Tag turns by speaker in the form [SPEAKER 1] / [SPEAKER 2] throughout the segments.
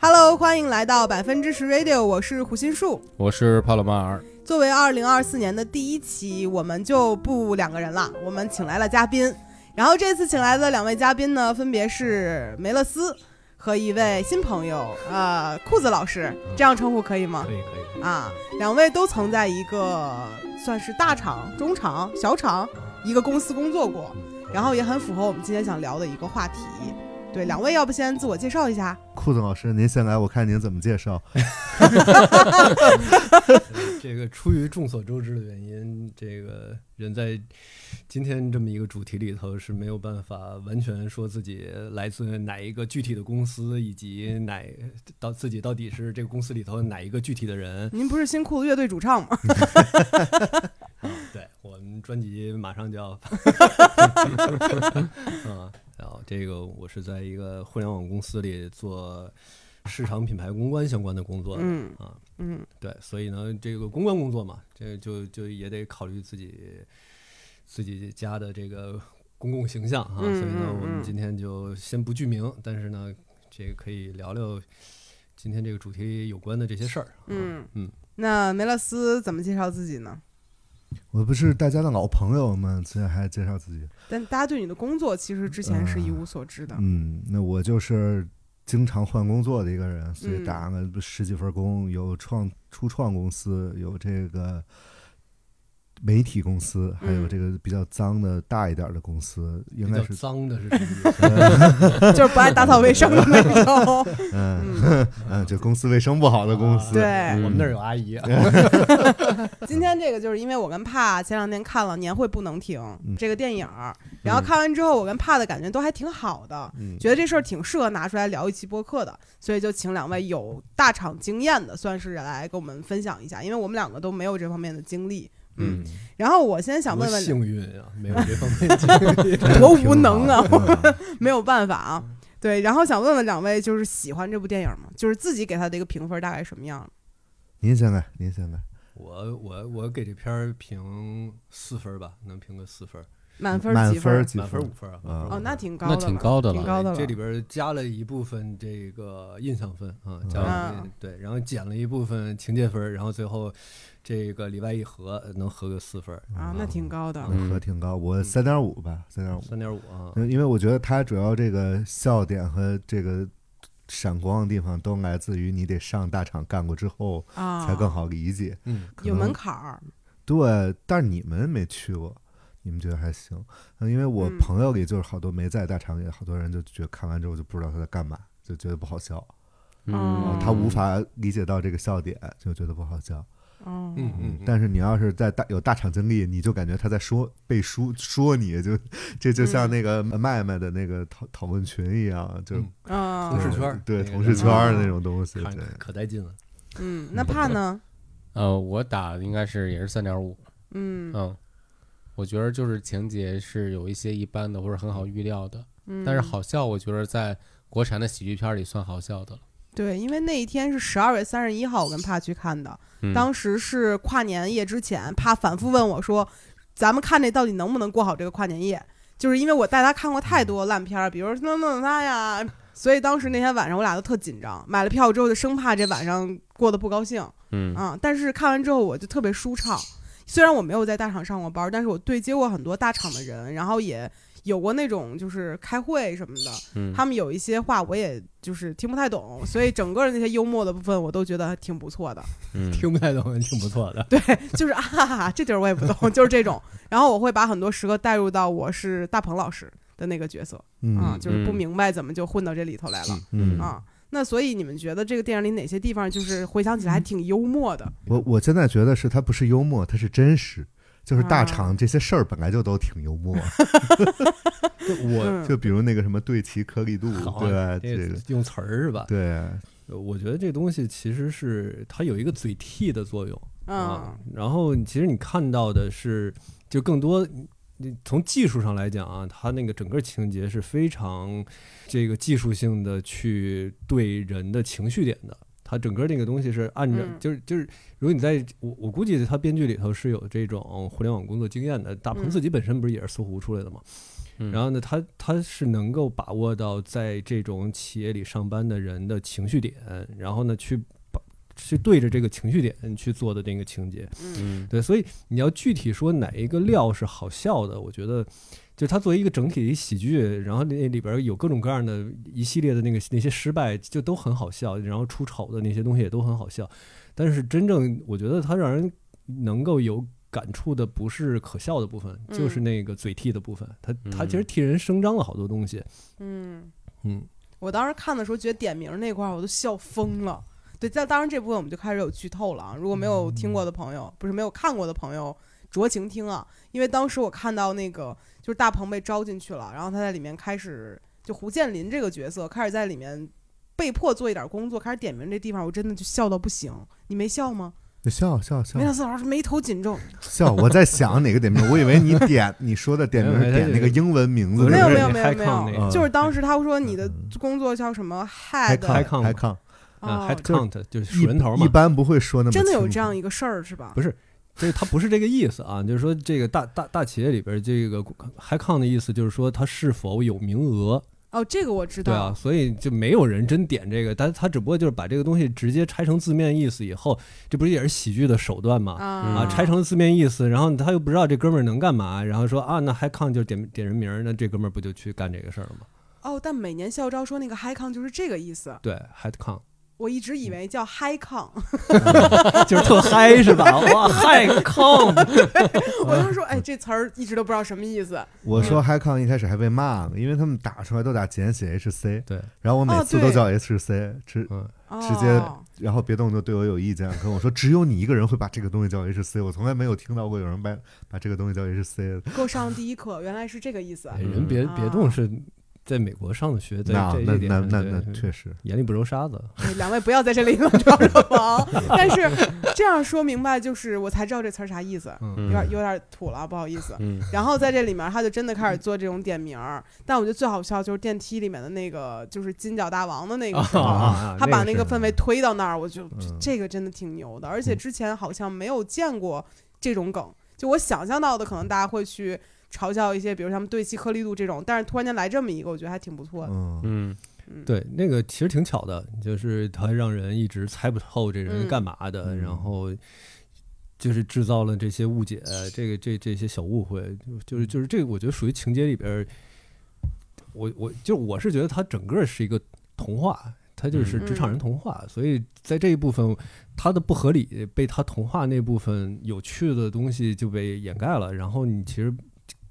[SPEAKER 1] Hello，欢迎来到百分之十 Radio，我是胡心树。
[SPEAKER 2] 我是帕洛马尔，
[SPEAKER 1] 作为二零二四年的第一期，我们就不两个人了，我们请来了嘉宾。然后这次请来的两位嘉宾呢，分别是梅勒斯和一位新朋友，呃，裤子老师，这样称呼可以吗？
[SPEAKER 2] 以可以，
[SPEAKER 1] 啊，两位都曾在一个算是大厂、中厂、小厂一个公司工作过，然后也很符合我们今天想聊的一个话题。对，两位要不先自我介绍一下？
[SPEAKER 3] 裤子老师，您先来，我看您怎么介绍。
[SPEAKER 4] 这个出于众所周知的原因，这个人在今天这么一个主题里头是没有办法完全说自己来自哪一个具体的公司，以及哪到自己到底是这个公司里头哪一个具体的人。
[SPEAKER 1] 您不是新裤子乐队主唱吗？
[SPEAKER 4] 对我们专辑马上就要， 啊，然后这个我是在一个互联网公司里做市场品牌公关相关的工作的，
[SPEAKER 1] 嗯
[SPEAKER 4] 啊，
[SPEAKER 1] 嗯，
[SPEAKER 4] 对，所以呢，这个公关工作嘛，这就就也得考虑自己自己家的这个公共形象啊。所以呢
[SPEAKER 1] 嗯嗯，
[SPEAKER 4] 我们
[SPEAKER 1] 嗯
[SPEAKER 4] 今天就先不具名，但是呢，这个可以聊聊今天这个主题有关的这些事儿。啊，
[SPEAKER 1] 嗯
[SPEAKER 4] 嗯，
[SPEAKER 1] 那梅勒斯怎么介绍自己呢？
[SPEAKER 3] 我不是大家的老朋友吗？现在还介绍自己。
[SPEAKER 1] 但大家对你的工作其实之前是一无所知的。
[SPEAKER 3] 嗯，那我就是经常换工作的一个人，所
[SPEAKER 1] 嗯
[SPEAKER 3] 以打了十几份工，有创初创公司，有这个媒体公司，还有
[SPEAKER 1] 嗯
[SPEAKER 3] 这个比较脏的大一点的公司，应
[SPEAKER 4] 比
[SPEAKER 3] 该
[SPEAKER 4] 较
[SPEAKER 3] 是
[SPEAKER 4] 脏的 是什么意思？ 啊
[SPEAKER 1] 就是不爱打扫卫生的那种。
[SPEAKER 3] 嗯 嗯，就公司卫生不好的公
[SPEAKER 4] 啊
[SPEAKER 3] 司。嗯
[SPEAKER 1] 对，
[SPEAKER 4] 我们那儿有阿姨啊，
[SPEAKER 1] 今天这个就是因为我跟帕前两天看了《年会不能停》
[SPEAKER 3] 嗯
[SPEAKER 1] 这个电影儿，然后看完之后，我跟帕的感觉都还挺好的，
[SPEAKER 3] 嗯
[SPEAKER 1] 觉得这事儿挺适合拿出来聊一期播客的，所以就请两位有大厂经验的，算是来给我们分享一下，因为我们两个都没有这方面的经历。嗯，然后我先想
[SPEAKER 4] 多
[SPEAKER 1] 问问
[SPEAKER 4] 幸运啊，没有这方面 的经历。
[SPEAKER 1] 多无能啊
[SPEAKER 3] 挺好的
[SPEAKER 1] 没有办法啊。
[SPEAKER 4] 嗯
[SPEAKER 1] 对，然后想问问两位，就是喜欢这部电影吗？就是自己给他的一个评分大概什么样？
[SPEAKER 3] 您先来，您先来，
[SPEAKER 4] 我我我给这片儿评四分儿吧，能评个四分儿，
[SPEAKER 1] 满分
[SPEAKER 3] 满
[SPEAKER 1] 几分儿？
[SPEAKER 3] 几
[SPEAKER 4] 满分儿
[SPEAKER 3] 分
[SPEAKER 4] 五？分儿啊。满
[SPEAKER 3] 啊
[SPEAKER 4] 分儿五分
[SPEAKER 1] 哦
[SPEAKER 4] 儿，
[SPEAKER 1] 那挺高的
[SPEAKER 2] 那
[SPEAKER 1] 了，
[SPEAKER 2] 挺高的
[SPEAKER 1] 挺
[SPEAKER 2] 了。
[SPEAKER 1] 高的了。
[SPEAKER 4] 啊这里边儿加了一部分这个印象分啊，加了一、
[SPEAKER 1] 嗯
[SPEAKER 4] 对，然后减了一部分情节分儿，然后最后这个里外一合呃能合个四分儿，
[SPEAKER 1] 啊，那挺高的。
[SPEAKER 2] 嗯
[SPEAKER 3] 和挺高，我三点五吧，三点五。
[SPEAKER 4] 三点五啊。
[SPEAKER 3] 嗯，因为我觉得它主要这个笑点和这个闪光的地方都来自于你得上大厂干过之后
[SPEAKER 1] 啊，
[SPEAKER 3] 才更好理解。
[SPEAKER 4] 嗯，
[SPEAKER 3] 可
[SPEAKER 1] 有
[SPEAKER 3] 能
[SPEAKER 1] 门槛儿。
[SPEAKER 3] 对，但是你们没去过，你们觉得还行。嗯，因为我
[SPEAKER 1] 嗯
[SPEAKER 3] 朋友里就是好多没在大厂里，好多人就觉得看完之后就不知道他在干嘛，就觉得不好笑，
[SPEAKER 4] 嗯
[SPEAKER 1] 哦
[SPEAKER 3] 他无法理解到这个笑点，就觉得不好笑。
[SPEAKER 1] 哦，
[SPEAKER 4] 嗯嗯，
[SPEAKER 3] 但是你要是在大有大厂经历，你就感觉他在说背书说你，就这就像
[SPEAKER 1] 嗯
[SPEAKER 3] 那个麦麦的那个讨讨论群一样，就
[SPEAKER 4] 嗯
[SPEAKER 1] 啊，
[SPEAKER 4] 同事圈儿
[SPEAKER 3] 对
[SPEAKER 4] 那个啊
[SPEAKER 3] 同事圈儿
[SPEAKER 1] 叫
[SPEAKER 3] 那种东西，
[SPEAKER 4] 看着
[SPEAKER 3] 对
[SPEAKER 4] 可可带劲了。
[SPEAKER 1] 嗯，那怕呢？
[SPEAKER 2] 呃，我打的应该是也是三点五，
[SPEAKER 1] 嗯
[SPEAKER 2] 嗯，我觉得就是情节是有一些一般的或者很好预料的，
[SPEAKER 1] 嗯，
[SPEAKER 2] 但是好笑，我觉得在国产的喜剧片里算好笑的了。
[SPEAKER 1] 对，因为那一天是十二月三十一号，我跟帕去看的。
[SPEAKER 2] 嗯
[SPEAKER 1] 当时是跨年夜之前，帕反复问我说：“咱们看这到底能不能过好这个跨年夜？”就是因为我带他看过太多烂片儿，比如说《那那那呀》， 所以当时那天晚上我俩都特紧张，买了票之后就生怕这晚上过得不高兴
[SPEAKER 2] 嗯
[SPEAKER 1] 啊。但是看完之后我就特别舒畅，虽然我没有在大厂上过班，但是我对接过很多大厂的人，然后也有过那种就是开会什么的，
[SPEAKER 2] 嗯
[SPEAKER 1] 他们有一些话我也就是听不太懂，所以整个的那些幽默的部分我都觉得挺不错的。
[SPEAKER 2] 嗯
[SPEAKER 4] 听不太懂，挺不错的。
[SPEAKER 1] 对， 就是啊哈哈，这地儿我也不懂，就是这种。然后我会把很多时刻带入到我是大鹏老师的那个角色，啊，
[SPEAKER 3] 嗯
[SPEAKER 1] 就是不明白怎么就混到这里头来了、
[SPEAKER 3] 嗯，
[SPEAKER 1] 啊。那所以你们觉得这个电影里哪些地方就是回想起
[SPEAKER 3] 嗯
[SPEAKER 1] 来还挺幽默的？
[SPEAKER 3] 我我现在觉得是它不是幽默，它是真实。就是
[SPEAKER 1] 啊
[SPEAKER 3] 大厂这些事儿本来就都挺幽默，
[SPEAKER 4] 我
[SPEAKER 1] 嗯
[SPEAKER 3] 就比如那个什么对齐颗粒度，
[SPEAKER 4] 好啊
[SPEAKER 3] 对吧？
[SPEAKER 4] 这
[SPEAKER 3] 这个
[SPEAKER 4] 用词儿是吧？
[SPEAKER 3] 对，
[SPEAKER 4] 我觉得这东西其实是它有一个嘴替的作用。啊
[SPEAKER 1] 嗯，
[SPEAKER 4] 然后其实你看到的是，就更多，你从技术上来讲啊，它那个整个情节是非常这个技术性的去对人的情绪点的。它整个那个东西是按照，
[SPEAKER 1] 嗯
[SPEAKER 4] 就是就是，如果你在我我估计他编剧里头是有这种互联网工作经验的，大鹏
[SPEAKER 1] 嗯
[SPEAKER 4] 自己本身不是也是搜狐出来的嘛，
[SPEAKER 2] 嗯
[SPEAKER 4] 然后呢，他他是能够把握到在这种企业里上班的人的情绪点，然后呢去把去对着这个情绪点去做的这个情节，
[SPEAKER 1] 嗯
[SPEAKER 2] 嗯
[SPEAKER 4] 对，所以你要具体说哪一个料是好笑的，我觉得就是它作为一个整体的一喜剧，然后那里边有各种各样的一系列的那个那些失败就都很好笑，然后出丑的那些东西也都很好笑，但是真正我觉得它让人能够有。感触的不是可笑的部分，就是
[SPEAKER 1] 嗯
[SPEAKER 4] 那个嘴替的部分。他他其实
[SPEAKER 2] 嗯
[SPEAKER 4] 替人声张了好多东西。
[SPEAKER 1] 嗯，
[SPEAKER 4] 嗯，
[SPEAKER 1] 我当时看的时候觉得点名那块儿我都笑疯了。对，但当然这部分我们就开始有剧透了啊。如果没有听过的朋
[SPEAKER 4] 嗯
[SPEAKER 1] 友，不是没有看过的朋友，酌情听啊。因为当时我看到那个就是大鹏被招进去了，然后他在里面开始就胡建林这个角色开始在里面被迫做一点工作，开始点名这地方，我真的就笑到不行。你没笑吗？
[SPEAKER 3] 笑笑笑
[SPEAKER 1] 梅小四老师眉头紧皱，
[SPEAKER 3] 笑，我在想哪个点名，我以为你点你说的点名
[SPEAKER 4] 没
[SPEAKER 3] 是
[SPEAKER 4] 有
[SPEAKER 3] 点那个英文名字
[SPEAKER 4] 不
[SPEAKER 3] 的，
[SPEAKER 4] 是
[SPEAKER 1] 没有没有
[SPEAKER 4] 不是你
[SPEAKER 1] 没有
[SPEAKER 4] 嗨
[SPEAKER 1] 没
[SPEAKER 4] 抗那
[SPEAKER 1] 有，
[SPEAKER 3] 个
[SPEAKER 1] 就是当时他说你的
[SPEAKER 3] 嗯
[SPEAKER 1] 工作叫什么 head，
[SPEAKER 4] 嗨
[SPEAKER 3] head
[SPEAKER 4] 抗
[SPEAKER 3] count，head count
[SPEAKER 1] 哦
[SPEAKER 4] 啊，head 嗯 count 就是
[SPEAKER 3] 一
[SPEAKER 4] 数人头嘛
[SPEAKER 3] 一，般不会说那么
[SPEAKER 1] 真的有
[SPEAKER 3] 清楚
[SPEAKER 1] 这样一个事儿是吧？
[SPEAKER 4] 不是，就是他不是这个意思啊，就是说这个大大大企业里边儿这个 HiCon 的意思就是说它是否有名额，
[SPEAKER 1] 哦，这个我知
[SPEAKER 4] 对
[SPEAKER 1] 道
[SPEAKER 4] 啊，。所以就没有人真点这个，但他只不过就是把这个东西直接拆成字面意思以后，这不是也是喜剧的手段吗？
[SPEAKER 1] 啊
[SPEAKER 3] 嗯
[SPEAKER 4] 啊，拆成字面意思，然后他又不知道这哥们儿能干嘛，然后说啊，那 HiCon 就点点人名儿，那这哥们儿不就去干这个事儿了吗？
[SPEAKER 1] 哦，但每年校招说那个 high con 就是这个意思，
[SPEAKER 4] 对，HiCon
[SPEAKER 1] 我一直
[SPEAKER 4] 嗯
[SPEAKER 1] 以为叫 high con，
[SPEAKER 4] 就是特嗨是 吧？哇，HiCon，
[SPEAKER 1] 我当时说，哎，这词儿一直都不知道什么意思。
[SPEAKER 3] 我
[SPEAKER 4] 嗯
[SPEAKER 3] 说 h i c o n 一开始还被骂呢，因为他们打出来都打简写 HC，
[SPEAKER 4] 对，
[SPEAKER 3] 然后我每
[SPEAKER 1] 哦
[SPEAKER 3] 次都叫 HC，只
[SPEAKER 4] 嗯，
[SPEAKER 1] 哦、
[SPEAKER 3] 直接然后别动就对我有意见，跟我说只有你一个人会把这个东西叫 HC，我从来没有听到过有人把把这个东西叫 HC 的。
[SPEAKER 1] 给我上第一课，原来是这个意思。
[SPEAKER 4] 哎人别
[SPEAKER 1] 啊
[SPEAKER 4] 别动是在美国上的学，在
[SPEAKER 3] 嗯那
[SPEAKER 4] 这
[SPEAKER 3] 那
[SPEAKER 4] 这点
[SPEAKER 3] 那
[SPEAKER 4] 上
[SPEAKER 3] 那
[SPEAKER 4] 对
[SPEAKER 3] 那确实，
[SPEAKER 4] 眼里不揉沙子。
[SPEAKER 1] 哎两位不要在这里冷嘲热讽，啊但是这样说明白，就是我才知道这词儿啥意思，有
[SPEAKER 4] 嗯，
[SPEAKER 1] 点有点土了，不好意思。
[SPEAKER 2] 嗯
[SPEAKER 1] 然后在这里面，他就真的开始做这种点名儿，但我觉得最好笑就是电梯里面的那个，就是金角大王的那个时候，
[SPEAKER 4] 啊
[SPEAKER 1] 他把那
[SPEAKER 4] 那
[SPEAKER 1] 个
[SPEAKER 3] 是
[SPEAKER 1] 氛围推到那儿，我就
[SPEAKER 3] 嗯
[SPEAKER 1] 这个真的挺牛的，而且之前好像没有见过这种梗，就我想象到的，可能大家会去嘲笑一些，比如像对齐颗粒度这种，但是突然间来这么一个，我觉得还挺不错的。
[SPEAKER 3] 嗯，
[SPEAKER 2] 嗯
[SPEAKER 1] 嗯，，
[SPEAKER 4] 对那个其实挺巧的，就是他让人一直猜不透这人
[SPEAKER 1] 嗯
[SPEAKER 4] 干嘛的，
[SPEAKER 3] 嗯
[SPEAKER 4] 然后就是制造了这些误解，这个这这些小误会，就就是
[SPEAKER 1] 嗯
[SPEAKER 4] 就是这个，我觉得属于情节里边儿，我我就我是觉得他整个是一个童话。他就是
[SPEAKER 1] 嗯
[SPEAKER 4] 职场人童话，所以在这一部分，他的不合理被他童话那部分有趣的东西就被掩盖了，然后你其实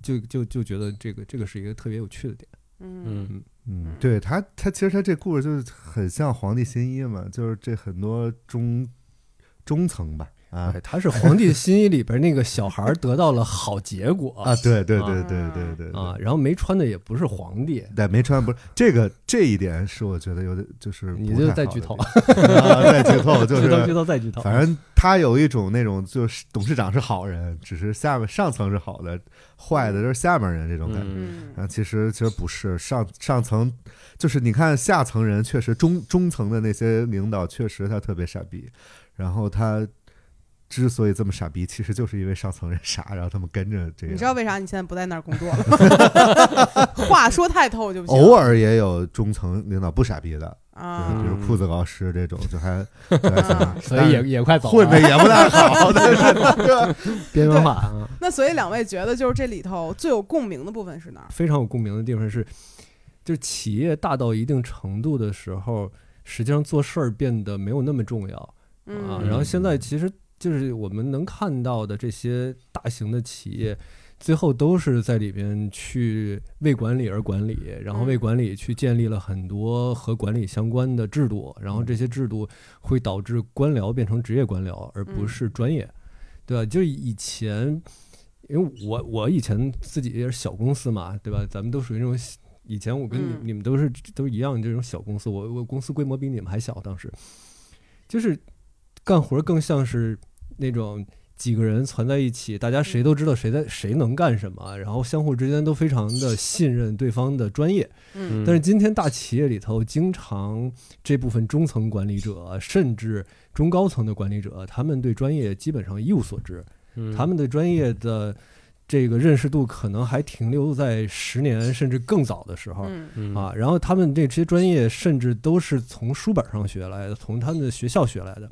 [SPEAKER 4] 就就就觉得这个这个是一个特别有趣的点。
[SPEAKER 1] 嗯
[SPEAKER 2] 嗯
[SPEAKER 3] 嗯，对他，他其实他这故事就是很像《皇帝新衣》嘛，就是这很多中中层吧，啊
[SPEAKER 4] 哎，他是《皇帝新衣》里边那个小孩儿得到了好结果
[SPEAKER 3] 啊，对对
[SPEAKER 4] 啊
[SPEAKER 3] 对对对对对
[SPEAKER 4] 啊，然后没穿的也不是皇帝，
[SPEAKER 3] 对，没穿不是这个这一点是我觉得有点就是
[SPEAKER 4] 你
[SPEAKER 3] 不
[SPEAKER 4] 这在
[SPEAKER 3] 太好
[SPEAKER 4] 剧
[SPEAKER 3] 的
[SPEAKER 4] 透
[SPEAKER 3] 地方啊在剧透就
[SPEAKER 4] 剧透剧
[SPEAKER 3] 是，
[SPEAKER 4] 透再剧透。
[SPEAKER 3] 反正他有一种那种就是董事长是好人，只是下面上层是好的，坏的就是下面人这种感觉。
[SPEAKER 2] 嗯
[SPEAKER 1] 嗯
[SPEAKER 3] 然后其实其实不是上上层，就是你看下层人确实中中层的那些领导确实他特别傻逼，然后他之所以这么傻逼，其实就是因为上层人傻，然后他们跟着这
[SPEAKER 1] 你
[SPEAKER 3] 样。
[SPEAKER 1] 知道为啥你现在不在那儿工作了？话说太透就不行。
[SPEAKER 3] 偶尔也有中层领导不傻逼的，
[SPEAKER 1] 啊
[SPEAKER 3] 比如
[SPEAKER 2] 嗯
[SPEAKER 3] 裤子高湿这种，就还就还行
[SPEAKER 1] 啊，
[SPEAKER 4] 所以也也快走了，啊
[SPEAKER 3] 混的 也不太好，但是
[SPEAKER 4] 边 缘化啊，
[SPEAKER 1] 那所以两位觉得就是这里头最有共鸣的部分是哪儿？
[SPEAKER 4] 非常有共鸣的地方是，就是企业大到一定程度的时候，实际上做事儿变得没有那么重要啊。
[SPEAKER 1] 嗯
[SPEAKER 4] 然后现在其实就是我们能看到的这些大型的企业。最后都是在里边去为管理而管理，然后为
[SPEAKER 1] 嗯
[SPEAKER 4] 管理去建立了很多和管理相关的制度，然后这些制度会导致官僚变成职业官僚，而不
[SPEAKER 1] 嗯
[SPEAKER 4] 是专业，对吧？就以前，因为我我以前自己也是小公司嘛，对吧？咱们都属于那种小以前我跟你、
[SPEAKER 1] 嗯
[SPEAKER 4] 你们都是都一样这种小公司，我我公司规模比你们还小，当时就是干活更像是那种几个人攒在一起，大家谁都知道谁在谁能干什么，然后相互之间都非常的信任对方的专业。
[SPEAKER 1] 嗯
[SPEAKER 4] 但是今天大企业里头，经常这部分中层管理者，甚至中高层的管理者，他们对专业基本上一无所知，
[SPEAKER 2] 嗯
[SPEAKER 4] 他们对专业的这个认识度可能还停留在十年甚至更早的时候。
[SPEAKER 1] 嗯
[SPEAKER 2] 嗯
[SPEAKER 4] 啊，然后他们这些专业甚至都是从书本上学来的，从他们的学校学来的，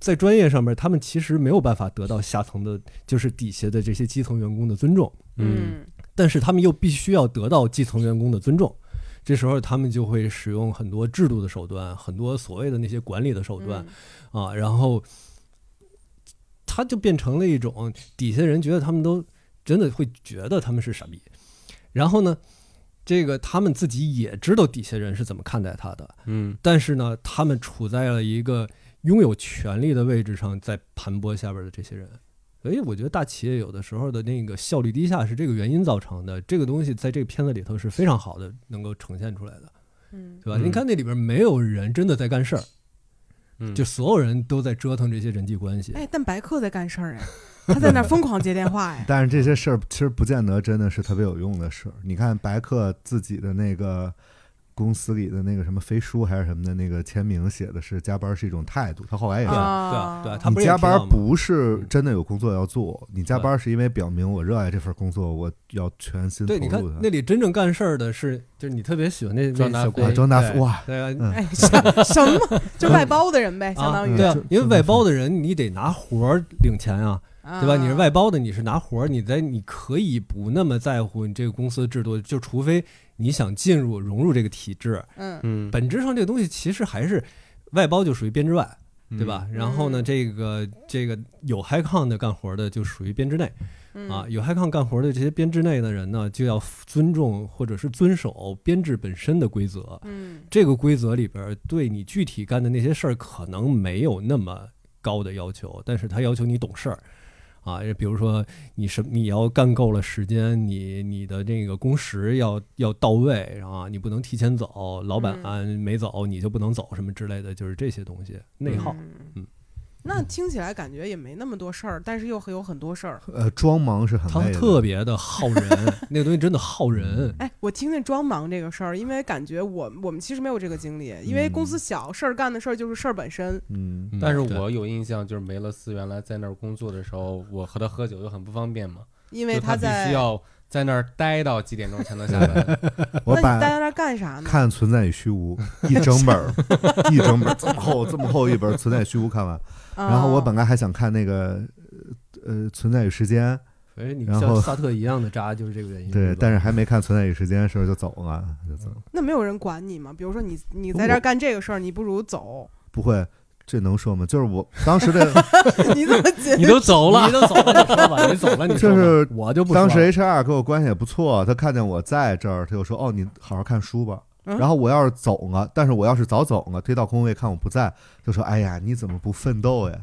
[SPEAKER 4] 在专业上面，他们其实没有办法得到下层的，就是底下的这些基层员工的尊重，
[SPEAKER 2] 嗯
[SPEAKER 4] 但是他们又必须要得到基层员工的尊重，这时候他们就会使用很多制度的手段，很多所谓的那些管理的手段，啊，然后他就变成了一种底下人觉得他们都真的会觉得他们是傻逼，然后呢，这个他们自己也知道底下人是怎么看待他的，
[SPEAKER 2] 嗯
[SPEAKER 4] 但是呢，他们处在了一个拥有权力的位置上，在盘剥下边的这些人。所以我觉得大企业有的时候的那个效率低下是这个原因造成的，这个东西在这个片子里头是非常好的能够呈现出来的，
[SPEAKER 1] 嗯
[SPEAKER 4] 对吧？
[SPEAKER 2] 嗯
[SPEAKER 4] 你看那里边没有人真的在干事儿，
[SPEAKER 2] 嗯，
[SPEAKER 4] 就所有人都在折腾这些人际关系。
[SPEAKER 1] 哎，但白客在干事儿哎，他在那儿疯狂接电话哎，
[SPEAKER 3] 但是这些事儿其实不见得真的是特别有用的事儿。你看白客自己的那个公司里的那个什么飞书还是什么的那个签名写的是加班是一种态度，他后来 也
[SPEAKER 4] 对
[SPEAKER 3] 是。
[SPEAKER 1] 啊
[SPEAKER 4] 啊，对啊，对啊，他
[SPEAKER 3] 你
[SPEAKER 4] 不是也
[SPEAKER 3] 加
[SPEAKER 4] 提到
[SPEAKER 3] 班
[SPEAKER 4] 吗
[SPEAKER 3] 不是真的有工作要做，你加班是因为表明我热爱这份工作，我要全心投
[SPEAKER 4] 对，你看
[SPEAKER 3] 入它
[SPEAKER 4] 那。里真正干事儿的是，就是你特别喜欢那
[SPEAKER 2] 庄
[SPEAKER 4] 那
[SPEAKER 2] 达
[SPEAKER 4] 小
[SPEAKER 2] 菲
[SPEAKER 4] 姑
[SPEAKER 3] 啊，
[SPEAKER 4] 娘
[SPEAKER 3] 张大
[SPEAKER 4] 对
[SPEAKER 3] 哇，
[SPEAKER 4] 对啊，
[SPEAKER 3] 嗯
[SPEAKER 1] 哎，什什么就外包的人呗，相当
[SPEAKER 4] 啊
[SPEAKER 1] 于
[SPEAKER 4] 对啊
[SPEAKER 3] 嗯，
[SPEAKER 4] 因为外包的人你得拿活儿领钱啊，对
[SPEAKER 1] 对
[SPEAKER 4] 吧？你是外包的，你是拿活儿，你在你可以不那么在乎你这个公司的制度，就除非你想进入融入这个体制，
[SPEAKER 1] 嗯
[SPEAKER 2] 嗯
[SPEAKER 4] 本质上这个东西其实还是外包就属于编制外，对吧？然后呢，
[SPEAKER 1] 嗯
[SPEAKER 4] 这个这个有 h i g h c o n 的干活儿的就属于编制内。
[SPEAKER 1] 嗯
[SPEAKER 4] 啊，有 HiCon 干活的这些编制内的人呢，就要尊重或者是遵守编制本身的规则。
[SPEAKER 1] 嗯
[SPEAKER 4] 这个规则里边儿对你具体干的那些事儿可能没有那么高的要求，但是他要求你懂事儿啊，比如说你什你要干够了时间，你你的这个工时要要到位啊，你不能提前走，老板
[SPEAKER 1] 嗯
[SPEAKER 4] 啊没走你就不能走什么之类的，就是这些东西内耗。嗯。
[SPEAKER 1] 那听起来感觉也没那么多事儿，但是又有很多事儿。
[SPEAKER 3] 呃，装忙是很
[SPEAKER 4] 他
[SPEAKER 3] 累的。嗯
[SPEAKER 4] 特别的耗人，那个东西真的耗人。
[SPEAKER 1] 哎，我听听装忙这个事儿，因为感觉我我们其实没有这个经历，因为公司小，事儿干的事儿就是事儿本身。
[SPEAKER 3] 嗯，
[SPEAKER 4] 嗯
[SPEAKER 2] 但是
[SPEAKER 4] 对
[SPEAKER 2] 我有印象，就是梅勒斯原来在那儿工作的时候，我和他喝酒就很不方便嘛，
[SPEAKER 1] 因为
[SPEAKER 2] 就他必
[SPEAKER 1] 在
[SPEAKER 2] 须，要在那儿待到几点钟才能下班。
[SPEAKER 3] 我
[SPEAKER 1] 那你待
[SPEAKER 3] 把
[SPEAKER 1] 在那儿干啥呢？
[SPEAKER 3] 看《存在与虚无》一整 本儿，一整本儿这么厚这么厚一本儿《存在与虚无》看完，然后我本
[SPEAKER 1] 哦
[SPEAKER 3] 来还想看那个呃呃《存在与时间》，
[SPEAKER 4] 哎，你
[SPEAKER 3] 然后
[SPEAKER 4] 像萨特一样的渣，就是这个原因。
[SPEAKER 3] 对，
[SPEAKER 4] 吧
[SPEAKER 3] 但是还没看《存在与时间》的时候就走了，
[SPEAKER 4] 嗯
[SPEAKER 3] 就走了
[SPEAKER 1] 那没有人管你吗？比如说你你在这儿干这个事儿，你不如走。
[SPEAKER 3] 不会。这能说吗？就是我当时的，
[SPEAKER 1] 你怎么解
[SPEAKER 2] 你都走了
[SPEAKER 4] 你，都走了，你说吧，你走了， 你说吧
[SPEAKER 3] 就是
[SPEAKER 4] 我 就不说了
[SPEAKER 3] 当时 HR 跟我关系也不错，他看见我在这儿，他就说：“哦，你好好看书吧。”
[SPEAKER 1] 嗯
[SPEAKER 3] 然后我要是走了，但是我要是早走了，推到工位看我不在，就说：“哎呀，你怎么不奋斗呀？”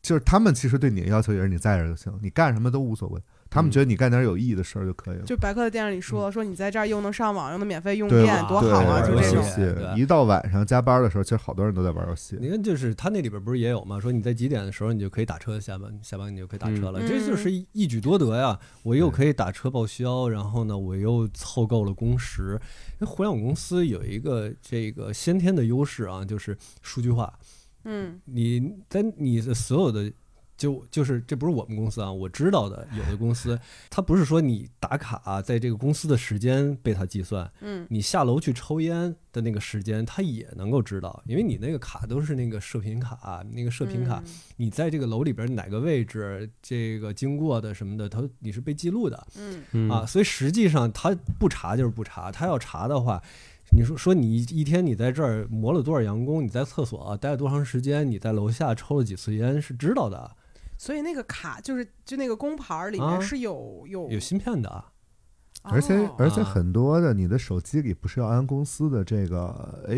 [SPEAKER 3] 就是他们其实对你的要求也是你在这儿就行，你干什么都无所谓，他们
[SPEAKER 2] 嗯
[SPEAKER 3] 觉得你干点有意义的事儿就可以了。
[SPEAKER 1] 就白客的电影里
[SPEAKER 4] 嗯
[SPEAKER 1] 说说你在这儿又能上网，又能免费用
[SPEAKER 3] 对
[SPEAKER 1] 电，
[SPEAKER 4] 吧
[SPEAKER 1] 多
[SPEAKER 3] 对，
[SPEAKER 1] 好啊！
[SPEAKER 4] 玩
[SPEAKER 1] 就
[SPEAKER 4] 游
[SPEAKER 1] 这
[SPEAKER 3] 玩游
[SPEAKER 1] 种
[SPEAKER 4] 戏。对
[SPEAKER 3] 戏，一到晚上加班的时候，其实好多人都在玩游戏。
[SPEAKER 4] 你看，就是他那里边不是也有吗？说你在几点的时候你就可以打车下班，下班你就可以打车了，
[SPEAKER 1] 嗯
[SPEAKER 4] 这就是一举多得呀！我又可以打车报销，然后呢，我又凑够了工时。那互联网公司有一个这个先天的优势啊，就是数据化。
[SPEAKER 1] 嗯
[SPEAKER 4] 你在你的所有的就就是这不是我们公司啊，我知道的有的公司，它不是说你打卡在这个公司的时间被它计算，
[SPEAKER 1] 嗯
[SPEAKER 4] 你下楼去抽烟的那个时间它也能够知道，因为你那个卡都是那个射频卡，那个射
[SPEAKER 1] 嗯
[SPEAKER 4] 频卡，你在这个楼里边哪个位置这个经过的什么的，它你是被记录的。
[SPEAKER 1] 嗯
[SPEAKER 2] 嗯
[SPEAKER 4] 啊，，所以实际上他不查就是不查，他要查的话，你说说你一一天你在这儿磨了多少洋工，你在厕所、待了多长时间，你在楼下抽了几次烟是知道的，
[SPEAKER 1] 嗯，所以那个卡就是就那个工牌儿里
[SPEAKER 4] 啊
[SPEAKER 1] 面是有有
[SPEAKER 4] 有芯片的啊。
[SPEAKER 3] 而且
[SPEAKER 1] 哦
[SPEAKER 3] 而且
[SPEAKER 4] 啊
[SPEAKER 3] 很多的你的手机里不是要安公司的这个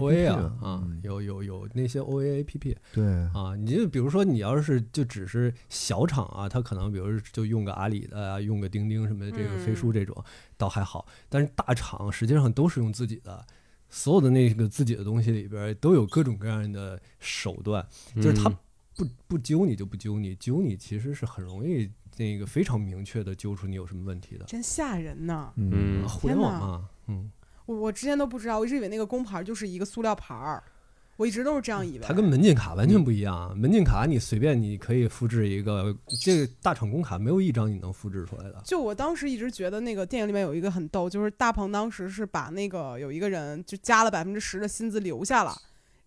[SPEAKER 4] O A
[SPEAKER 3] APP
[SPEAKER 4] 啊
[SPEAKER 3] 吗
[SPEAKER 4] 啊
[SPEAKER 3] 嗯，
[SPEAKER 4] 有有有那些 O A A P P
[SPEAKER 3] 对，
[SPEAKER 4] 啊，你就比如说你要是就只是小厂啊，他可能比如就用个阿里的啊，用个钉钉什么的这个飞书
[SPEAKER 1] 嗯
[SPEAKER 4] 这种、倒还好，但是大厂实际上都是用自己的。所有的那个自己的东西里边都有各种各样的手段，就是他
[SPEAKER 2] 嗯
[SPEAKER 4] 不不揪你就不揪你，揪你其实是很容易那个非常明确的揪出你有什么问题的。啊
[SPEAKER 1] 真吓人呢！
[SPEAKER 3] 嗯
[SPEAKER 2] 嗯，
[SPEAKER 4] 互联网嘛，嗯，
[SPEAKER 1] 我我之前都不知道，我一直以为那个工牌就是一个塑料牌儿，我一直都是这样以为。
[SPEAKER 4] 嗯它跟门禁卡完
[SPEAKER 1] 嗯
[SPEAKER 4] 全不一样啊。门禁卡你随便你可以复制一个，这个大厂工卡没有一张你能复制出来的。
[SPEAKER 1] 就我当时一直觉得那个电影里面有一个很逗，就是大鹏当时是把那个有一个人就加了百分之十的薪资留下了，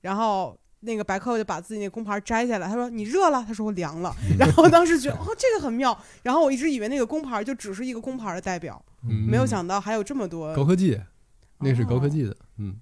[SPEAKER 1] 然后那个白客就把自己那工牌摘下来，他说你热了，他说我凉 了，然后当时觉得哦这个很妙，然后我一直以为那个工牌就只是一个工牌的代表，没有想哦到还有这么多，
[SPEAKER 4] 嗯高科技，那是高科
[SPEAKER 1] 哦
[SPEAKER 4] 技的，嗯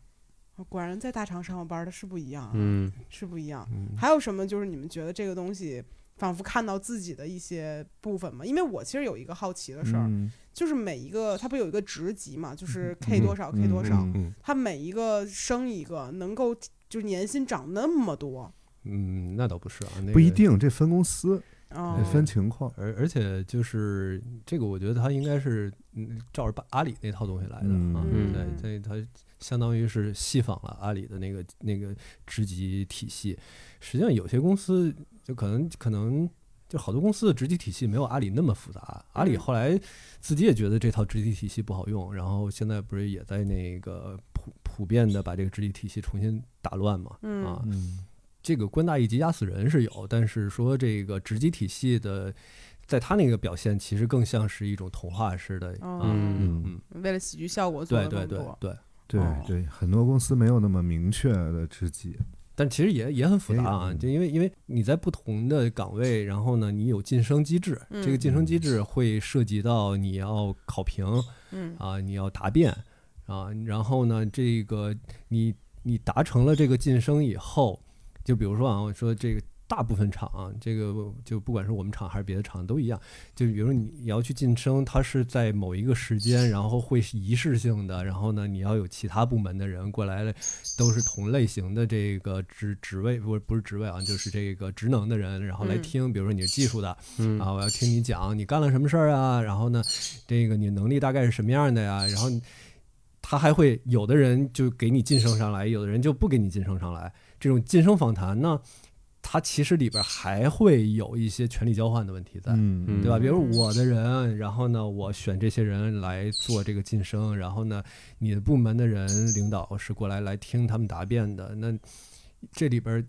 [SPEAKER 1] 果然在大厂上过班的是不一样啊，
[SPEAKER 2] 嗯，
[SPEAKER 1] 是不一样。
[SPEAKER 4] 嗯。
[SPEAKER 1] 还有什么就是你们觉得这个东西仿佛看到自己的一些部分吗？因为我其实有一个好奇的事儿，
[SPEAKER 3] 嗯
[SPEAKER 1] 就是每一个它不有一个职级嘛，就是
[SPEAKER 4] 嗯
[SPEAKER 1] K 多少、K 多少，
[SPEAKER 3] 嗯
[SPEAKER 4] 嗯
[SPEAKER 1] 它每一个升一个，能够就是年薪涨那么多，
[SPEAKER 4] 嗯，那倒不是啊，那个、
[SPEAKER 3] 不一。定，这分公司
[SPEAKER 1] 哦
[SPEAKER 3] 得，分情况。
[SPEAKER 4] 而而且就是这个，我觉得它应该是嗯照着巴阿里那套东西来的啊，
[SPEAKER 1] 嗯
[SPEAKER 4] 对
[SPEAKER 1] 嗯，
[SPEAKER 4] 这它相当于是细仿了阿里的那个那个职级体系。实际上，有些公司就可能可能就好多公司的职级体系没有阿里那么复杂。阿里
[SPEAKER 1] 嗯
[SPEAKER 4] 后来自己也觉得这套职级体系不好用，然后现在不是也在那个普普遍的把这个职级体系重新打乱嘛？
[SPEAKER 1] 嗯
[SPEAKER 4] 啊，
[SPEAKER 3] 嗯
[SPEAKER 4] 这个官大一级压死人是有，但是说这个职级体系的，在他那个表现其实更像是一种童话式的，
[SPEAKER 1] 哦
[SPEAKER 4] 啊，
[SPEAKER 2] 嗯
[SPEAKER 3] 嗯，
[SPEAKER 1] 为了喜剧效果做
[SPEAKER 4] 对
[SPEAKER 1] 的
[SPEAKER 4] 对
[SPEAKER 1] 更
[SPEAKER 4] 对
[SPEAKER 1] 多。
[SPEAKER 4] 对，
[SPEAKER 3] 对
[SPEAKER 1] 哦
[SPEAKER 3] 对，很多公司没有那么明确的知己。
[SPEAKER 4] 但其实也也很复杂
[SPEAKER 3] 也
[SPEAKER 4] 啊，
[SPEAKER 3] 有
[SPEAKER 4] 就因为因为你在不同的岗位，然后呢，你有晋升机制，
[SPEAKER 1] 嗯
[SPEAKER 4] 这个晋升机制会涉及到你要考评
[SPEAKER 1] 嗯
[SPEAKER 4] 啊，你要答辩啊，然后呢，这个你你达成了这个晋升以后，就比如说啊，我说这个大部分厂啊，这个就不管是我们厂还是别的厂都一样，就比如说你你要去晋升，它是在某一个时间，然后会是仪式性的，然后呢，你要有其他部门的人过来了，都是同类型的这个职职位，不是不是职位啊，就是这个职能的人，然后来
[SPEAKER 1] 嗯
[SPEAKER 4] 听，比如说你是技术的
[SPEAKER 2] 嗯
[SPEAKER 4] 啊，我要听你讲你干了什么事儿啊，然后呢，这个你能力大概是什么样的呀，然后。他还会有的人就给你晋升上来，有的人就不给你晋升上来。这种晋升访谈呢，它其实里边还会有一些权力交换的问题在，
[SPEAKER 3] 嗯
[SPEAKER 4] 对吧？
[SPEAKER 2] 嗯
[SPEAKER 4] 比如我的人，然后呢，我选这些人来做这个晋升，然后呢，你的部门的人领导是过来来听他们答辩的，那这里边儿。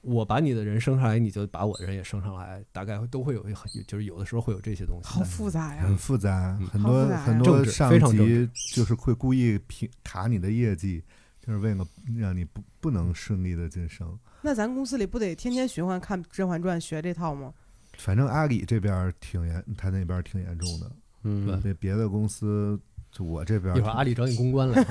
[SPEAKER 4] 我把你的人升上来，你就把我的人也升上来，大概都会有一很，就是有的时候会有这些东西在。
[SPEAKER 1] 好复杂呀
[SPEAKER 3] 很！复杂，
[SPEAKER 4] 嗯
[SPEAKER 3] 很
[SPEAKER 1] 好
[SPEAKER 3] 多
[SPEAKER 1] 哎复杂呀
[SPEAKER 3] 很
[SPEAKER 4] 政
[SPEAKER 3] 多
[SPEAKER 4] 治
[SPEAKER 3] 上
[SPEAKER 4] 非常政
[SPEAKER 3] 级就是会故意评卡你的业绩，就是为了让你不不能顺利的晋升。
[SPEAKER 1] 那咱公司里不得天天循环看《甄嬛传》学这套吗？
[SPEAKER 3] 反正阿里这边儿挺严，他那边儿挺严重的。
[SPEAKER 2] 嗯，
[SPEAKER 3] 对别的公司，就我这边儿
[SPEAKER 4] 一会儿阿里找你公关来，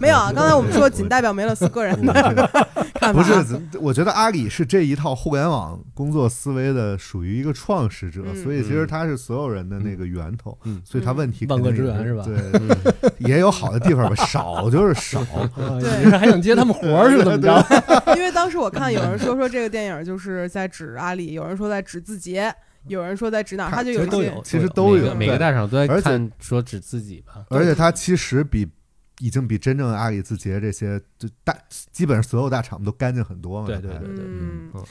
[SPEAKER 1] 没有啊，刚才我们说
[SPEAKER 3] 我
[SPEAKER 1] 仅代表梅勒斯个人
[SPEAKER 3] 我
[SPEAKER 1] 的
[SPEAKER 3] 这
[SPEAKER 1] 看法
[SPEAKER 3] 不
[SPEAKER 1] 啊。
[SPEAKER 3] 是，咱我觉得阿里是这一套互联网工作思维的属于一个创始者，
[SPEAKER 1] 嗯
[SPEAKER 3] 所以其实他是所有人的那个源头，
[SPEAKER 4] 嗯
[SPEAKER 3] 所以他问题
[SPEAKER 4] 万
[SPEAKER 3] 肯定
[SPEAKER 4] 恶之
[SPEAKER 3] 也
[SPEAKER 4] 源是吧
[SPEAKER 3] 对，
[SPEAKER 2] 嗯
[SPEAKER 3] 也有好的 地方吧，少就是少，
[SPEAKER 4] 啊
[SPEAKER 1] 对
[SPEAKER 4] 你这是还想接他们活儿是怎么着？
[SPEAKER 1] 因为当时我看有人说说这个电影就是在指阿里，有人说在指字节，有人说在指哪，
[SPEAKER 3] 他
[SPEAKER 1] 他就
[SPEAKER 4] 其
[SPEAKER 1] 有
[SPEAKER 4] 实
[SPEAKER 1] 一
[SPEAKER 4] 都
[SPEAKER 1] 些
[SPEAKER 4] 有，
[SPEAKER 3] 其实
[SPEAKER 2] 每
[SPEAKER 3] 都
[SPEAKER 2] 个
[SPEAKER 3] 有
[SPEAKER 2] 每个大厂都在
[SPEAKER 3] 而且
[SPEAKER 2] 看说指自己吧，
[SPEAKER 3] 而且它其实比已经比真正阿里、字节这些，就大基本上所有大厂都干净很多嘛。
[SPEAKER 4] 对对
[SPEAKER 3] 还
[SPEAKER 4] 对对，
[SPEAKER 1] 嗯
[SPEAKER 4] 嗯，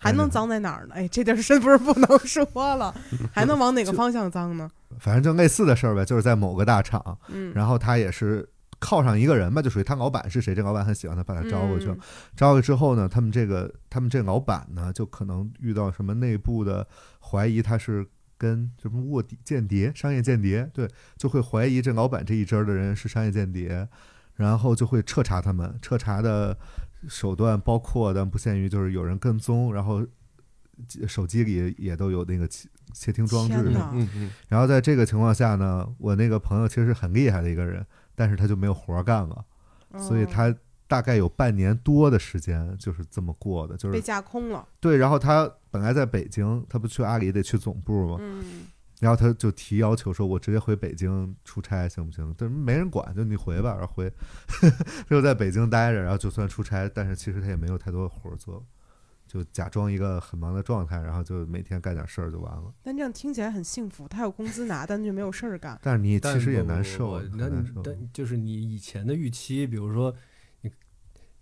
[SPEAKER 1] 还能脏在哪儿呢？哎，这地儿是不是不能说了？还能往哪个方向脏呢？
[SPEAKER 3] 反正就类似的事儿呗，就是在某个大厂，
[SPEAKER 1] 嗯，
[SPEAKER 3] 然后他也是靠上一个人吧，就属于他老板是谁，这老板很喜欢他，把他招过去了
[SPEAKER 1] 嗯。
[SPEAKER 3] 招过去之后呢，他们这个他们这老板呢，就可能遇到什么内部的怀疑，他是。跟什么卧底、间谍、商业间谍，对，就会怀疑这老板这一支儿的人是商业间谍，然后就会彻查他们。彻查的手段包括但不限于就是有人跟踪，然后手机里也都有那个窃窃听装置
[SPEAKER 1] 天哪
[SPEAKER 3] 嘛
[SPEAKER 4] 嗯嗯
[SPEAKER 3] 然后在这个情况下呢，我那个朋友其实是很厉害的一个人，但是他就没有活儿干了，所以
[SPEAKER 1] 哦
[SPEAKER 3] 他大概有半年多的时间就是这么过的，就
[SPEAKER 1] 被
[SPEAKER 3] 是
[SPEAKER 1] 架空了。
[SPEAKER 3] 对。然后他本来在北京，他不去阿里得去总部吗？
[SPEAKER 1] 嗯，
[SPEAKER 3] 然后他就提要求说：“我直接回北京出差行不行？”但是没人管，就你回吧。然后回 就在北京待着，然后就算出差，但是其实他也没有太多活儿做，就假装一个很忙的状态，然后就每天干点事儿就完了。
[SPEAKER 1] 但这样听起来很幸福，他有工资拿，但却没有事儿干。
[SPEAKER 3] 但是你
[SPEAKER 4] 但
[SPEAKER 3] 其实也
[SPEAKER 4] 不
[SPEAKER 3] 难
[SPEAKER 4] 不
[SPEAKER 3] 受，啊
[SPEAKER 4] 不
[SPEAKER 3] 嗯很
[SPEAKER 4] 那
[SPEAKER 3] 难
[SPEAKER 4] 你
[SPEAKER 3] 受。
[SPEAKER 4] 但就是你以前的预期，比如说你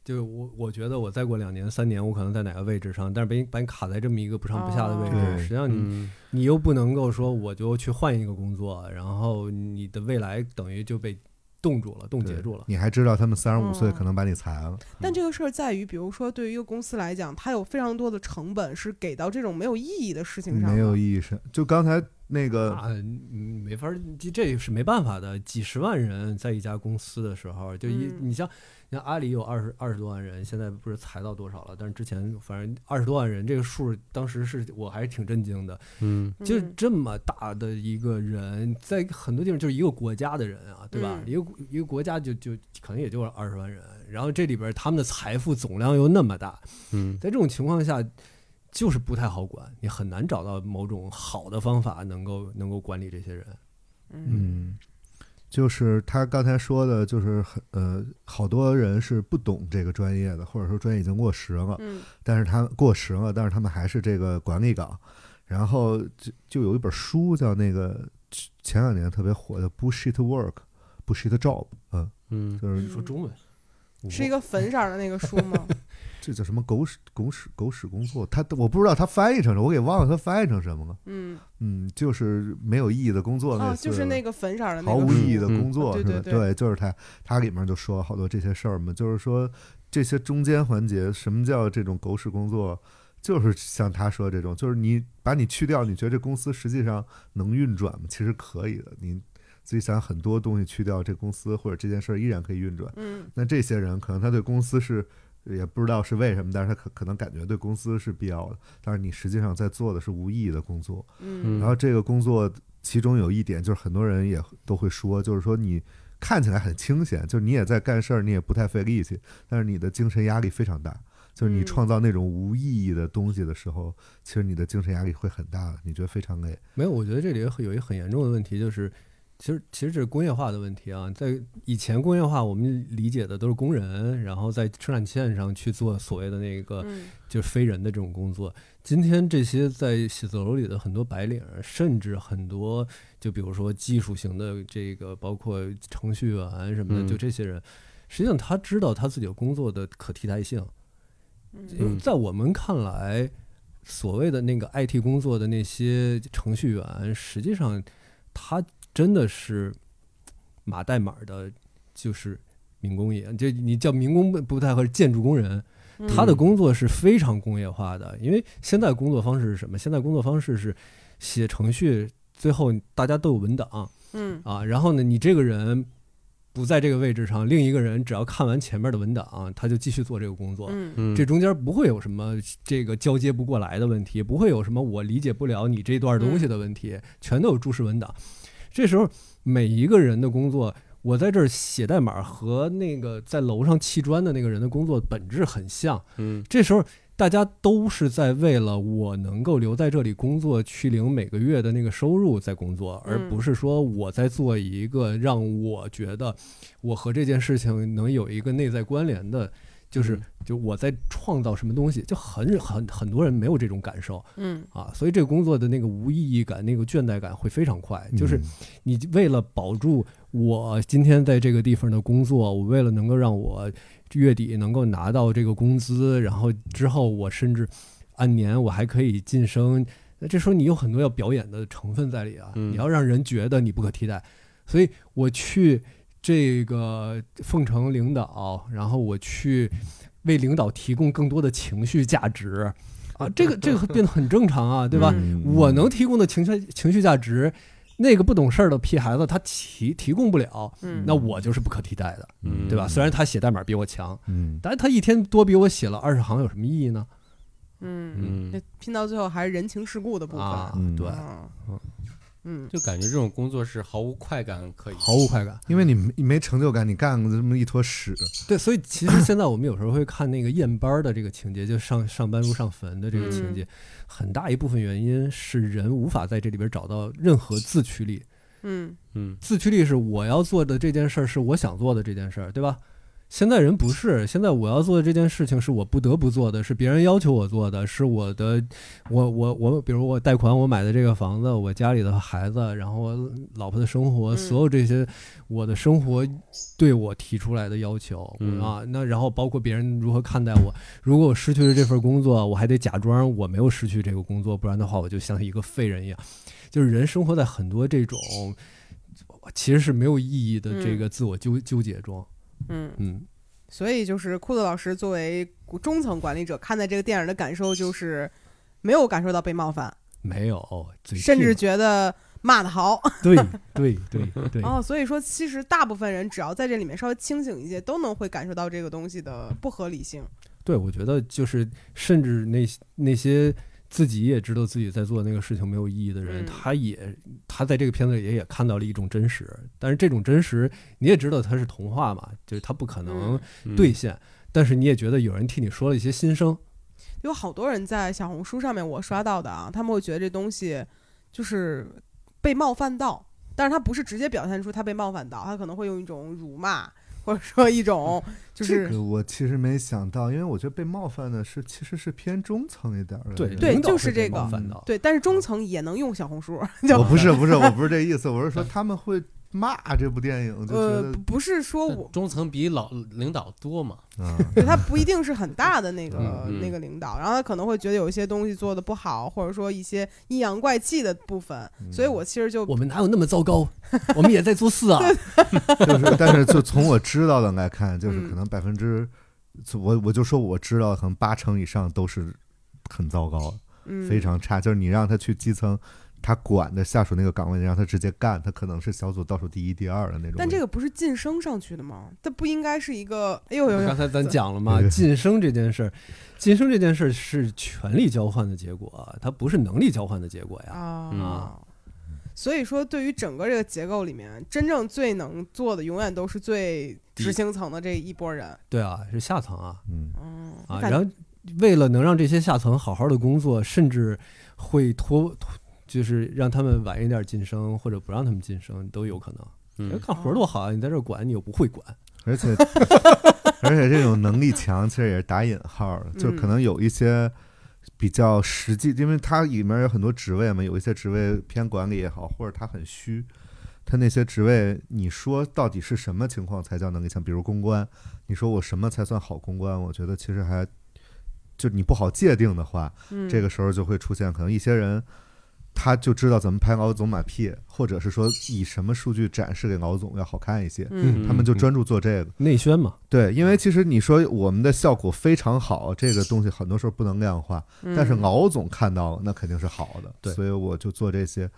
[SPEAKER 4] 就是我，我觉得我再过两年、三年，我可能在哪个位置上，但是把你把你卡在这么一个不上不下的位置，
[SPEAKER 1] 哦
[SPEAKER 4] 实际上你、
[SPEAKER 2] 嗯，
[SPEAKER 4] 你又不能够说我就去换一个工作，然后你的未来等于就被冻住了、冻结住了。
[SPEAKER 3] 嗯你还知道他们三十五岁
[SPEAKER 1] 嗯
[SPEAKER 3] 可能把你裁了，
[SPEAKER 1] 但这个事儿在于，比如说对于一个公司来讲，它有非常多的成本是给到这种没有意义的事情上的。
[SPEAKER 3] 没有意义是。就刚才那个
[SPEAKER 4] 啊，嗯没法儿，这这是没办法的。几十万人在一家公司的时候，就一、
[SPEAKER 1] 嗯
[SPEAKER 4] 你像，你像阿里有二十二十多万人，现在不是裁到多少了？但是之前反正二十多万人这个数儿，当时是我还是挺震惊的。
[SPEAKER 2] 嗯，
[SPEAKER 1] 嗯
[SPEAKER 4] 就是这么大的一个人，在很多地方就是一个国家的人啊，对吧？
[SPEAKER 1] 嗯
[SPEAKER 4] 一个一个国家就就可能也就二十万人，然后这里边他们的财富总量又那么大，
[SPEAKER 2] 嗯，
[SPEAKER 4] 在这种情况下，就是不太好管，你很难找到某种好的方法能够能够管理这些人。
[SPEAKER 1] 嗯
[SPEAKER 3] 嗯，就是他刚才说的，就是很呃，好多人是不懂这个专业的，或者说专业已经过时了，
[SPEAKER 1] 嗯
[SPEAKER 3] 但是他过时了，但是他们还是这个管理岗。然后就就有一本书叫那个前两年特别火的《Bullshit Work》，Bullshit Job，嗯，
[SPEAKER 2] 嗯，
[SPEAKER 3] 就是
[SPEAKER 4] 说中文，
[SPEAKER 1] 嗯是一个粉色儿的那个书吗？
[SPEAKER 3] 这叫什么狗屎狗屎狗屎工作，他我不知道他翻译成什么，我给忘了他翻译成什么了。
[SPEAKER 1] 嗯，
[SPEAKER 3] 嗯，就是没有意义的工作那
[SPEAKER 1] 哦，
[SPEAKER 3] 次、
[SPEAKER 1] 就是那个粉色儿的那
[SPEAKER 3] 毫
[SPEAKER 1] 个
[SPEAKER 3] 无意义
[SPEAKER 1] 书
[SPEAKER 3] 的工作，
[SPEAKER 1] 嗯
[SPEAKER 3] 是
[SPEAKER 1] 对
[SPEAKER 3] 吧？
[SPEAKER 1] 对对
[SPEAKER 3] 就是它，它里面就说好多这些事儿嘛，就是说这些中间环节，什么叫这种狗屎工作？就是像他说这种，就是你把你去掉，你觉得这公司实际上能运转吗？其实可以的，你自己想很多东西去掉，这公司或者这件事儿依然可以运转。
[SPEAKER 1] 嗯
[SPEAKER 3] 那这些人可能他对公司是也不知道是为什么，但是他可可能感觉对公司是必要的，但是你实际上在做的是无意义的工作。
[SPEAKER 1] 嗯
[SPEAKER 3] 然后这个工作其中有一点就是很多人也都会说，就是说你看起来很清闲，就是你也在干事儿，你也不太费力气，但是你的精神压力非常大。就是你
[SPEAKER 1] 嗯
[SPEAKER 3] 创造那种无意义的东西的时候，其实你的精神压力会很大的，你觉得非常累。
[SPEAKER 4] 没有，我觉得这里有有一个很严重的问题，就是其实其实这是工业化的问题啊。在以前工业化，我们理解的都是工人，然后在生产线上去做所谓的那个
[SPEAKER 1] 嗯
[SPEAKER 4] 就是非人的这种工作。今天这些在写字楼里的很多白领儿，甚至很多就比如说技术型的这个，包括程序员什么的，
[SPEAKER 2] 嗯
[SPEAKER 4] 就这些人，实际上他知道他自己有工作的可替代性。
[SPEAKER 1] 嗯
[SPEAKER 2] 嗯
[SPEAKER 4] 在我们看来，所谓的那个 IT 工作的那些程序员，实际上他真的是码代码的，就是民工也，就你叫民工不不太合适，建筑工人，
[SPEAKER 1] 嗯
[SPEAKER 4] 他的工作是非常工业化的，因为现在工作方式是什么？现在工作方式是写程序，最后大家都有文档
[SPEAKER 1] 嗯
[SPEAKER 4] 啊，然后呢，你这个人不在这个位置上，另一个人只要看完前面的文档，他就继续做这个工作。
[SPEAKER 1] 嗯
[SPEAKER 2] 嗯，
[SPEAKER 4] 这中间不会有什么这个交接不过来的问题，不会有什么我理解不了你这段东西的问
[SPEAKER 1] 嗯
[SPEAKER 4] 题，全都有注释文档。这时候每一个人的工作，我在这儿写代码和那个在楼上砌砖的那个人的工作本质很像。
[SPEAKER 2] 嗯
[SPEAKER 4] 这时候大家都是在为了我能够留在这里工作，去领每个月的那个收入在工作，而
[SPEAKER 1] 嗯
[SPEAKER 4] 不是说我在做一个让我觉得我和这件事情能有一个内在关联的，就是
[SPEAKER 2] 嗯
[SPEAKER 4] 就我在创造什么东西，就很很很多人没有这种感受
[SPEAKER 1] 嗯
[SPEAKER 4] 啊，所以这个工作的那个无意义感、那个倦怠感会非常快，就是
[SPEAKER 3] 嗯
[SPEAKER 4] 你为了保住我今天在这个地方的工作，我为了能够让我月底能够拿到这个工资，然后之后我甚至按年我还可以晋升，那这时候你有很多要表演的成分在里啊，
[SPEAKER 2] 嗯
[SPEAKER 4] 你要让人觉得你不可替代，所以我去这个奉承领导，然后我去为领导提供更多的情绪价值啊，这个这个变得很正常啊，对吧？
[SPEAKER 1] 嗯
[SPEAKER 4] 我能提供的情绪情绪价值，那个不懂事儿的屁孩子他提提供不了，
[SPEAKER 1] 嗯，
[SPEAKER 4] 那我就是不可替代的，
[SPEAKER 2] 嗯
[SPEAKER 4] 对吧？虽然他写代码比我强，
[SPEAKER 3] 嗯，
[SPEAKER 4] 但是他一天多比我写了二十行有什么意义呢？
[SPEAKER 1] 嗯，
[SPEAKER 2] 嗯
[SPEAKER 1] 那，拼到最后还是人情世故的部分。
[SPEAKER 4] 啊
[SPEAKER 3] 嗯，
[SPEAKER 4] 对，
[SPEAKER 1] 嗯嗯
[SPEAKER 2] 就感觉这种工作是毫无快感可以，
[SPEAKER 4] 毫无快感。
[SPEAKER 3] 因为你没没成就感，你干了这么一坨屎，
[SPEAKER 4] 对，所以其实现在我们有时候会看那个验班儿的这个情节，就上上班如上坟的这个情节，很大一部分原因是人无法在这里边找到任何自驱力。
[SPEAKER 1] 嗯
[SPEAKER 2] 嗯
[SPEAKER 4] 自驱力是我要做的这件事儿是我想做的这件事儿，对吧？现在人不是，现在我要做的这件事情是我不得不做的，是别人要求我做的，是我的，我我我，比如我贷款我买的这个房子，我家里的孩子，然后我老婆的生活，
[SPEAKER 1] 嗯
[SPEAKER 4] 所有这些，我的生活对我提出来的要求、
[SPEAKER 2] 嗯
[SPEAKER 4] 啊，那然后包括别人如何看待我，如果我失去了这份工作，我还得假装我没有失去这个工作，不然的话我就像一个废人一样，就是人生活在很多这种其实是没有意义的这
[SPEAKER 1] 嗯
[SPEAKER 4] 个自我纠纠结中，
[SPEAKER 1] 嗯，
[SPEAKER 4] 嗯。
[SPEAKER 1] 所以就是库特老师作为中层管理者，看待这个电影的感受就是没有感受到被冒犯，
[SPEAKER 4] 没有，嘴
[SPEAKER 1] 甚至
[SPEAKER 4] 硬
[SPEAKER 1] 觉得骂得好。
[SPEAKER 4] 对对对对，
[SPEAKER 1] 哦，所以说其实大部分人只要在这里面稍微清醒一些，都能会感受到这个东西的不合理性。
[SPEAKER 4] 对我觉得就是，甚至那些那些自己也知道自己在做那个事情没有意义的人，
[SPEAKER 1] 嗯
[SPEAKER 4] 他也他在这个片子里也也看到了一种真实，但是这种真实你也知道它是童话嘛，就是它不可能
[SPEAKER 2] 嗯
[SPEAKER 4] 兑现，但是你也觉得有人替你说了一些心声，
[SPEAKER 1] 有好多人在小红书上面我刷到的啊，他们会觉得这东西就是被冒犯到，但是他不是直接表现出他被冒犯到，他可能会用一种辱骂，或者说一 种就是、
[SPEAKER 3] 这个我其实没想到，因为我觉得被冒犯的是其实是偏中层一点儿的人。
[SPEAKER 1] 对
[SPEAKER 4] 领导
[SPEAKER 1] 就是
[SPEAKER 4] 会被
[SPEAKER 1] 这个
[SPEAKER 4] 冒犯到
[SPEAKER 1] 对，但是中层也能用小红书， 就
[SPEAKER 3] 我不是不是我不是这意思，我是说他们会骂这部电影，就觉
[SPEAKER 1] 呃
[SPEAKER 3] 得
[SPEAKER 1] 不不是说
[SPEAKER 2] 但
[SPEAKER 1] 我。
[SPEAKER 2] 中层比老领导多嘛，
[SPEAKER 3] 啊，
[SPEAKER 1] 对他不一定是很大的那个
[SPEAKER 2] 嗯嗯
[SPEAKER 1] 那个领导，然后他可能会觉得有一些东西做的不好，或者说一些阴阳怪气的部分，
[SPEAKER 3] 嗯
[SPEAKER 1] 所以我其实就
[SPEAKER 4] 我们哪有那么糟糕？我们也在 做事啊！
[SPEAKER 3] 就是但是就从我知道的来看，就是
[SPEAKER 1] 嗯
[SPEAKER 3] 可能百分之，我我就说我知道，可能八成以上都是很糟糕，
[SPEAKER 1] 嗯
[SPEAKER 3] 非常差。就是你让他去基层，他管的下属那个岗位，你让他直接干，他可能是小组倒数第一、第二的那种。
[SPEAKER 1] 但这个不是晋升上去的吗？它不应该是一个？哎呦
[SPEAKER 2] 啊
[SPEAKER 1] 呦呦
[SPEAKER 4] 刚！才咱讲了嘛，
[SPEAKER 3] 对
[SPEAKER 4] 晋升这件事儿，晋升这件事儿是权力交换的结果，它不是能力交换的结果呀。
[SPEAKER 1] 啊
[SPEAKER 2] 嗯。
[SPEAKER 1] 所以说，对于整个这个结构里面，真正最能做的，永远都是最执行层的这一波人。
[SPEAKER 4] 对啊，是下层啊
[SPEAKER 3] 嗯，
[SPEAKER 1] 嗯，
[SPEAKER 4] 啊，
[SPEAKER 1] 我感
[SPEAKER 4] 然后为了能让这些下层好好的工作，甚至会拖拖，就是让他们晚一点晋升，或者不让他们晋升都有可能。哎
[SPEAKER 2] 嗯
[SPEAKER 4] 干活儿多好啊！你在这儿管，你又不会管，
[SPEAKER 3] 而 且而且这种能力强，其实也是打引号的，就是可
[SPEAKER 1] 嗯
[SPEAKER 3] 能有一些。比较实际，因为它里面有很多职位嘛，有一些职位偏管理也好，或者它很虚，他那些职位，你说到底是什么情况才叫能力强？比如公关，你说我什么才算好公关？我觉得其实还就你不好界定的话，
[SPEAKER 1] 嗯
[SPEAKER 3] 这个时候就会出现可能一些人。他就知道怎么拍老总马屁，或者是说以什么数据展示给老总要好看一些，
[SPEAKER 1] 嗯
[SPEAKER 2] 嗯
[SPEAKER 3] 他们就专注做这个。
[SPEAKER 4] 内宣嘛。
[SPEAKER 3] 对，因为其实你说我们的效果非常好，这个东西很多时候不能量化，
[SPEAKER 1] 嗯
[SPEAKER 3] 但是老总看到了那肯定是好的，
[SPEAKER 4] 对
[SPEAKER 3] 所以我就做这些。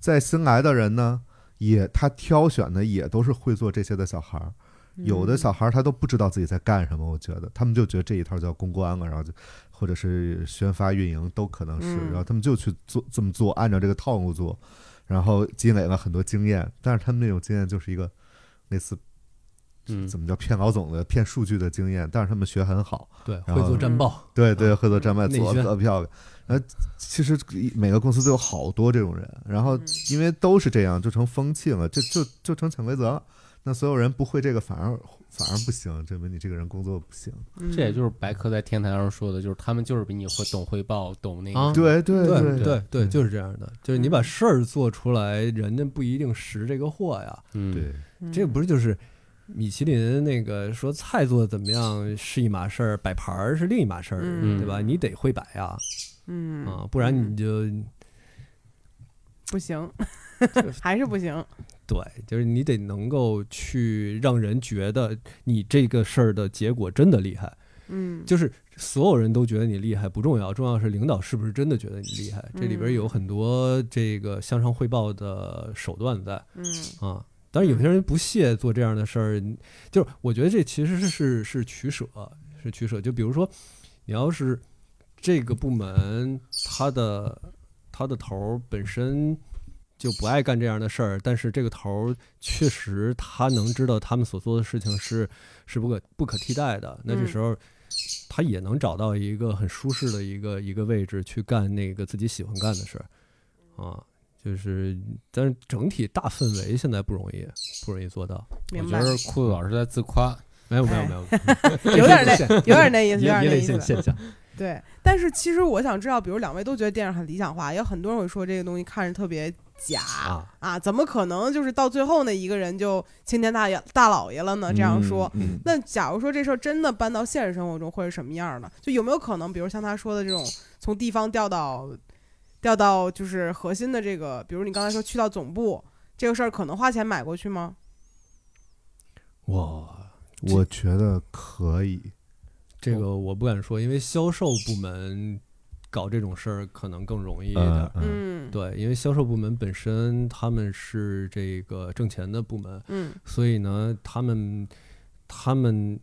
[SPEAKER 3] 在新来的人呢，也他挑选的也都是会做这些的小孩儿，
[SPEAKER 1] 嗯
[SPEAKER 3] 有的小孩儿他都不知道自己在干什么，我觉得他们就觉得这一套叫公关了，啊然后就或者是宣发运营都可能是，
[SPEAKER 1] 嗯
[SPEAKER 3] 然后他们就去做这么做，按照这个套路做，然后积累了很多经验，但是他们那种经验就是一个类似
[SPEAKER 2] 嗯
[SPEAKER 3] 怎么叫骗老总的、骗数据的经验，但是他们学很好，
[SPEAKER 4] 对，
[SPEAKER 3] 然
[SPEAKER 4] 会
[SPEAKER 3] 后
[SPEAKER 4] 做战报，
[SPEAKER 3] 对
[SPEAKER 1] 嗯
[SPEAKER 3] 对，合作战卖
[SPEAKER 4] 内
[SPEAKER 3] 左
[SPEAKER 4] 宣
[SPEAKER 3] 得票。然后呃其实每个公司都有好多这种人，然后
[SPEAKER 1] 嗯
[SPEAKER 3] 因为都是这样，就成风气了，就就就成潜规则了。那所有人不会这个反而反而不行，证明你这个人工作不行。
[SPEAKER 1] 嗯
[SPEAKER 2] 这也就是白客在天台上说的，就是他们就是比你会懂汇报，懂那
[SPEAKER 4] 啊
[SPEAKER 2] 个，
[SPEAKER 3] 对对
[SPEAKER 4] 对
[SPEAKER 3] 对嗯
[SPEAKER 4] 对，就是这样的，就是你把事儿做出来，人家不一定识这个货呀。
[SPEAKER 2] 嗯，
[SPEAKER 3] 对，
[SPEAKER 4] 这不是就是米其林那个说菜做的怎么样是一码事儿，摆盘儿是另一码事儿，
[SPEAKER 1] 嗯
[SPEAKER 4] 对吧？你得会摆呀，
[SPEAKER 1] 嗯
[SPEAKER 4] 啊，不然你就
[SPEAKER 1] 不行，还是不行。
[SPEAKER 4] 对，就是你得能够去让人觉得你这个事儿的结果真的厉害，
[SPEAKER 1] 嗯，
[SPEAKER 4] 就是所有人都觉得你厉害不重要，重要是领导是不是真的觉得你厉害。这里
[SPEAKER 1] 嗯
[SPEAKER 4] 边有很多这个向上汇报的手段在。
[SPEAKER 1] 嗯
[SPEAKER 4] 啊。当然，有些人不屑做这样的事儿，就是我觉得这其实是是是取舍，是取舍。就比如说，你要是这个部门他的他的头儿本身就不爱干这样的事儿，但是这个头儿确实他能知道他们所做的事情是是不可不可替代的，那这
[SPEAKER 1] 嗯
[SPEAKER 4] 时候他也能找到一个很舒适的一个一个位置去干那个自己喜欢干的事儿啊。就是，但是整体大氛围现在不容易，不容易做到。
[SPEAKER 2] 我
[SPEAKER 1] 明
[SPEAKER 2] 觉
[SPEAKER 1] 白。
[SPEAKER 2] 得库子老师在自夸，
[SPEAKER 4] 没有没有没有，
[SPEAKER 1] 有点那
[SPEAKER 4] 这是
[SPEAKER 1] 有点那意思，有点 那
[SPEAKER 4] 也也得
[SPEAKER 1] 意思
[SPEAKER 4] 现。现象。
[SPEAKER 1] 对，但是其实我想知道，比如两位都觉得电影很理想化，也有很多人会说这个东西看着特别假
[SPEAKER 4] 啊
[SPEAKER 1] 怎么可能就是到最后那一个人就青天大爷大老爷了呢？这样说。
[SPEAKER 3] 嗯
[SPEAKER 1] 那假如说这事儿真的搬到现实生活中会是什么样呢？就有没有可能，比如像他说的这种从地方调到调到就是核心的这个，比如你刚才说去到总部这个事儿，可能花钱买过去吗？
[SPEAKER 4] 哇，
[SPEAKER 3] 我觉得可以，
[SPEAKER 4] 这个我不敢说，因为销售部门搞这种事儿可能更容易一点
[SPEAKER 3] 嗯
[SPEAKER 2] 呃
[SPEAKER 4] 儿。
[SPEAKER 3] 嗯
[SPEAKER 1] 嗯，
[SPEAKER 4] 对，因为销售部门本身他们是这个挣钱的部门，
[SPEAKER 1] 嗯
[SPEAKER 4] 所以呢，他们他们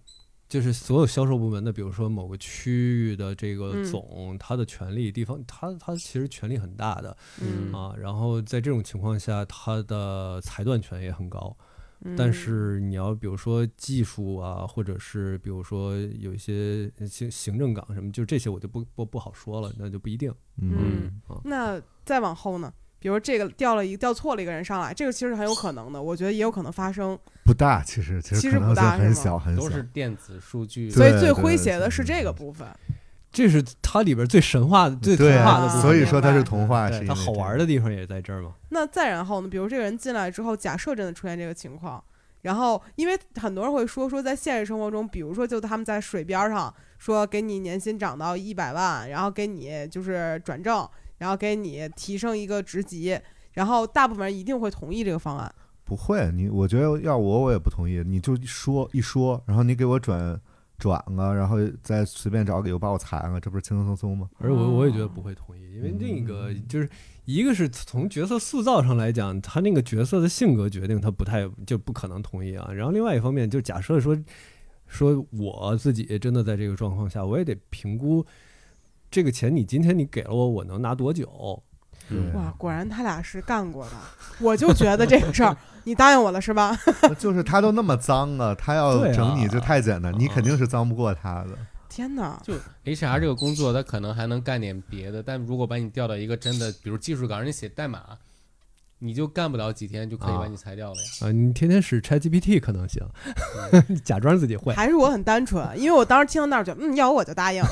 [SPEAKER 4] 就是所有销售部门的，比如说某个区域的这个
[SPEAKER 1] 嗯
[SPEAKER 4] 总，他的权力地方，他他其实权力很大的
[SPEAKER 1] 嗯
[SPEAKER 4] 啊。然后在这种情况下，他的裁断权也很高。
[SPEAKER 1] 嗯，
[SPEAKER 4] 但是你要比如说技术啊，或者是比如说有一些呃行行政岗什么，就这些我就不不不好说了，那就不一定。
[SPEAKER 1] 嗯
[SPEAKER 4] 啊，
[SPEAKER 1] 那再往后呢？比如这个调了一调错了一个人上来，这个其实很有可能的，我觉得也有可能发生。
[SPEAKER 3] 不大，其实其
[SPEAKER 1] 其
[SPEAKER 3] 实
[SPEAKER 1] 实
[SPEAKER 3] 可
[SPEAKER 1] 不
[SPEAKER 3] 能性
[SPEAKER 1] 大
[SPEAKER 3] 很
[SPEAKER 1] 是吗
[SPEAKER 3] 小很
[SPEAKER 2] 都
[SPEAKER 3] 小
[SPEAKER 2] 是。电子数据，
[SPEAKER 1] 所以
[SPEAKER 3] 对
[SPEAKER 1] 最
[SPEAKER 3] 对
[SPEAKER 1] 诙
[SPEAKER 3] 对
[SPEAKER 1] 谐的
[SPEAKER 3] 对
[SPEAKER 1] 是
[SPEAKER 3] 对
[SPEAKER 1] 这个
[SPEAKER 3] 对
[SPEAKER 1] 部分。
[SPEAKER 4] 这是它里边最神话、最童
[SPEAKER 3] 对
[SPEAKER 4] 话的
[SPEAKER 3] 啊
[SPEAKER 4] 部分。
[SPEAKER 3] 所以说它是
[SPEAKER 1] 明白
[SPEAKER 3] 童话，是
[SPEAKER 4] 对
[SPEAKER 3] 因
[SPEAKER 4] 它
[SPEAKER 3] 为
[SPEAKER 4] 好
[SPEAKER 3] 这
[SPEAKER 4] 玩
[SPEAKER 3] 个
[SPEAKER 4] 的地方也在这儿嘛。
[SPEAKER 1] 那再然后呢？比如这个人进来之后，假设真的出现这个情况，然后因为很多人会说说在现实生活中，比如说就他们在水边儿上说给你年薪涨到一百万，然后给你就是转正，然后给你提升一个职级，然后大部分人一定会同意这个方案。
[SPEAKER 3] 不会，你我觉得要我我也不同意，你就一说一说，然后你给我转转啊，然后再随便找理由把我裁了，这不是轻轻松 松吗？
[SPEAKER 4] 而我我也觉得不会同意，因为那个就是一个是从角色塑造上来讲，他那个角色的性格决定他不太就不可能同意啊。然后另外一方面，就假设说说我自己真的在这个状况下，我也得评估这个钱你今天你给了我，我能拿多久？
[SPEAKER 3] 对，
[SPEAKER 2] 嗯
[SPEAKER 1] 哇，果然他俩是干过的，我就觉得这个事儿你答应我了是吧？
[SPEAKER 3] 就是他都那么脏了，他要
[SPEAKER 4] 对啊
[SPEAKER 3] 整你就太简单，你肯定是脏不过他的。
[SPEAKER 1] 天哪，
[SPEAKER 2] 就 HR 这个工作，他可能还能干点别的，但如果把你调到一个真的，比如技术岗，人家写代码，你就干不了几天就可以把
[SPEAKER 4] 啊
[SPEAKER 2] 你裁掉了呀。
[SPEAKER 4] 啊，你天天使 ChatGPT 可能行，你 假装自己会。
[SPEAKER 1] 还是我很单纯，因为我当时听到那儿就嗯，要我我就 答应，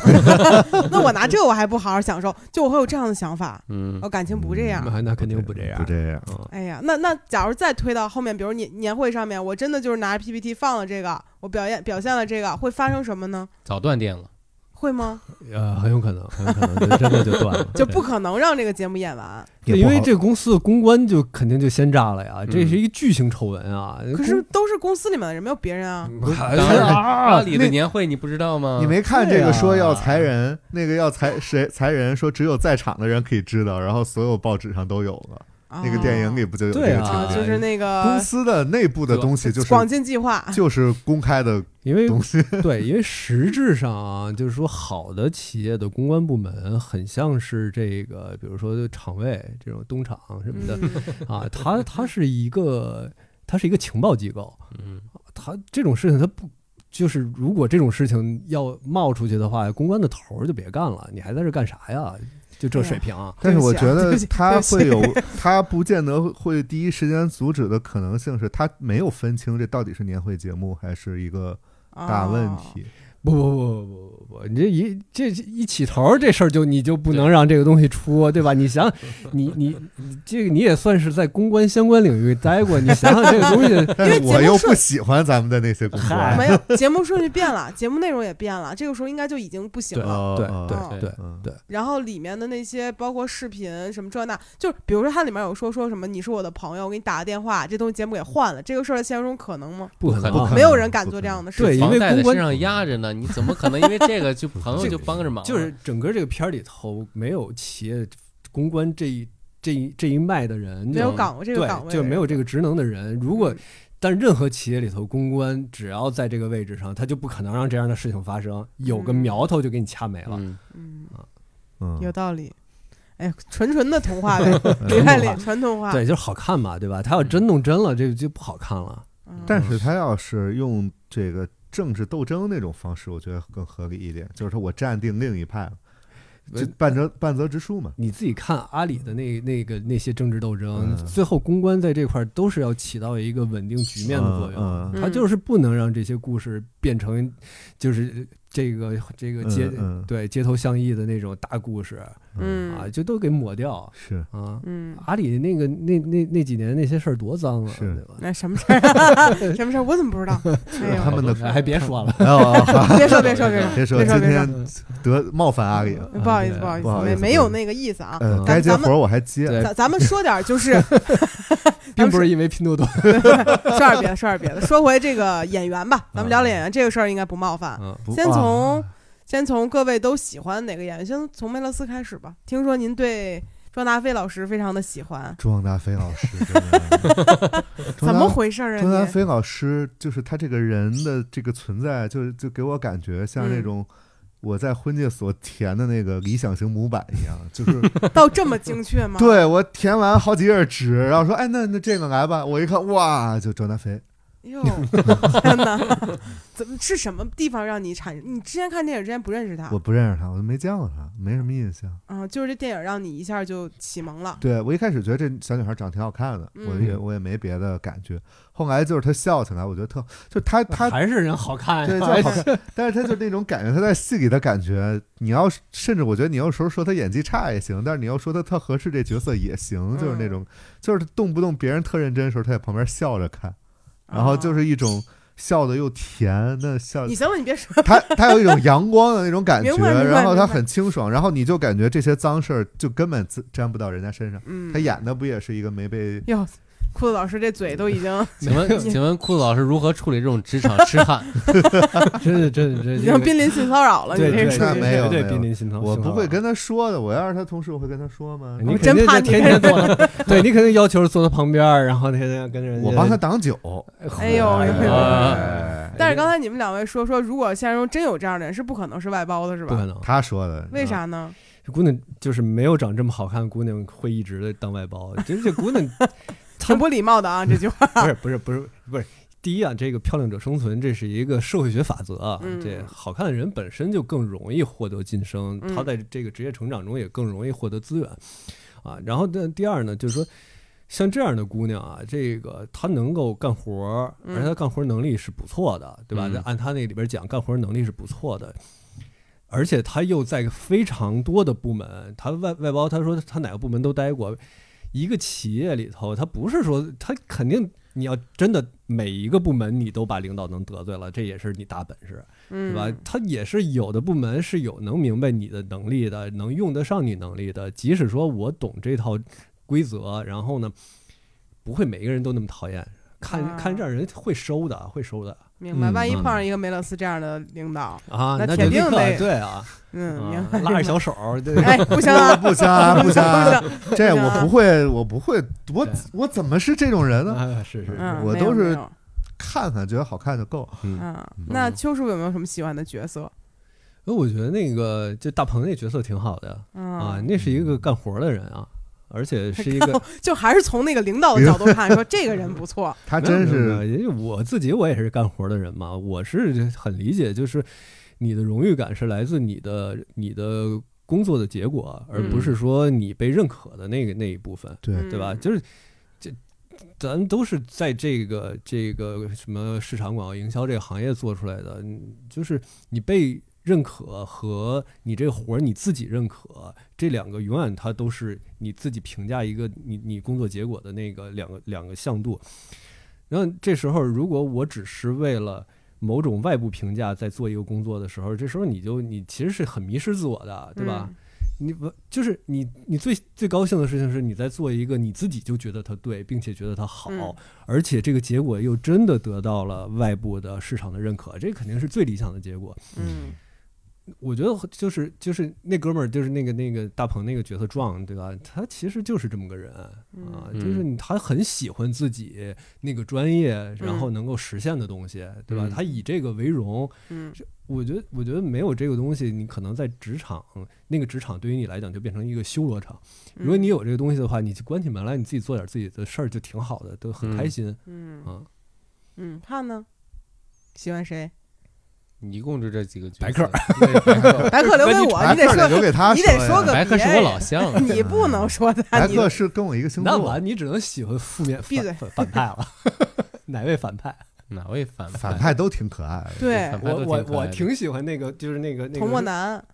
[SPEAKER 1] 那我拿这我还不好好享受，就我会有这样的想法，
[SPEAKER 2] 嗯
[SPEAKER 1] 我感情不这样。
[SPEAKER 4] 那那肯定不这样，
[SPEAKER 3] 不这样。
[SPEAKER 4] 啊。
[SPEAKER 1] 哎呀，那那假如再推到后面，比如年年会上面，我真的就是拿着 PPT 放了这个，我表演表现了这个，会发生什么呢？
[SPEAKER 2] 早断电了，
[SPEAKER 1] 会吗？
[SPEAKER 4] 呃，很有可能，很有可能就真的就断了，
[SPEAKER 1] 就
[SPEAKER 4] 对
[SPEAKER 1] 不可能让这个节目演完。
[SPEAKER 3] 也
[SPEAKER 4] 因
[SPEAKER 3] 不
[SPEAKER 4] 为
[SPEAKER 3] 好嗯
[SPEAKER 4] 这公司的公关就肯定就先炸了呀，这是一个巨型丑闻啊！
[SPEAKER 2] 嗯
[SPEAKER 1] 可是都是公司里面的人，没有别人啊。
[SPEAKER 4] 公
[SPEAKER 2] 当然阿
[SPEAKER 4] 啊，
[SPEAKER 2] 里的年会你不知道吗？
[SPEAKER 3] 你没看这
[SPEAKER 4] 对啊
[SPEAKER 3] 个说要裁人，那个要裁谁裁人，说只有在场的人可以知道，然后所有报纸上都有了。
[SPEAKER 2] 嗯
[SPEAKER 3] 那个电影里不就有这
[SPEAKER 4] 对
[SPEAKER 3] 个
[SPEAKER 4] 啊
[SPEAKER 3] 情
[SPEAKER 1] 啊，
[SPEAKER 3] 况？
[SPEAKER 1] 就是那
[SPEAKER 3] 公
[SPEAKER 1] 个
[SPEAKER 3] 司的内部的东西就是
[SPEAKER 1] 广进计划。嗯
[SPEAKER 3] 就是公开的
[SPEAKER 4] 因为
[SPEAKER 3] 东西，
[SPEAKER 4] 对，因为实质上啊，就是说好的企业的公关部门很像是这个，比如说厂卫这种东厂什么的、
[SPEAKER 1] 嗯
[SPEAKER 4] 啊，它它是一个它是一个情报机构，
[SPEAKER 2] 嗯，
[SPEAKER 4] 它这种事情它不。就是如果这种事情要冒出去的话，公关的头儿就别干了，你还在这干啥呀？就这
[SPEAKER 1] 哎呀
[SPEAKER 4] 水平啊！
[SPEAKER 3] 但是我觉
[SPEAKER 1] 对
[SPEAKER 3] 得
[SPEAKER 1] 不起
[SPEAKER 3] 他会有，他不见得会第一时间阻止的可能性是他没有分清这到底是年会节目还是一个大问
[SPEAKER 1] 哦
[SPEAKER 3] 题。，
[SPEAKER 4] 不不不不不不，你这一这一起头儿这事儿就你就不能让这个东西出，啊对吧？你想，你你你这个你也算是在公关相关领域待过，你想想这个东西
[SPEAKER 3] 但
[SPEAKER 1] 因为
[SPEAKER 3] 是
[SPEAKER 1] 节
[SPEAKER 3] 我
[SPEAKER 1] 目
[SPEAKER 3] 又
[SPEAKER 1] 顺
[SPEAKER 3] 不喜欢咱们的那些公
[SPEAKER 4] 嗨
[SPEAKER 3] 关。哦
[SPEAKER 1] 没有，节目顺序变了， 节目内容也变了，这个时候应该就已经不行了。
[SPEAKER 3] 哦
[SPEAKER 4] 对
[SPEAKER 3] 哦
[SPEAKER 1] 哦
[SPEAKER 4] 对对，
[SPEAKER 3] 嗯
[SPEAKER 1] 然后里面的那些包括视频什么这那，就是比如说它里面有说说什么你是我的朋友，我给你打个电话，这东西节目给换了，这个事儿在现实中可能吗？
[SPEAKER 4] 不
[SPEAKER 2] 可
[SPEAKER 4] 可
[SPEAKER 2] 能
[SPEAKER 4] 能啊
[SPEAKER 1] 没有人敢做这样的事。
[SPEAKER 4] 对因
[SPEAKER 2] 房
[SPEAKER 4] 为
[SPEAKER 2] 贷在
[SPEAKER 4] 公
[SPEAKER 2] 身
[SPEAKER 4] 关
[SPEAKER 2] 上压着呢，你怎么可能因为这个 就朋友
[SPEAKER 4] 这
[SPEAKER 2] 就帮着忙？啊
[SPEAKER 4] 就是整个这个片儿里头没有企业公关这一这一这一脉的人，
[SPEAKER 1] 没有岗位这个岗
[SPEAKER 4] 对，
[SPEAKER 1] 位
[SPEAKER 4] 就没有这个职能的人，如果
[SPEAKER 1] 嗯。
[SPEAKER 4] 但任何企业里头，公关只要在这个位置上，他就不可能让这样的事情发生。有个
[SPEAKER 1] 嗯
[SPEAKER 4] 苗头就给你掐没了。
[SPEAKER 2] 嗯，
[SPEAKER 1] 嗯，
[SPEAKER 3] 嗯，
[SPEAKER 1] 有道理。哎，纯纯的童话呗，里外里纯童话。
[SPEAKER 4] 对，就是好看嘛，对吧？他要真弄真了，这就不好看了。
[SPEAKER 1] 嗯，
[SPEAKER 3] 但是他要是用这个政治斗争那种方式，我觉得更合理一点，就是说我站定另一派了。就半
[SPEAKER 1] 呃
[SPEAKER 3] 泽半泽直树嘛，
[SPEAKER 4] 你自己看阿里的那那个那些政治斗争，
[SPEAKER 3] 嗯
[SPEAKER 4] 最后公关在这块儿都是要起到一个稳定局面的作用。
[SPEAKER 3] 嗯
[SPEAKER 1] 嗯
[SPEAKER 4] 他就是不能让这些故事变成，就是这个这个街、
[SPEAKER 3] 嗯嗯
[SPEAKER 4] 对街头巷议的那种大故事
[SPEAKER 1] 嗯
[SPEAKER 4] 啊，就都给抹掉
[SPEAKER 3] 是
[SPEAKER 4] 啊。
[SPEAKER 1] 嗯，
[SPEAKER 4] 阿里那个那那那几年那些事儿多脏啊，
[SPEAKER 3] 是
[SPEAKER 4] 对吧？
[SPEAKER 1] 那什么事儿？啊 什么事儿？我怎么不知道？ 哎
[SPEAKER 3] 他
[SPEAKER 1] 呦，
[SPEAKER 3] 们的
[SPEAKER 2] 哎
[SPEAKER 4] 还别说了，
[SPEAKER 3] 没有啊，好
[SPEAKER 1] 别说别说 别说
[SPEAKER 3] 别说
[SPEAKER 1] 别说别
[SPEAKER 3] 今
[SPEAKER 1] 说
[SPEAKER 3] 天得冒犯阿里了，啊
[SPEAKER 1] 不好意思
[SPEAKER 4] 嗯对
[SPEAKER 1] 不好意
[SPEAKER 3] 不
[SPEAKER 1] 思，
[SPEAKER 3] 好意
[SPEAKER 1] 没
[SPEAKER 3] 思
[SPEAKER 1] 没有那个意思啊。
[SPEAKER 3] 嗯，
[SPEAKER 4] 嗯
[SPEAKER 3] 该接
[SPEAKER 1] 咱们
[SPEAKER 3] 活儿我还接，
[SPEAKER 4] 对
[SPEAKER 1] 咱咱们说点儿 就是，
[SPEAKER 4] 并不是因为拼 多多。
[SPEAKER 1] 说点儿别的，说点儿别的。说回这个演员吧，咱们聊聊演员这个事儿应该不冒犯。
[SPEAKER 4] 嗯，
[SPEAKER 3] 不
[SPEAKER 1] 先
[SPEAKER 3] 哇
[SPEAKER 1] 从先从各位都喜欢哪个演员，先从梅勒斯开始吧。听说您对庄达菲老师非常的喜欢，
[SPEAKER 3] 庄达菲老师，真的
[SPEAKER 1] 怎么？回事儿
[SPEAKER 3] 庄达
[SPEAKER 1] 啊你？
[SPEAKER 3] 菲老师就是他这个人的这个存在，就是就给我感觉像那
[SPEAKER 1] 嗯
[SPEAKER 3] 种我在婚介所填的那个理想型模板一样，就是
[SPEAKER 1] 到这么精确吗？
[SPEAKER 3] 对我填完好几页纸，然后说哎那那这个来吧，我一看哇就庄达菲，
[SPEAKER 1] 哟，哎天哪！怎么是什么地方让你产生？你之前看电影之前不认识他
[SPEAKER 3] 我，不认识他，我都没见过他，没什么印象。
[SPEAKER 1] 嗯，就是这电影让你一下就启蒙了。
[SPEAKER 3] 对我一开始觉得这小女孩长得挺好看的，我
[SPEAKER 1] 嗯
[SPEAKER 3] 也我也没别的感觉，后来就是她笑起来，我觉得特就她她
[SPEAKER 4] 还是人哎好看
[SPEAKER 3] 对，
[SPEAKER 4] 呀，
[SPEAKER 3] 就好看。但是他就那种感觉，他在戏里的感觉，你要是甚至我觉得你有时候说他演技差也行，但是你要说他特合适这角色也行，就是
[SPEAKER 1] 嗯
[SPEAKER 3] 那种，就是动不动别人特认真的时候，他在旁边笑着看，然后就
[SPEAKER 1] 啊，
[SPEAKER 3] 是一种笑的又甜，那笑
[SPEAKER 1] 你行了，你别说，
[SPEAKER 3] 他他有一种阳光的那种感觉
[SPEAKER 1] 明白明，白
[SPEAKER 3] 然后他
[SPEAKER 1] 明白
[SPEAKER 3] 很清爽，然后你就感觉这些脏事儿就根本沾沾不到人家身上。
[SPEAKER 1] 嗯，
[SPEAKER 3] 他演的不也是一个没被
[SPEAKER 1] 哟，裤子老师这嘴都已 经
[SPEAKER 2] 请问请问裤子老师如何处理这种职场痴汉？
[SPEAKER 4] 真的真的真的
[SPEAKER 1] 已经濒临性骚扰了，你
[SPEAKER 4] 对
[SPEAKER 1] 这
[SPEAKER 4] 对，
[SPEAKER 1] 属
[SPEAKER 3] 那
[SPEAKER 1] 于
[SPEAKER 3] 没
[SPEAKER 1] 是
[SPEAKER 3] 有
[SPEAKER 4] 对
[SPEAKER 3] 没有
[SPEAKER 4] 濒临心疼。
[SPEAKER 3] 我
[SPEAKER 4] 心
[SPEAKER 3] 不
[SPEAKER 4] 疼
[SPEAKER 3] 会
[SPEAKER 4] 了
[SPEAKER 3] 跟他说的，我要是他同事，我会跟他说
[SPEAKER 4] 啊
[SPEAKER 3] 吗？
[SPEAKER 4] 哎你
[SPEAKER 1] 我
[SPEAKER 4] 肯
[SPEAKER 1] 真
[SPEAKER 4] 定
[SPEAKER 1] 怕
[SPEAKER 4] 就
[SPEAKER 1] 你
[SPEAKER 4] 天天坐他， 对你肯定要求坐他旁边儿，然后天天跟人家。
[SPEAKER 3] 我帮他挡酒。
[SPEAKER 1] 哎呦
[SPEAKER 4] 哎
[SPEAKER 1] 哎呦
[SPEAKER 3] 哎
[SPEAKER 1] 但是刚才你们两位说说，如果现实中真有这样的人，是不可能是外包的，是
[SPEAKER 4] 不可
[SPEAKER 1] 吧？
[SPEAKER 4] 能，
[SPEAKER 3] 他说的，
[SPEAKER 4] 啊
[SPEAKER 1] 为啥呢？
[SPEAKER 4] 姑娘就是没有长这么好看的姑娘会一直的当外包，这这姑娘
[SPEAKER 1] 挺不礼貌的啊，这 句话。
[SPEAKER 4] 不是不是不是不是。第一啊，这个漂亮者生存，这是一个社会学法则啊。
[SPEAKER 1] 嗯
[SPEAKER 4] 这好看的人本身就更容易获得晋升，
[SPEAKER 1] 嗯
[SPEAKER 4] 他在这个职业成长中也更容易获得资源啊。然后呢，第二呢，就是说，像这样的姑娘啊，这个她能够干活儿，
[SPEAKER 1] 嗯
[SPEAKER 4] 而且她干活儿能力是不错的，对吧？
[SPEAKER 2] 嗯
[SPEAKER 4] 按她那里边讲，干活儿能力是不错的，而且她又在非常多的部门，她外外包，她说她哪个部门都待过。一个企业里头，她不是说她肯定你要真的每一个部门你都把领导能得罪了，这也是你大本事，对
[SPEAKER 1] 嗯，
[SPEAKER 4] 吧？他也是有的部门是有能明白你的能力的，能用得上你能力的。即使说我懂这套规则，然后呢，不会每个人都那么讨厌。看
[SPEAKER 1] 啊
[SPEAKER 4] 看这样人会收的，会收的
[SPEAKER 1] 明白。
[SPEAKER 2] 嗯
[SPEAKER 1] 万一碰上一个梅勒斯这样的领导，
[SPEAKER 4] 啊，
[SPEAKER 1] 那
[SPEAKER 4] 那
[SPEAKER 1] 铁
[SPEAKER 4] 就立
[SPEAKER 1] 定
[SPEAKER 4] 刻
[SPEAKER 1] 得
[SPEAKER 4] 对 啊，
[SPEAKER 1] 嗯，明
[SPEAKER 4] 啊
[SPEAKER 1] 白。
[SPEAKER 4] 拉着小手 儿，对，
[SPEAKER 1] 哎，不行啊，
[SPEAKER 3] 不 香啊，不
[SPEAKER 1] 不行
[SPEAKER 3] 香啊，
[SPEAKER 1] 不行
[SPEAKER 3] 这
[SPEAKER 1] 不行
[SPEAKER 3] 我
[SPEAKER 1] 啊
[SPEAKER 3] 不会，我不会，我
[SPEAKER 4] 对
[SPEAKER 3] 我怎么是这种人呢？
[SPEAKER 4] 啊是是，
[SPEAKER 1] 嗯，
[SPEAKER 3] 我
[SPEAKER 1] 没有
[SPEAKER 3] 都是
[SPEAKER 1] 没有
[SPEAKER 3] 看看觉得好看就够。
[SPEAKER 4] 嗯，
[SPEAKER 1] 嗯。那秋叔有没有什么喜欢的角色？
[SPEAKER 4] 那我觉得那个就大鹏那角色挺好的 啊，
[SPEAKER 1] 嗯，
[SPEAKER 4] 那是一个干活的人啊，而且是一个
[SPEAKER 1] 就还是从那个领导的角度看，说这个人不错。
[SPEAKER 3] 他
[SPEAKER 4] 没有
[SPEAKER 3] 真
[SPEAKER 4] 没有没有
[SPEAKER 3] 是，
[SPEAKER 4] 因为我自己我也是干活的人嘛，我是很理解，就是你的荣誉感是来自你的你的工作的结果，而不是说你被认可的那个那一部分，
[SPEAKER 3] 对
[SPEAKER 1] 嗯
[SPEAKER 4] 对吧？就是这。咱都是在这个这个什么市场广告营销这个行业做出来的，嗯就是你被认可和你这个活儿你自己认可，这两个永远它都是你自己评价一个你你工作结果的那个两个两个向度。然后这时候，如果我只是为了某种外部评价在做一个工作的时候，这时候你就你其实是很迷失自我的， 对
[SPEAKER 1] 嗯
[SPEAKER 4] 吧？你不就是你你最最高兴的事情是你在做一个你自己就觉得它对，并且觉得它好，
[SPEAKER 1] 嗯
[SPEAKER 4] 而且这个结果又真的得到了外部的市场的认可，这肯定是最理想的结果。
[SPEAKER 1] 嗯？
[SPEAKER 4] 我觉得就是就是那哥们儿，就是那个那个大鹏那个角色壮，对吧？他其实就是这么个人啊，
[SPEAKER 2] 嗯
[SPEAKER 4] 就是你他很喜欢自己那个专业，然后
[SPEAKER 1] 嗯
[SPEAKER 4] 能够实现的东西，对吧
[SPEAKER 2] 嗯？
[SPEAKER 4] 他以这个为荣，
[SPEAKER 1] 嗯
[SPEAKER 4] 我觉得我觉得没有这个东西，你可能在职场那个职场对于你来讲就变成一个修罗场。
[SPEAKER 1] 嗯，
[SPEAKER 4] 如果你有这个东西的话，你就关起门来你自己做点自己的事儿就挺好的，都
[SPEAKER 2] 嗯
[SPEAKER 4] 很开心
[SPEAKER 1] 嗯
[SPEAKER 4] 啊。
[SPEAKER 1] 嗯，他呢？喜欢谁？
[SPEAKER 2] 一共就这几个角色，
[SPEAKER 4] 白客儿
[SPEAKER 2] 对白客儿，
[SPEAKER 1] 白客留给我，你得
[SPEAKER 3] 白客留
[SPEAKER 1] 说，
[SPEAKER 3] 给他
[SPEAKER 1] 你得
[SPEAKER 3] 说
[SPEAKER 1] 说个
[SPEAKER 3] 呀
[SPEAKER 2] 白客是
[SPEAKER 1] 别
[SPEAKER 2] 我
[SPEAKER 1] 人
[SPEAKER 2] 老乡啊，
[SPEAKER 1] 你不能说他，
[SPEAKER 3] 白
[SPEAKER 1] 你
[SPEAKER 3] 客是跟我一个星
[SPEAKER 4] 那
[SPEAKER 3] 座
[SPEAKER 4] 完，，你只能喜欢负 面
[SPEAKER 1] 闭嘴
[SPEAKER 4] 反反反派了。 哪位反派？
[SPEAKER 2] 哪位反派？
[SPEAKER 3] 反派都挺可爱的。
[SPEAKER 1] 对
[SPEAKER 2] 反派
[SPEAKER 4] 我
[SPEAKER 2] 都
[SPEAKER 4] 我
[SPEAKER 2] 挺可爱
[SPEAKER 4] 我
[SPEAKER 2] 的
[SPEAKER 4] 挺喜欢那个，就是那个那
[SPEAKER 1] 童
[SPEAKER 4] 个
[SPEAKER 1] 漠
[SPEAKER 4] 是
[SPEAKER 1] 男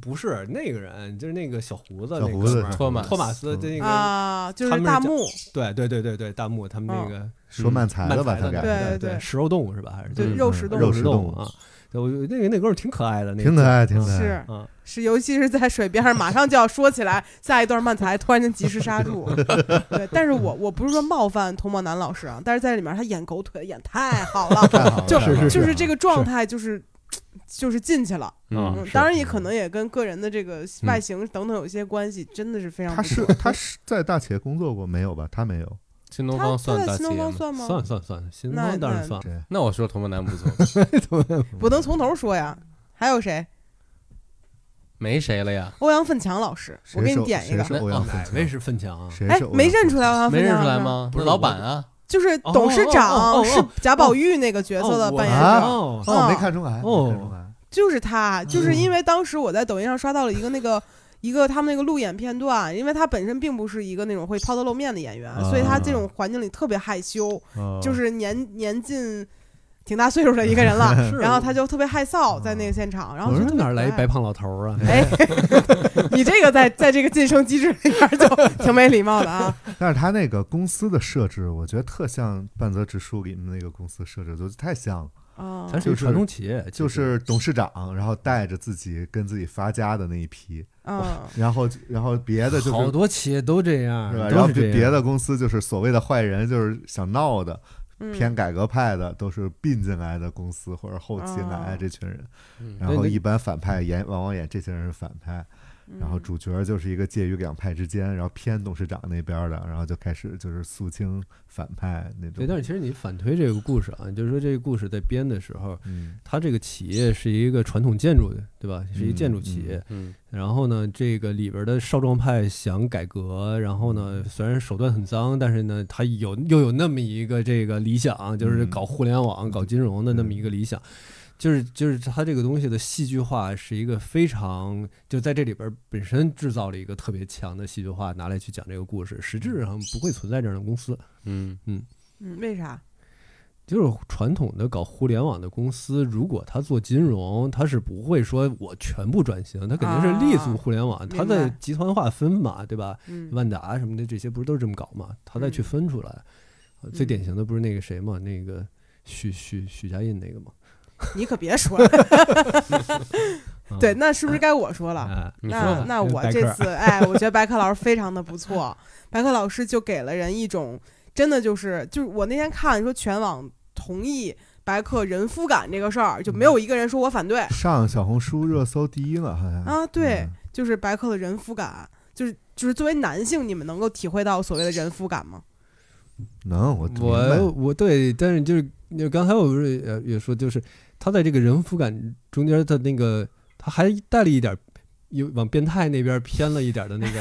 [SPEAKER 4] 不是那个人，就是那个小胡子
[SPEAKER 3] 小
[SPEAKER 4] 那
[SPEAKER 3] 胡
[SPEAKER 4] 哥
[SPEAKER 3] 子
[SPEAKER 4] 们儿
[SPEAKER 2] 托马
[SPEAKER 4] 托马斯
[SPEAKER 3] 嗯
[SPEAKER 4] 的那个，
[SPEAKER 1] 啊，就
[SPEAKER 4] 他
[SPEAKER 1] 是
[SPEAKER 4] 们是嗯
[SPEAKER 1] 大
[SPEAKER 4] 讲
[SPEAKER 1] 木，
[SPEAKER 4] 对对对对对，大木他们那个
[SPEAKER 3] 说
[SPEAKER 2] 嗯
[SPEAKER 3] 慢才
[SPEAKER 4] 慢
[SPEAKER 3] 的吧，
[SPEAKER 4] 才
[SPEAKER 3] 他
[SPEAKER 4] 的那
[SPEAKER 3] 改
[SPEAKER 4] 个，
[SPEAKER 1] 对
[SPEAKER 3] 的，
[SPEAKER 1] 对对
[SPEAKER 4] 食肉动物是吧？还是
[SPEAKER 1] 对
[SPEAKER 2] 嗯
[SPEAKER 1] 肉食动
[SPEAKER 3] 肉
[SPEAKER 1] 物
[SPEAKER 3] 食
[SPEAKER 4] 食
[SPEAKER 3] 动
[SPEAKER 4] 动
[SPEAKER 3] 物
[SPEAKER 4] 物啊？对，我那个那哥们儿挺可爱的，那个
[SPEAKER 3] 挺可爱，挺可
[SPEAKER 4] 嗯
[SPEAKER 3] 爱。
[SPEAKER 1] 是
[SPEAKER 4] 啊，
[SPEAKER 1] 是，尤其是在水边儿，马上就要说起来，下一段慢才突然间及时刹住。对，但是我我不是说冒犯童漠男老师啊，但是在里面他演狗腿演太好了，
[SPEAKER 3] 太好了
[SPEAKER 1] 就
[SPEAKER 3] 太好了
[SPEAKER 1] 就是这个状态就是。就是进去了，
[SPEAKER 2] 嗯
[SPEAKER 1] 嗯，
[SPEAKER 3] 是
[SPEAKER 1] 当然也可能也跟个人的这个外形等等有些关系，真的是非常
[SPEAKER 3] 他
[SPEAKER 1] 不
[SPEAKER 3] 是
[SPEAKER 1] 错。
[SPEAKER 3] 他是在大企业工作过没有吧？他没有，
[SPEAKER 2] 新东
[SPEAKER 1] 他
[SPEAKER 2] 方
[SPEAKER 1] 他
[SPEAKER 2] 算
[SPEAKER 1] 在
[SPEAKER 2] 大
[SPEAKER 1] 新
[SPEAKER 2] 企
[SPEAKER 1] 东
[SPEAKER 2] 业
[SPEAKER 1] 方
[SPEAKER 2] 吗？
[SPEAKER 1] 算吗？
[SPEAKER 4] 算算算，新
[SPEAKER 1] 那
[SPEAKER 4] 东当然
[SPEAKER 1] 那
[SPEAKER 4] 算了，
[SPEAKER 3] 对，
[SPEAKER 2] 那我说童漠男不 错，
[SPEAKER 1] 不能从头说呀，还有谁？
[SPEAKER 2] 没谁了呀，
[SPEAKER 1] 欧阳奋强老师，我
[SPEAKER 3] 谁
[SPEAKER 1] 给
[SPEAKER 3] 是
[SPEAKER 1] 你点一
[SPEAKER 3] 谁
[SPEAKER 1] 个
[SPEAKER 3] 是。
[SPEAKER 2] 那
[SPEAKER 3] 欧阳
[SPEAKER 4] 哦，
[SPEAKER 3] 锋
[SPEAKER 4] 哪位是奋强啊？
[SPEAKER 3] 谁
[SPEAKER 1] 哎
[SPEAKER 3] 是，欧
[SPEAKER 1] 没
[SPEAKER 3] 阳
[SPEAKER 1] 认出来欧阳
[SPEAKER 2] 没
[SPEAKER 1] 奋
[SPEAKER 2] 认
[SPEAKER 1] 强
[SPEAKER 2] 出来
[SPEAKER 1] 老师？
[SPEAKER 2] 吗？
[SPEAKER 4] 不
[SPEAKER 2] 那
[SPEAKER 4] 是
[SPEAKER 2] 老
[SPEAKER 4] 我
[SPEAKER 2] 板啊，
[SPEAKER 1] 就是董事
[SPEAKER 4] 哦哦哦
[SPEAKER 1] 长
[SPEAKER 4] 哦
[SPEAKER 1] 是贾宝玉那个角色的
[SPEAKER 4] 哦
[SPEAKER 1] 扮演
[SPEAKER 3] 我
[SPEAKER 1] 者，
[SPEAKER 3] 啊
[SPEAKER 4] 哦，
[SPEAKER 3] 哦，没
[SPEAKER 1] 嗯
[SPEAKER 3] 看出来，
[SPEAKER 4] 哦
[SPEAKER 3] 没看出来，
[SPEAKER 1] 就是他，就是因为当时我在抖音上刷到了一个那个。一个他们那个路演片段，因为他本身并不是一个那种会抛头露面的演员，所以他这种环境里特别害羞，
[SPEAKER 3] 哦
[SPEAKER 1] 就是年年近挺大岁数的一个人了，
[SPEAKER 4] 是啊
[SPEAKER 1] 然后他就特别害臊在那个现场，然后
[SPEAKER 4] 我
[SPEAKER 1] 就
[SPEAKER 4] 说
[SPEAKER 1] 特别
[SPEAKER 4] 哪儿来一
[SPEAKER 1] 可爱
[SPEAKER 4] 白胖老头儿啊？
[SPEAKER 1] 哎， 你这个在在这个晋升机制里边儿就 挺没礼貌的啊！
[SPEAKER 3] 但是他那个公司的设置，我觉得特像半泽直树里面那个公司设置，就太像了。
[SPEAKER 1] 啊，
[SPEAKER 4] 咱属于
[SPEAKER 3] 就是
[SPEAKER 4] 传统企业，
[SPEAKER 3] 就
[SPEAKER 4] 其实
[SPEAKER 3] 是董事长，然后带着自己跟自己发家的那一批，
[SPEAKER 1] 嗯，
[SPEAKER 3] 然后然后别的就是
[SPEAKER 4] 好多企业都这样，
[SPEAKER 3] 是吧？
[SPEAKER 4] 都
[SPEAKER 3] 然后
[SPEAKER 4] 是这
[SPEAKER 3] 别
[SPEAKER 4] 样
[SPEAKER 3] 别的公司就是所谓的坏人，就是想闹的，
[SPEAKER 1] 嗯
[SPEAKER 3] 偏改革派的，都是并进来的公司或者后期
[SPEAKER 4] 哦
[SPEAKER 3] 来的这群人。
[SPEAKER 2] 嗯
[SPEAKER 3] 然后一般反派演往往演这些人是反派，然后
[SPEAKER 1] 嗯
[SPEAKER 3] 主角就是一个介于两派之间，然后偏董事长那边的，然后就开始就是肃清反派那
[SPEAKER 4] 对，但是
[SPEAKER 3] 种。
[SPEAKER 4] 其实你反推这个故事啊，就是说这个故事在编的时候，
[SPEAKER 3] 嗯，
[SPEAKER 4] 它这个企业是一个传统建筑的，对吧？是一
[SPEAKER 3] 嗯
[SPEAKER 4] 建筑企业。
[SPEAKER 2] 嗯
[SPEAKER 4] 然后呢，这个里边的少壮派想改革，然后呢，虽然手段很脏，但是呢，他有又有那么一个这个理想，就是
[SPEAKER 3] 嗯
[SPEAKER 4] 搞互联网、搞金融的那么
[SPEAKER 3] 对
[SPEAKER 4] 一个理想。就是就是他这个东西的戏剧化是一个非常就在这里边本身制造了一个特别强的戏剧化，拿来去讲这个故事，实质上不会存在这样的公司。
[SPEAKER 2] 嗯
[SPEAKER 1] 嗯，为啥？
[SPEAKER 4] 就是传统的搞互联网的公司，如果他做金融，他是不会说我全部转型，他肯定是立足互联网，他
[SPEAKER 1] 啊明白
[SPEAKER 4] 在集团划分嘛，对吧？
[SPEAKER 1] 嗯
[SPEAKER 4] 万达什么的这些不是都是这么搞嘛？他再去
[SPEAKER 1] 嗯
[SPEAKER 4] 分出来，呃最
[SPEAKER 1] 嗯
[SPEAKER 4] 典型的不是那个谁嘛，那个许许许家印那个嘛？
[SPEAKER 1] 你可别说了，
[SPEAKER 4] 啊
[SPEAKER 1] 对，，那是不是该我说了？
[SPEAKER 4] 哎，
[SPEAKER 2] 你说
[SPEAKER 1] 那
[SPEAKER 2] 吧，
[SPEAKER 1] 那
[SPEAKER 4] 那个
[SPEAKER 1] 我
[SPEAKER 4] 白
[SPEAKER 1] 这
[SPEAKER 4] 客
[SPEAKER 1] 次，哎，我觉得白客老师非常的不错。白客老师就给了人一种真的就是就是我那天看说全网同意白客人夫感这个事儿，就没
[SPEAKER 4] 嗯
[SPEAKER 1] 有一个人说我反对
[SPEAKER 3] 上小红书热搜第一了，好像
[SPEAKER 1] 啊。对
[SPEAKER 3] 嗯，
[SPEAKER 1] 就是白客的人夫感，就是就是作为男性，你们能够体会到所谓的人夫感吗？
[SPEAKER 3] 能我明白
[SPEAKER 4] 我我对，但是就是就刚才我不是也也说，就是他在这个人夫感中间，他那个他还带了一点儿有往变态那边偏了一点儿的 那个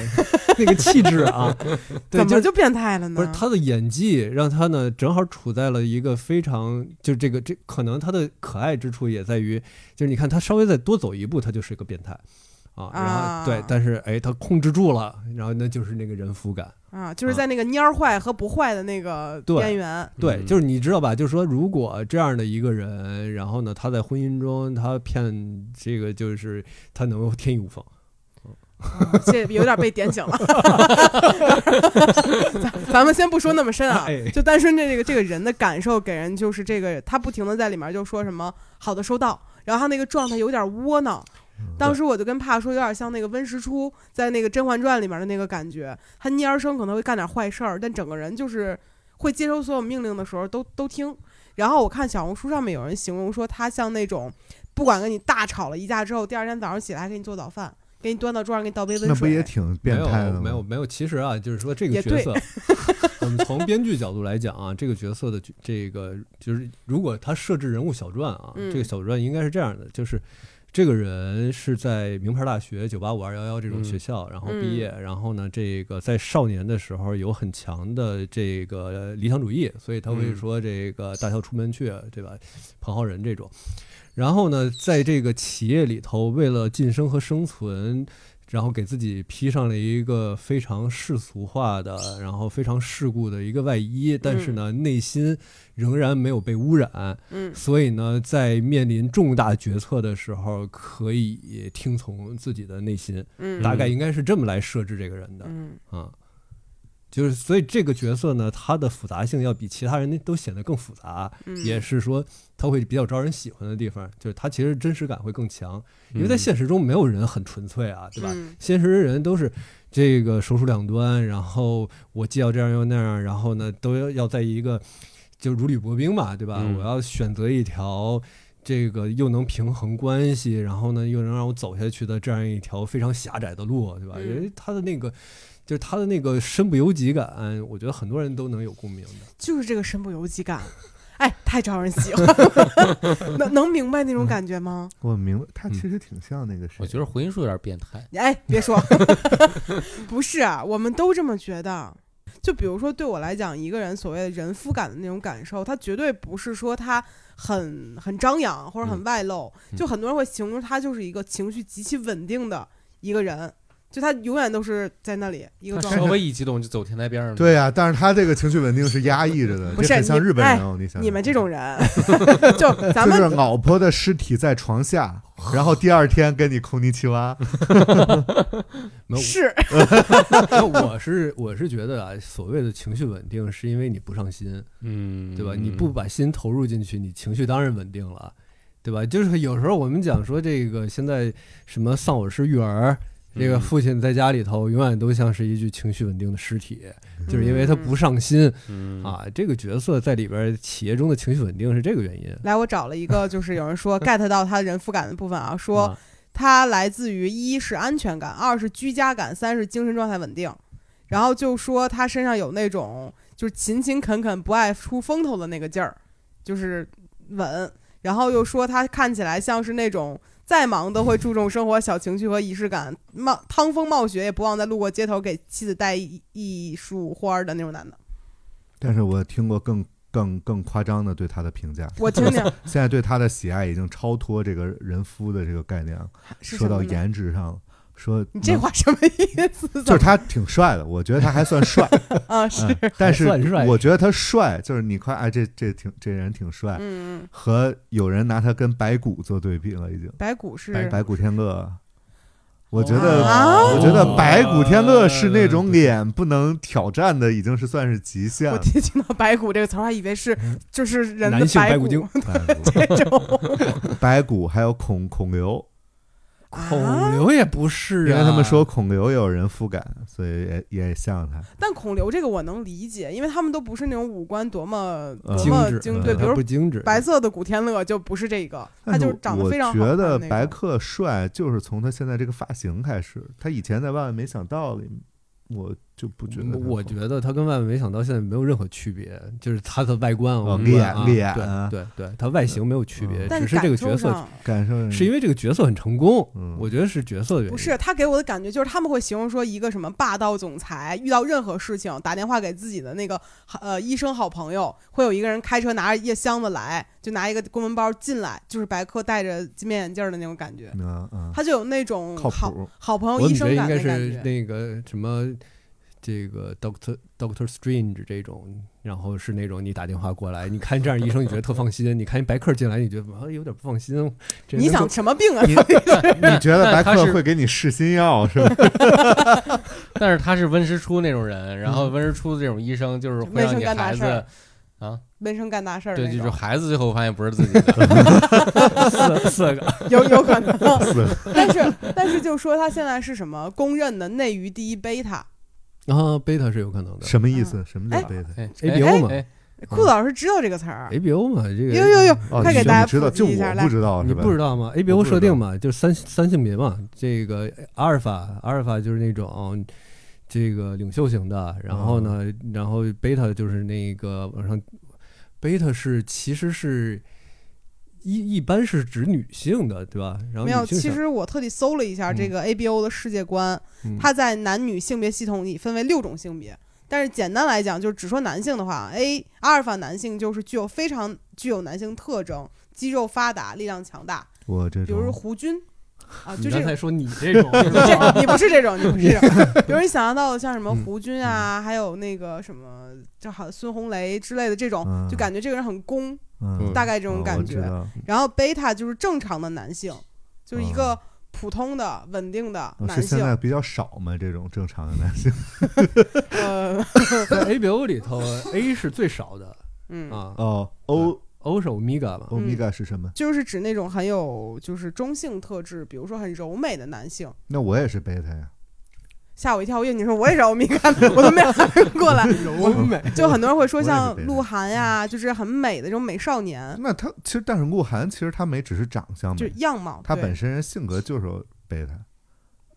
[SPEAKER 4] 那个气质啊，对，
[SPEAKER 1] 怎么
[SPEAKER 4] 就是。
[SPEAKER 1] 就变态了呢？
[SPEAKER 4] 不是他的演技，让他呢正好处在了一个非常就这个这可能他的可爱之处也在于，就是你看他稍微再多走一步，他就是一个变态啊，然后、
[SPEAKER 1] 啊
[SPEAKER 4] 对，但是哎他控制住了，然后那就是那个人夫感，
[SPEAKER 1] 啊，就是在那个蔫儿坏和不坏的那个
[SPEAKER 4] 对
[SPEAKER 1] 边缘。
[SPEAKER 4] 对，
[SPEAKER 2] 嗯
[SPEAKER 4] 就是你知道吧？就是说，如果这样的一个人，然后呢，他在婚姻中他骗这个，就是他能够天衣无缝。
[SPEAKER 1] 啊这有点被点醒了。咱咱们先不说那么深啊
[SPEAKER 4] 哎，
[SPEAKER 1] 就单纯这这个这个人的感受，给人就是这个他不停的在里面就说什么好的收到，然后他那个状态有点窝囊。当时我就跟帕说，有点像那个温实初在那个《甄嬛传》里面的那个感觉，他蔫儿生可能会干点坏事儿，但整个人就是会接收所有命令的时候都都听。然后我看小红书上面有人形容说，他像那种不管跟你大吵了一架之后，第二天早上起来还给你做早饭，给你端到桌上，给你倒杯温水。
[SPEAKER 3] 那不也挺变态的吗？
[SPEAKER 4] 没有没有没有，其实啊，就是说这
[SPEAKER 1] 也
[SPEAKER 4] 个角
[SPEAKER 1] 对
[SPEAKER 4] 色， 我们从编剧角度来讲啊，这个角色的这个就是，如果他设置人物小传啊，
[SPEAKER 1] 嗯
[SPEAKER 4] 这个小传应该是这样的，就是这个人是在名牌大学九八五二幺幺这种
[SPEAKER 2] 嗯
[SPEAKER 4] 学校，然后
[SPEAKER 1] 嗯
[SPEAKER 4] 毕业，然后呢，这个在少年的时候有很强的这个呃理想主义，所以他会
[SPEAKER 2] 嗯
[SPEAKER 4] 说这个大校出门去，对吧？彭浩仁这种。然后呢，在这个企业里头，为了晋升和生存，然后给自己披上了一个非常世俗化的，然后非常世故的一个外
[SPEAKER 1] 嗯
[SPEAKER 4] 衣，但是呢，内心仍然没有被污染，
[SPEAKER 1] 嗯
[SPEAKER 4] 所以呢，在面临重大决策的时候，可以听从自己的内心，
[SPEAKER 1] 嗯，
[SPEAKER 4] 大概应该是这么来设置这个人的
[SPEAKER 1] 嗯
[SPEAKER 4] 啊。就是，所以这个角色呢，它的复杂性要比其他人都显得更复杂，
[SPEAKER 1] 嗯
[SPEAKER 4] 也是说他会比较招人喜欢的地方，就是他其实真实感会更强，因为
[SPEAKER 2] 嗯
[SPEAKER 4] 在现实中没有人很纯粹啊，对吧？
[SPEAKER 1] 嗯
[SPEAKER 4] 现实人都是这个手术两端，然后我既要这样又那样，然后呢都要要在一个就如履薄冰嘛，对吧？
[SPEAKER 2] 嗯
[SPEAKER 4] 我要选择一条这个又能平衡关系，然后呢又能让我走下去的这样一条非常狭窄的路，对吧？
[SPEAKER 1] 嗯
[SPEAKER 4] 因为他的那个就是他的那个身不由己感，我觉得很多人都能有共鸣的。
[SPEAKER 1] 就是这个身不由己感，哎，太招人喜欢了， 能能明白那
[SPEAKER 4] 嗯
[SPEAKER 1] 种感觉吗？
[SPEAKER 3] 我明白，他其实挺像那个谁，
[SPEAKER 2] 我觉得回音术有点变态。
[SPEAKER 1] 哎，别说， 不是、啊，我们都这么觉得。就比如说，对我来讲，一个人所谓的人夫感的那种感受，他绝对不是说他很很张扬或者很外露。
[SPEAKER 2] 嗯
[SPEAKER 1] 就很多人会形容他就是一个情绪极其稳定的一个人，就他永远都是在那里一个
[SPEAKER 2] 他
[SPEAKER 1] 状
[SPEAKER 2] 稍
[SPEAKER 1] 态。
[SPEAKER 2] 微一激动就走天台边上。
[SPEAKER 3] 对，呀、但是他这个情绪稳定是压抑着的，
[SPEAKER 1] 不是
[SPEAKER 3] 这很像
[SPEAKER 1] 你哎
[SPEAKER 3] 日本人哦。你想想
[SPEAKER 1] 你们这种 人，就咱
[SPEAKER 3] 就是
[SPEAKER 1] 们
[SPEAKER 3] 老婆的尸体在床下，然后第二天跟你空尼奇蛙，
[SPEAKER 4] 没有
[SPEAKER 1] 是
[SPEAKER 4] 那我是我是觉得啊，所谓的情绪稳定，是因为你不上心，
[SPEAKER 2] 嗯，
[SPEAKER 4] 对吧？你不把心投入进去，你情绪当然稳定了，对吧？就是有时候我们讲说这个现在什么丧偶式育儿，这个
[SPEAKER 2] 嗯
[SPEAKER 4] 父亲在家里头永远都像是一具情绪稳定的尸体，就是因为他不
[SPEAKER 1] 嗯
[SPEAKER 4] 上心
[SPEAKER 2] 嗯，
[SPEAKER 4] 啊。这个角色在里边儿企业中的情绪稳定是这个原因。
[SPEAKER 1] 来，我找了一个，就是有人 说 get 到他人夫感的部分啊，说
[SPEAKER 3] 嗯
[SPEAKER 4] 啊
[SPEAKER 1] 它来自于一是安全感，二是居家感，三是精神状态稳定。然后就说他身上有那种就是勤勤恳恳、不爱出风头的那个劲儿，就是稳。然后又说他看起来像是那种再忙都会注重生活小情趣和仪式感，冒趟风冒雪也不忘在路过街头给妻子带一一束花儿的那种男的。
[SPEAKER 3] 但是我听过更更更夸张的对他的评价，
[SPEAKER 1] 我听 听
[SPEAKER 3] 现在对他的喜爱已经超脱这个人夫的这个概念了，
[SPEAKER 1] 是
[SPEAKER 3] 说
[SPEAKER 1] 什
[SPEAKER 3] 到
[SPEAKER 1] 么呢
[SPEAKER 3] 颜值上了，说
[SPEAKER 1] 你这
[SPEAKER 3] 能
[SPEAKER 1] 话什么意思？
[SPEAKER 3] 就是他挺帅的，我觉得他还算帅，
[SPEAKER 1] 啊，是
[SPEAKER 3] 嗯但是
[SPEAKER 4] 还算帅
[SPEAKER 1] 啊
[SPEAKER 3] 我觉得他帅，就是你看，哎，这这挺这人挺帅，
[SPEAKER 1] 嗯，嗯
[SPEAKER 3] 和有人拿他跟白骨做对比了，已经
[SPEAKER 1] 白骨是
[SPEAKER 3] 白白骨天乐，我觉得、
[SPEAKER 1] 啊
[SPEAKER 3] 我觉得白骨天乐是那种脸不能挑战的，已经是算是极限
[SPEAKER 1] 我
[SPEAKER 3] 了。
[SPEAKER 1] 第一听到“白骨”这个词儿，还以为是就是人的
[SPEAKER 4] 嗯男性白
[SPEAKER 1] 骨
[SPEAKER 4] 骨精
[SPEAKER 3] 白骨
[SPEAKER 1] 这种。
[SPEAKER 3] 白骨还有孔孔刘，
[SPEAKER 4] 孔刘也不是、啊，
[SPEAKER 3] 因为他们说孔刘有人夫感，所以也也像他。
[SPEAKER 1] 但孔刘这个我能理解，因为他们都不是那种五官多么
[SPEAKER 3] 呃
[SPEAKER 1] 多
[SPEAKER 4] 精
[SPEAKER 1] 么
[SPEAKER 4] 致，
[SPEAKER 1] 哦精，
[SPEAKER 4] 嗯
[SPEAKER 1] 对，
[SPEAKER 4] 它
[SPEAKER 1] 比如
[SPEAKER 4] 不精致，
[SPEAKER 1] 白色的古天乐就不是这个，他
[SPEAKER 3] 但是
[SPEAKER 1] 就是长得非常好
[SPEAKER 3] 我
[SPEAKER 1] 看
[SPEAKER 3] 觉
[SPEAKER 1] 的
[SPEAKER 3] 得
[SPEAKER 1] 那
[SPEAKER 3] 白
[SPEAKER 1] 种
[SPEAKER 3] 客帅就是从他现在这个发型开始，他以前在万万没想到里，我就不觉得他好。
[SPEAKER 4] 嗯我觉得他跟万万没想到现在没有任何区别，就是他的外观
[SPEAKER 3] 哦
[SPEAKER 4] 我们管啊
[SPEAKER 3] 脸脸啊嗯
[SPEAKER 4] 对对对，他外形没有区别，
[SPEAKER 1] 但
[SPEAKER 4] 只
[SPEAKER 1] 是
[SPEAKER 4] 是这
[SPEAKER 1] 感
[SPEAKER 4] 个
[SPEAKER 1] 受
[SPEAKER 4] 角色
[SPEAKER 1] 上
[SPEAKER 3] 感受
[SPEAKER 4] 是因为这个角色很成功，
[SPEAKER 3] 嗯
[SPEAKER 4] 我觉得是角色的原因。
[SPEAKER 1] 不是他给我的感觉就是他们会形容说一个什么霸道总裁，遇到任何事情打电话给自己的那个呃医生好朋友，会有一个人开车拿着一箱子来，就拿一个公文包进来，就是白客戴着金面眼镜儿的那种感觉，
[SPEAKER 3] 嗯嗯，
[SPEAKER 1] 他就有那种
[SPEAKER 3] 靠
[SPEAKER 1] 好
[SPEAKER 3] 谱。
[SPEAKER 1] 好朋友
[SPEAKER 4] 我
[SPEAKER 1] 医
[SPEAKER 4] 总
[SPEAKER 1] 生
[SPEAKER 4] 觉得应
[SPEAKER 1] 感的
[SPEAKER 4] 该
[SPEAKER 1] 感
[SPEAKER 4] 是
[SPEAKER 1] 觉。
[SPEAKER 4] 那个什么，这个 Doctor Doctor Strange 这种，然后是那种你打电话过来，你看这样医生你觉得特放心，你看一白客进来你觉得啊有点不放心哦，这人
[SPEAKER 1] 你想
[SPEAKER 4] 能
[SPEAKER 1] 什么病啊？
[SPEAKER 3] 你觉得白
[SPEAKER 2] 但他
[SPEAKER 3] 客
[SPEAKER 2] 是
[SPEAKER 3] 会给你试新药是 吧？
[SPEAKER 2] 但是他是温实初那种人，然后温实初这种医生就是会让你孩
[SPEAKER 1] 卫生干
[SPEAKER 2] 子啊，
[SPEAKER 1] 闷声干大事儿那
[SPEAKER 2] 对，
[SPEAKER 1] 种，
[SPEAKER 2] 就是孩子最后发现不是自己的，
[SPEAKER 4] 够四四个，
[SPEAKER 1] 有有 可能
[SPEAKER 3] 是，
[SPEAKER 1] 但是但是就说他现在是什么公认的内娱第一贝
[SPEAKER 3] 嗯
[SPEAKER 1] 塔，
[SPEAKER 4] 然后啊贝塔是有可能的
[SPEAKER 3] 什么意思？什么
[SPEAKER 1] 哎
[SPEAKER 3] 叫贝塔？
[SPEAKER 2] 哎
[SPEAKER 4] ABO 嘛
[SPEAKER 2] 哎
[SPEAKER 1] 顾老师知道这个词儿，
[SPEAKER 4] ，ABO 嘛，这个
[SPEAKER 1] 呦呦呦，
[SPEAKER 3] 哎哦，
[SPEAKER 1] 快给
[SPEAKER 3] 你
[SPEAKER 1] 大家
[SPEAKER 3] 知道，
[SPEAKER 1] 普及
[SPEAKER 3] 就
[SPEAKER 1] 一下
[SPEAKER 3] 我
[SPEAKER 1] 来
[SPEAKER 3] 不知道
[SPEAKER 4] 你
[SPEAKER 3] 是吧
[SPEAKER 4] 不？知道吗
[SPEAKER 3] 啊我
[SPEAKER 4] ？ABO
[SPEAKER 3] 不知道
[SPEAKER 4] 设定嘛，就是三三性别嘛。这个阿尔法，阿尔法就是那种这个领袖型的，然后呢，
[SPEAKER 3] 啊
[SPEAKER 4] 然后贝塔就是那个往上，贝塔是其实是一一般是指女性的，对吧？然后
[SPEAKER 1] 没有，
[SPEAKER 4] 女性
[SPEAKER 1] 其
[SPEAKER 4] 想
[SPEAKER 1] 实我特地搜了一下这个 ABO 的世界观，
[SPEAKER 4] 嗯
[SPEAKER 1] 它在男女性别系统里分为六种性别。但是简单来讲，就是只说男性的话，A 阿尔法男性就是具有非常具有男性特征，肌肉发达，力量强大，
[SPEAKER 3] 我这
[SPEAKER 1] 比如说
[SPEAKER 3] 种
[SPEAKER 1] 胡 军啊，
[SPEAKER 4] 你
[SPEAKER 1] 就这
[SPEAKER 4] 刚
[SPEAKER 1] 种
[SPEAKER 4] 才说你这种
[SPEAKER 1] 这你不是这种，你不是这种。比如你想象到的像什
[SPEAKER 4] 嗯
[SPEAKER 1] 么胡军啊，还有那个什么，就好像孙红雷之类的这种，
[SPEAKER 3] 嗯
[SPEAKER 1] 就感觉这个人很攻，
[SPEAKER 3] 嗯，
[SPEAKER 1] 大概这
[SPEAKER 3] 这
[SPEAKER 1] 种感觉。
[SPEAKER 3] 哦
[SPEAKER 1] 然后贝塔就是正常的男性，就是一个普通的、稳定的男
[SPEAKER 3] 哦是现
[SPEAKER 1] 性
[SPEAKER 3] 在。比较少嘛，这种正常的男性，
[SPEAKER 1] 呃，
[SPEAKER 4] 在 ABO 里头，A 是最少的
[SPEAKER 1] 嗯，
[SPEAKER 4] 啊
[SPEAKER 3] 哦，O
[SPEAKER 4] ，O 是 Omega 嘛，
[SPEAKER 3] 欧米伽是什么？
[SPEAKER 1] 就是指那种很有就是中性特质，比如说很柔美的男性。
[SPEAKER 3] 那我也是贝塔呀，
[SPEAKER 1] 吓我一跳，我以为你说我也是欧米伽，我都没 反应过来。
[SPEAKER 4] 柔美，
[SPEAKER 1] 就很多人会说
[SPEAKER 3] 我也是嗯
[SPEAKER 1] 像
[SPEAKER 3] 贝塔
[SPEAKER 1] 鹿晗呀，就是很美的这种美少年，
[SPEAKER 3] 那他其实但是鹿晗其实他没只是长相
[SPEAKER 1] 就
[SPEAKER 3] 美，
[SPEAKER 1] 样貌。
[SPEAKER 3] 他
[SPEAKER 1] 对
[SPEAKER 3] 本身人性格就是贝塔。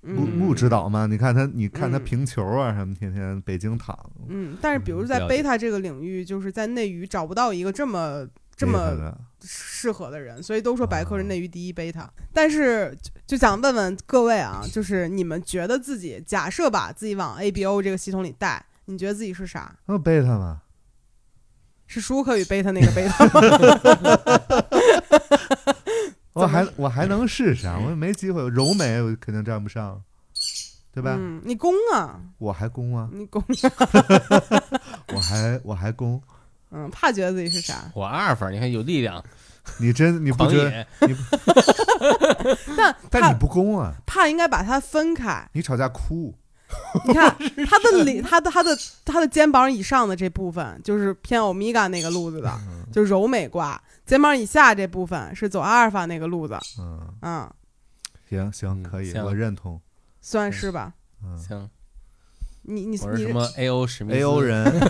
[SPEAKER 3] 木
[SPEAKER 1] 嗯。
[SPEAKER 3] 木指导嘛，你看他，你看他
[SPEAKER 1] 嗯
[SPEAKER 3] 评球啊什么，天天北京躺，
[SPEAKER 1] 嗯，但是比如
[SPEAKER 2] 嗯
[SPEAKER 1] 在
[SPEAKER 2] 了
[SPEAKER 1] 贝
[SPEAKER 2] 解
[SPEAKER 1] 塔这个领域，就是在内娱找不到一个这么这
[SPEAKER 3] 厉害
[SPEAKER 1] 么
[SPEAKER 3] 的
[SPEAKER 1] 适合的人，所以都说白客是
[SPEAKER 3] 哦
[SPEAKER 1] 内娱第一贝塔。但是就就想问问各位啊，就是你们觉得自己假设把自己往 ABO 这个系统里带，你觉得自己是啥？
[SPEAKER 3] 那贝塔嘛，
[SPEAKER 1] 是舒克与贝塔那个贝塔吗？
[SPEAKER 3] 我还我还能 是啥？我也没机会，柔美我肯定站不上，对吧？
[SPEAKER 1] 嗯，你攻啊，
[SPEAKER 3] 我还攻啊，
[SPEAKER 1] 你攻，
[SPEAKER 3] 我还我还攻，
[SPEAKER 1] 嗯，怕觉得自己是啥？
[SPEAKER 2] 我阿尔法，你看有力量，
[SPEAKER 3] 你真你不
[SPEAKER 2] 狂
[SPEAKER 3] 觉得？
[SPEAKER 2] 野，
[SPEAKER 1] 但
[SPEAKER 3] 但你
[SPEAKER 1] 怕
[SPEAKER 3] 不攻啊，
[SPEAKER 1] 怕应该把它分开。
[SPEAKER 3] 你吵架哭，
[SPEAKER 1] 你看他的里，他的他的他的肩膀以上的这部分就是偏欧米伽那个路子的，就是柔美挂；肩膀以下这部分是走阿尔法那个路子，
[SPEAKER 3] 嗯，
[SPEAKER 1] 嗯，
[SPEAKER 3] 行行
[SPEAKER 2] 嗯
[SPEAKER 3] 可以，
[SPEAKER 2] 行
[SPEAKER 3] 我认同，
[SPEAKER 1] 算是吧。
[SPEAKER 3] 嗯
[SPEAKER 2] 行，
[SPEAKER 1] 你你
[SPEAKER 2] 我是
[SPEAKER 1] 你
[SPEAKER 2] 什么 A O 史密斯
[SPEAKER 3] ，A O 人，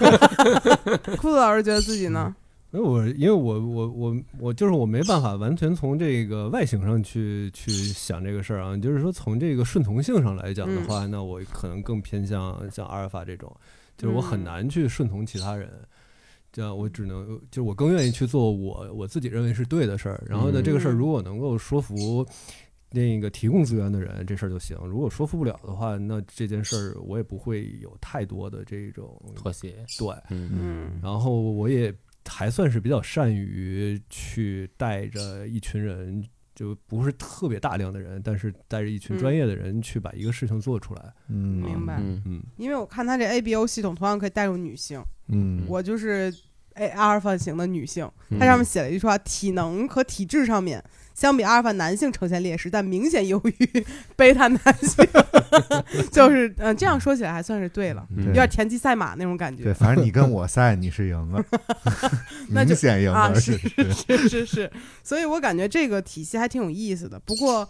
[SPEAKER 1] 裤子老师觉得自己呢？
[SPEAKER 4] 因为我因为我我我我就是我没办法完全从这个外形上去去想这个事儿啊，就是说从这个顺从性上来讲的话，那我可能更偏向像阿尔法这种，就是我很
[SPEAKER 1] 嗯
[SPEAKER 4] 难去顺从其他人。这样我只能，就是我更愿意去做我我自己认为是对的事儿。然后呢，
[SPEAKER 2] 嗯
[SPEAKER 4] 这个事儿如果能够说服那个提供资源的人，这事儿就行；如果说服不了的话，那这件事儿我也不会有太多的这种
[SPEAKER 2] 妥协，
[SPEAKER 4] 对。
[SPEAKER 2] 嗯，
[SPEAKER 1] 嗯
[SPEAKER 4] 然后我也还算是比较善于去带着一群人，就不是特别大量的人，但是带着一群
[SPEAKER 1] 嗯
[SPEAKER 4] 专业的人去把一个事情做出来。
[SPEAKER 3] 嗯
[SPEAKER 1] 明白。
[SPEAKER 2] 嗯，
[SPEAKER 4] 嗯，
[SPEAKER 1] 因为我看他这 ABO 系统同样可以带入女性，
[SPEAKER 3] 嗯，
[SPEAKER 1] 我就是 A 阿尔法型的女性。
[SPEAKER 2] 嗯
[SPEAKER 1] 它上面写了一句话：体能和体质上面相比阿尔法男性呈现劣势，但明显优于 贝塔男性。就是嗯、呃这样说起来还算是对了，
[SPEAKER 2] 嗯
[SPEAKER 3] 对
[SPEAKER 1] 有点田忌赛马那种感
[SPEAKER 3] 对，
[SPEAKER 1] 觉。
[SPEAKER 3] 反正你跟我赛，你是赢了，
[SPEAKER 1] 那就
[SPEAKER 3] 明显赢
[SPEAKER 1] 啊
[SPEAKER 3] 了，
[SPEAKER 1] 是
[SPEAKER 3] 是
[SPEAKER 1] 是 是是，所以我感觉这个体系还挺有意思的。不过。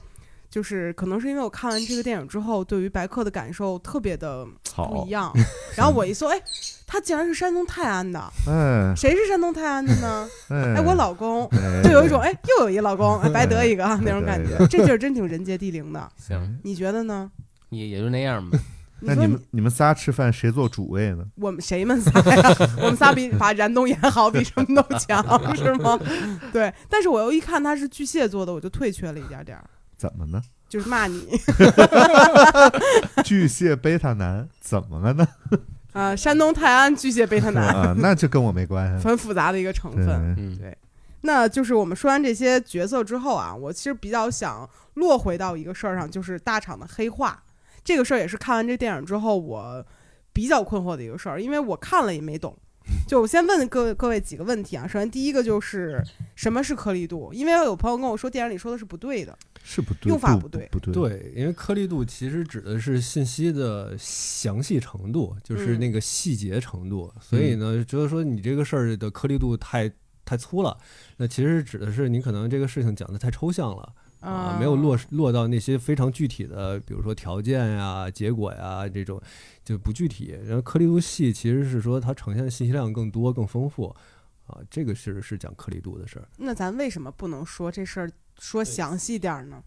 [SPEAKER 1] 就是可能是因为我看完这个电影之后，对于白客的感受特别的不
[SPEAKER 3] 好
[SPEAKER 1] 一， 样。然后我一搜，哎，他竟然是山东泰安的，
[SPEAKER 3] 嗯
[SPEAKER 1] 谁是山东泰安的呢？
[SPEAKER 3] 哎
[SPEAKER 1] 哎，我老公，
[SPEAKER 3] 哎
[SPEAKER 1] 就有一种哎，又有一老公，哎白得一个啊
[SPEAKER 3] 白
[SPEAKER 1] 那种
[SPEAKER 3] 得
[SPEAKER 1] 感
[SPEAKER 3] 一
[SPEAKER 1] 觉
[SPEAKER 3] 个。
[SPEAKER 1] 这地儿真挺人杰地灵的，
[SPEAKER 2] 行，
[SPEAKER 1] 你觉得呢？
[SPEAKER 2] 也也就那样吧，
[SPEAKER 1] 你
[SPEAKER 3] 那
[SPEAKER 1] 说
[SPEAKER 3] 你们你们仨吃饭谁做主位呢？
[SPEAKER 1] 我们谁们仨呀？我们仨比把燃冬演好，比什么都强，是吗？ 对，但是我又一看他是巨蟹座的，我就退却了一点点儿，
[SPEAKER 3] 怎么呢？
[SPEAKER 1] 就是骂你
[SPEAKER 3] 巨蟹贝塔男怎么了呢？
[SPEAKER 1] 啊，山东泰安巨蟹贝塔男，
[SPEAKER 3] 啊，那就跟我没关系。
[SPEAKER 1] 很复杂的一个成
[SPEAKER 3] 对，
[SPEAKER 1] 分。
[SPEAKER 2] 嗯，
[SPEAKER 1] 那就是我们说完这些角色之后啊，我其实比较想落回到一个事儿上，就是大厂的黑化。这个事儿也是看完这电影之后我比较困惑的一个事儿，因为我看了也没 懂。就我先问各位各位几个问题啊，首先第一个就是什么是颗粒度？因为有朋友跟我说电影里说的是不对的，
[SPEAKER 3] 是不对，
[SPEAKER 1] 用法
[SPEAKER 3] 不
[SPEAKER 1] 不对
[SPEAKER 3] 不对，
[SPEAKER 4] 对，因为颗粒度其实指的是信息的详细程度，就是
[SPEAKER 1] 嗯
[SPEAKER 4] 那个细节程度。所
[SPEAKER 3] 嗯
[SPEAKER 4] 以呢，觉得说你这个事儿的颗粒度太太粗了，那其实指的是你可能这个事情讲的太抽象了。
[SPEAKER 1] 呃
[SPEAKER 4] 啊，没有落实落到那些非常具体的，比如说条件呀、结果呀、这种就不具体。然后颗粒度细其实是说它呈现的信息量更多、更丰富啊，这个是是讲颗粒度的事儿。
[SPEAKER 1] 那咱为什么不能说这事儿说详细点儿呢？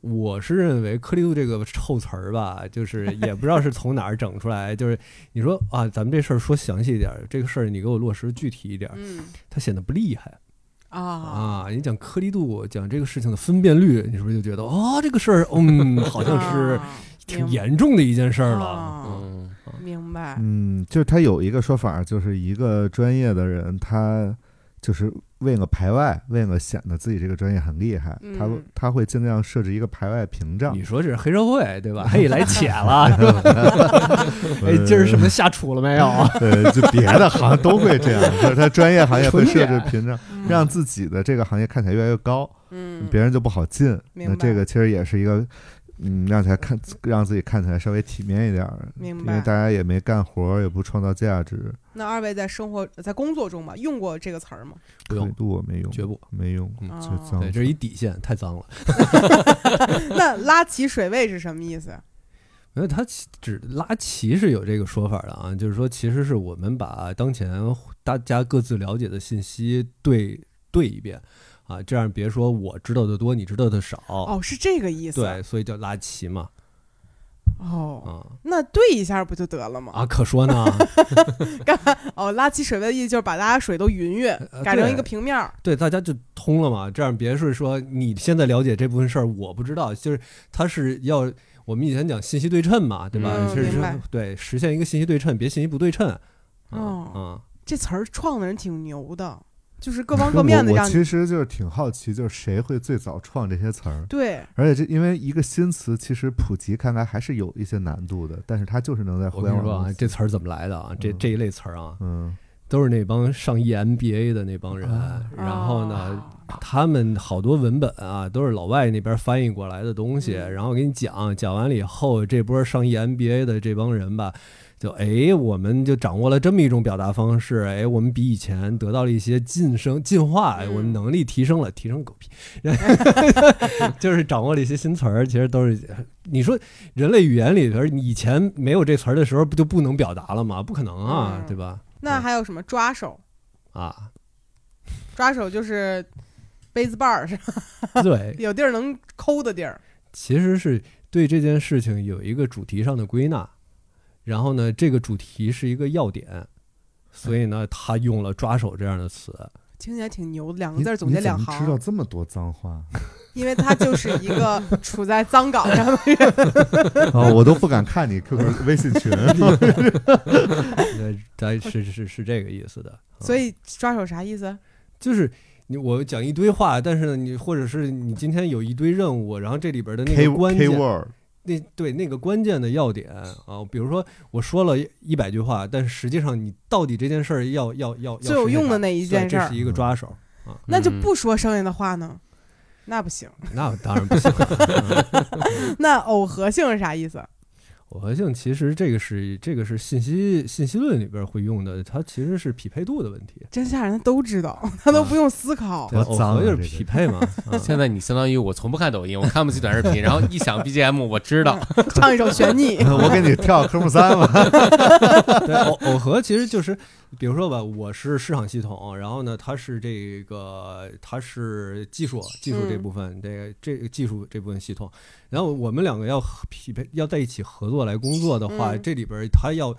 [SPEAKER 4] 我是认为颗粒度这个臭词儿吧， 就是也不知道是从哪儿整出来，就是你说啊，咱们这事儿说详细一点儿，这个事儿你给我落实具体一点儿，
[SPEAKER 1] 嗯
[SPEAKER 4] 它显得不厉害。
[SPEAKER 1] 啊，
[SPEAKER 4] 啊，你讲颗粒度，讲这个事情的分辨率，你是不是就觉得哦，这个事儿，嗯，好像是
[SPEAKER 1] 啊
[SPEAKER 4] 挺严重的一件事儿了。
[SPEAKER 1] 啊
[SPEAKER 2] 嗯，
[SPEAKER 1] 明白，
[SPEAKER 3] 嗯，就是他有一个说法，就是一个专业的人，他就是为了排外，为了显得自己这个专业很厉害，他
[SPEAKER 1] 嗯
[SPEAKER 3] 他会尽量设置一个排外屏障
[SPEAKER 4] 你。说这是黑社会对吧？嘿，来且了，是吧哎，今儿什么下厨了没有？
[SPEAKER 3] 对，呃就别的行业都会这样，就是他专业行业会设置
[SPEAKER 4] 纯
[SPEAKER 3] 屏障，
[SPEAKER 1] 嗯
[SPEAKER 3] 让自己的这个行业看起来越来越高，
[SPEAKER 1] 嗯
[SPEAKER 3] 别人就不好进。
[SPEAKER 1] 明
[SPEAKER 3] 那这
[SPEAKER 1] 白
[SPEAKER 3] 个其实也是一个，嗯，让起来看让自己看起来稍微体面一点儿，
[SPEAKER 1] 明
[SPEAKER 3] 因
[SPEAKER 1] 白
[SPEAKER 3] 为大家也没干活儿，也不创造价值。
[SPEAKER 1] 那二位在生活在工作中吧，用过这个词儿吗？
[SPEAKER 4] 不
[SPEAKER 3] 刻
[SPEAKER 4] 用
[SPEAKER 3] 度，我没用，
[SPEAKER 4] 绝不。
[SPEAKER 3] 没用
[SPEAKER 1] 嗯
[SPEAKER 3] 过，就
[SPEAKER 1] 哦
[SPEAKER 3] 脏
[SPEAKER 4] 对，这是一底线，太脏了。
[SPEAKER 1] 那拉起水位是什么意思？
[SPEAKER 4] 因为他哎其只拉齐是有这个说法的啊，就是说其实是我们把当前大家各自了解的信息对对一遍啊，这样别说我知道的多，你知道的少，
[SPEAKER 1] 哦，是这个意思。
[SPEAKER 4] 对，所以叫拉齐嘛
[SPEAKER 1] 哦，
[SPEAKER 4] 啊
[SPEAKER 1] 那对一下不就得了吗？
[SPEAKER 4] 啊，可说呢。
[SPEAKER 1] 哦，拉起水位的意思就是把大家水都匀匀，
[SPEAKER 4] 呃
[SPEAKER 1] 改成一
[SPEAKER 4] 对
[SPEAKER 1] 个平面儿。
[SPEAKER 4] 对，大家就通了嘛。这样别是说你现在了解这部分事儿，我不知道，就是它是要我们以前讲信息对称嘛，对吧？
[SPEAKER 1] 嗯
[SPEAKER 4] 就是
[SPEAKER 1] 明白
[SPEAKER 4] 说对实现一个信息对称，别信息不对称。啊
[SPEAKER 1] 哦
[SPEAKER 4] 啊、
[SPEAKER 1] 这词儿创的人挺牛的，就是各方各面的
[SPEAKER 3] 我我
[SPEAKER 1] 让你
[SPEAKER 3] 其实就是挺好奇，就是谁会最早创这些词儿？
[SPEAKER 1] 对
[SPEAKER 3] 而且这因为一个新词，其实普及看来还是有一些难度的，但是它就是能在互
[SPEAKER 4] 我跟
[SPEAKER 3] 联
[SPEAKER 4] 你
[SPEAKER 3] 网
[SPEAKER 4] 说啊
[SPEAKER 3] 上，
[SPEAKER 4] 这词儿怎么来的啊？这这一类词儿啊，
[SPEAKER 3] 嗯，
[SPEAKER 4] 都是那帮上 E EMBA 的那帮人，然后呢，
[SPEAKER 1] 哦
[SPEAKER 4] 他们好多文本啊，都是老外那边翻译过来的东西，
[SPEAKER 1] 嗯
[SPEAKER 4] 然后给你讲，讲完了以后，这波上 EMBA 的这帮人吧，就哎，我们就掌握了这么一种表达方式，哎，我们比以前得到了一些晋升、进化，哎
[SPEAKER 1] 嗯
[SPEAKER 4] 我们能力提升了，提升 狗屁，就是掌握了一些新词儿，其实都是你说人类语言里边，你以前没有这词儿的时候，不就不能表达了吗？不可能啊，
[SPEAKER 1] 嗯
[SPEAKER 4] 对吧？
[SPEAKER 1] 那还有什么抓手？
[SPEAKER 4] 啊，
[SPEAKER 1] 抓手就是杯子把儿是吧
[SPEAKER 4] 对，
[SPEAKER 1] 有地儿能抠的地儿。
[SPEAKER 4] 其实是对这件事情有一个主题上的归纳，然后呢，这个主题是一个要点，所以呢，他用了“抓手”这样的词。
[SPEAKER 1] 听起来挺牛的，两个
[SPEAKER 3] 你
[SPEAKER 1] 字儿总结
[SPEAKER 3] 你怎
[SPEAKER 1] 两
[SPEAKER 3] 么
[SPEAKER 1] 行，
[SPEAKER 3] 知道这么多脏话
[SPEAKER 1] 因为它就是一 个处在脏岗上的人。
[SPEAKER 3] 哦，我都不敢看 你 QQ 微信群。
[SPEAKER 4] 呃，咱是是是这个意思的。啊
[SPEAKER 1] 所以抓手啥意思？
[SPEAKER 4] 就是你我讲一堆话，但是呢，你或者是你今天有一堆任务，然后这里边的那
[SPEAKER 3] K
[SPEAKER 4] 个关
[SPEAKER 3] K
[SPEAKER 4] 键
[SPEAKER 3] word，
[SPEAKER 4] 那对那个关键的要点啊，比如说我说了一百句话，但实际上你到底这件事儿要要要要
[SPEAKER 1] 最有
[SPEAKER 4] 实现
[SPEAKER 1] 用的
[SPEAKER 4] 啥
[SPEAKER 1] 那一
[SPEAKER 4] 对
[SPEAKER 1] 件事
[SPEAKER 4] 这
[SPEAKER 1] 儿
[SPEAKER 4] 是，一个抓手。
[SPEAKER 1] 那就
[SPEAKER 2] 嗯
[SPEAKER 1] 不说剩下的话呢？那不行。
[SPEAKER 4] 那当然不行了。 嗯
[SPEAKER 1] 那耦合性是啥意思？
[SPEAKER 4] 耦合性其实这个是这个是信息信息论里边会用的，它其实是匹配度的问题。
[SPEAKER 1] 真吓人，他都知道，他都
[SPEAKER 4] 啊
[SPEAKER 1] 不用思考。
[SPEAKER 3] 多
[SPEAKER 4] 对耦
[SPEAKER 3] 脏啊
[SPEAKER 4] 合就是
[SPEAKER 3] 这个
[SPEAKER 4] 匹配 嘛。啊
[SPEAKER 2] 现在你相当于我从不看抖音，我看不起短视频，然后一想 BGM，我知道，
[SPEAKER 1] 唱一 首旋律，
[SPEAKER 3] 我给你跳科目三吧。
[SPEAKER 4] 对，耦耦合其实就是，比如说吧，我是市场系统，然后呢，它是这个它是技术技术这
[SPEAKER 1] 嗯
[SPEAKER 4] 部分，这个这个技术这部分系统，然后我们两个要合匹配要在一起合作来工作的话，
[SPEAKER 1] 嗯
[SPEAKER 4] 这里边它要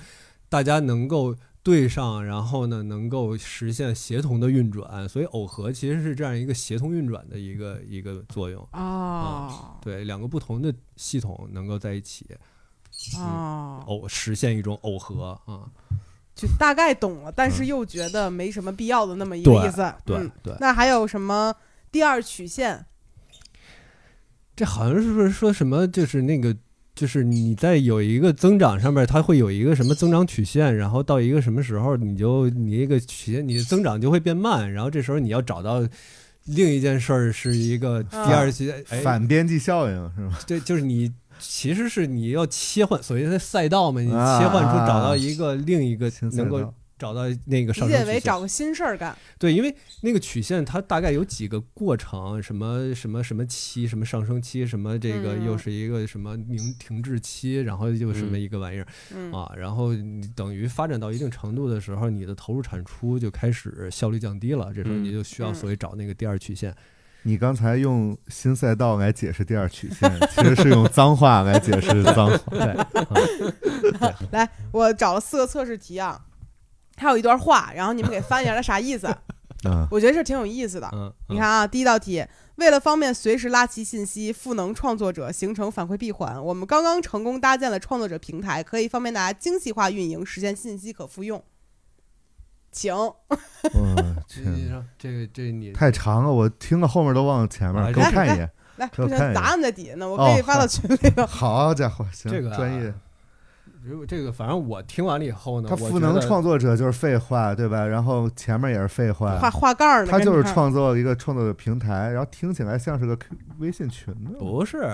[SPEAKER 4] 大家能够。对上，然后呢，能够实现协同的运转，所以耦合其实是这样一个协同运转的一个一个作用。
[SPEAKER 1] 哦
[SPEAKER 4] 对，两个不同的系统能够在一起嗯
[SPEAKER 1] 哦，
[SPEAKER 4] 耦实现一种耦合啊、
[SPEAKER 1] 就大概懂了，但是又觉得没什么必要的那么一个
[SPEAKER 4] 嗯对
[SPEAKER 1] 意思。
[SPEAKER 4] 对、
[SPEAKER 1] 嗯
[SPEAKER 4] 对。
[SPEAKER 1] 那还有什么第二曲线？
[SPEAKER 4] 这好像是不是说什么就是那个。就是你在有一个增长上面，它会有一个什么增长曲线，然后到一个什么时候，你就你这个曲线，你的增长就会变慢，然后这时候你要找到另一件事儿是一个
[SPEAKER 3] 啊
[SPEAKER 4] 第二期，哎，
[SPEAKER 3] 反边际效应是吧？
[SPEAKER 4] 对，就是你其实是你要切换，所谓的赛道嘛，你
[SPEAKER 3] 啊
[SPEAKER 4] 切换出找到一个另一个
[SPEAKER 3] 新赛
[SPEAKER 4] 能够
[SPEAKER 3] 道
[SPEAKER 4] 找到那个
[SPEAKER 1] 理
[SPEAKER 4] 上
[SPEAKER 1] 解
[SPEAKER 4] 升
[SPEAKER 1] 为
[SPEAKER 4] 曲线
[SPEAKER 1] 找。个新事儿干。
[SPEAKER 4] 对，因为那个曲线它大概有几个过程，什么什么什么期，什么上升期，什么这个
[SPEAKER 1] 嗯
[SPEAKER 4] 又是一个什么凝停滞期，然后又什么一个玩意儿、
[SPEAKER 1] 嗯，
[SPEAKER 4] 啊，然后你等于发展到一定程度的时候，你的投入产出就开始效率降低了，这时候你
[SPEAKER 2] 嗯
[SPEAKER 4] 就需要
[SPEAKER 1] 嗯
[SPEAKER 4] 所谓找那个第二曲线。
[SPEAKER 3] 你刚才用新赛道来解释第二曲线，其实是用脏话来解释脏话。
[SPEAKER 4] 对，
[SPEAKER 1] 来，我找了四个测试题啊，还有一段话，然后你们给翻译一下它啥意思。
[SPEAKER 3] 嗯，
[SPEAKER 1] 我觉得这挺有意思的。
[SPEAKER 4] 嗯，
[SPEAKER 1] 你看啊，第一道题，为了方便随时拉齐信息，赋能创作者，形成反馈闭环，我们刚刚成功搭建了创作者平台，可以方便大家精细化运营，实现信息可复用。请，
[SPEAKER 3] 我
[SPEAKER 4] 这
[SPEAKER 3] 天，
[SPEAKER 4] 这个这你
[SPEAKER 3] 太长了，我听了后面都忘了前面了，
[SPEAKER 4] 哎
[SPEAKER 3] 给我看一眼。
[SPEAKER 1] 来，
[SPEAKER 3] 这
[SPEAKER 1] 不行
[SPEAKER 3] 看一眼
[SPEAKER 1] 答案在底下呢，我可以
[SPEAKER 3] 哦
[SPEAKER 1] 发到群里头。
[SPEAKER 3] 好家伙，行，
[SPEAKER 4] 这个啊
[SPEAKER 3] 专业，
[SPEAKER 4] 如果这个，反正我听完了以后呢，
[SPEAKER 3] 他
[SPEAKER 4] 我觉
[SPEAKER 3] 赋能
[SPEAKER 4] 得
[SPEAKER 3] 创作者就是废话，对吧？然后前面也是废话，
[SPEAKER 1] 画画盖儿呢，
[SPEAKER 3] 他就是
[SPEAKER 1] 跟这儿
[SPEAKER 3] 创作一个创作的平台，然后听起来像是个 Q- 微信群呢。
[SPEAKER 4] 不是，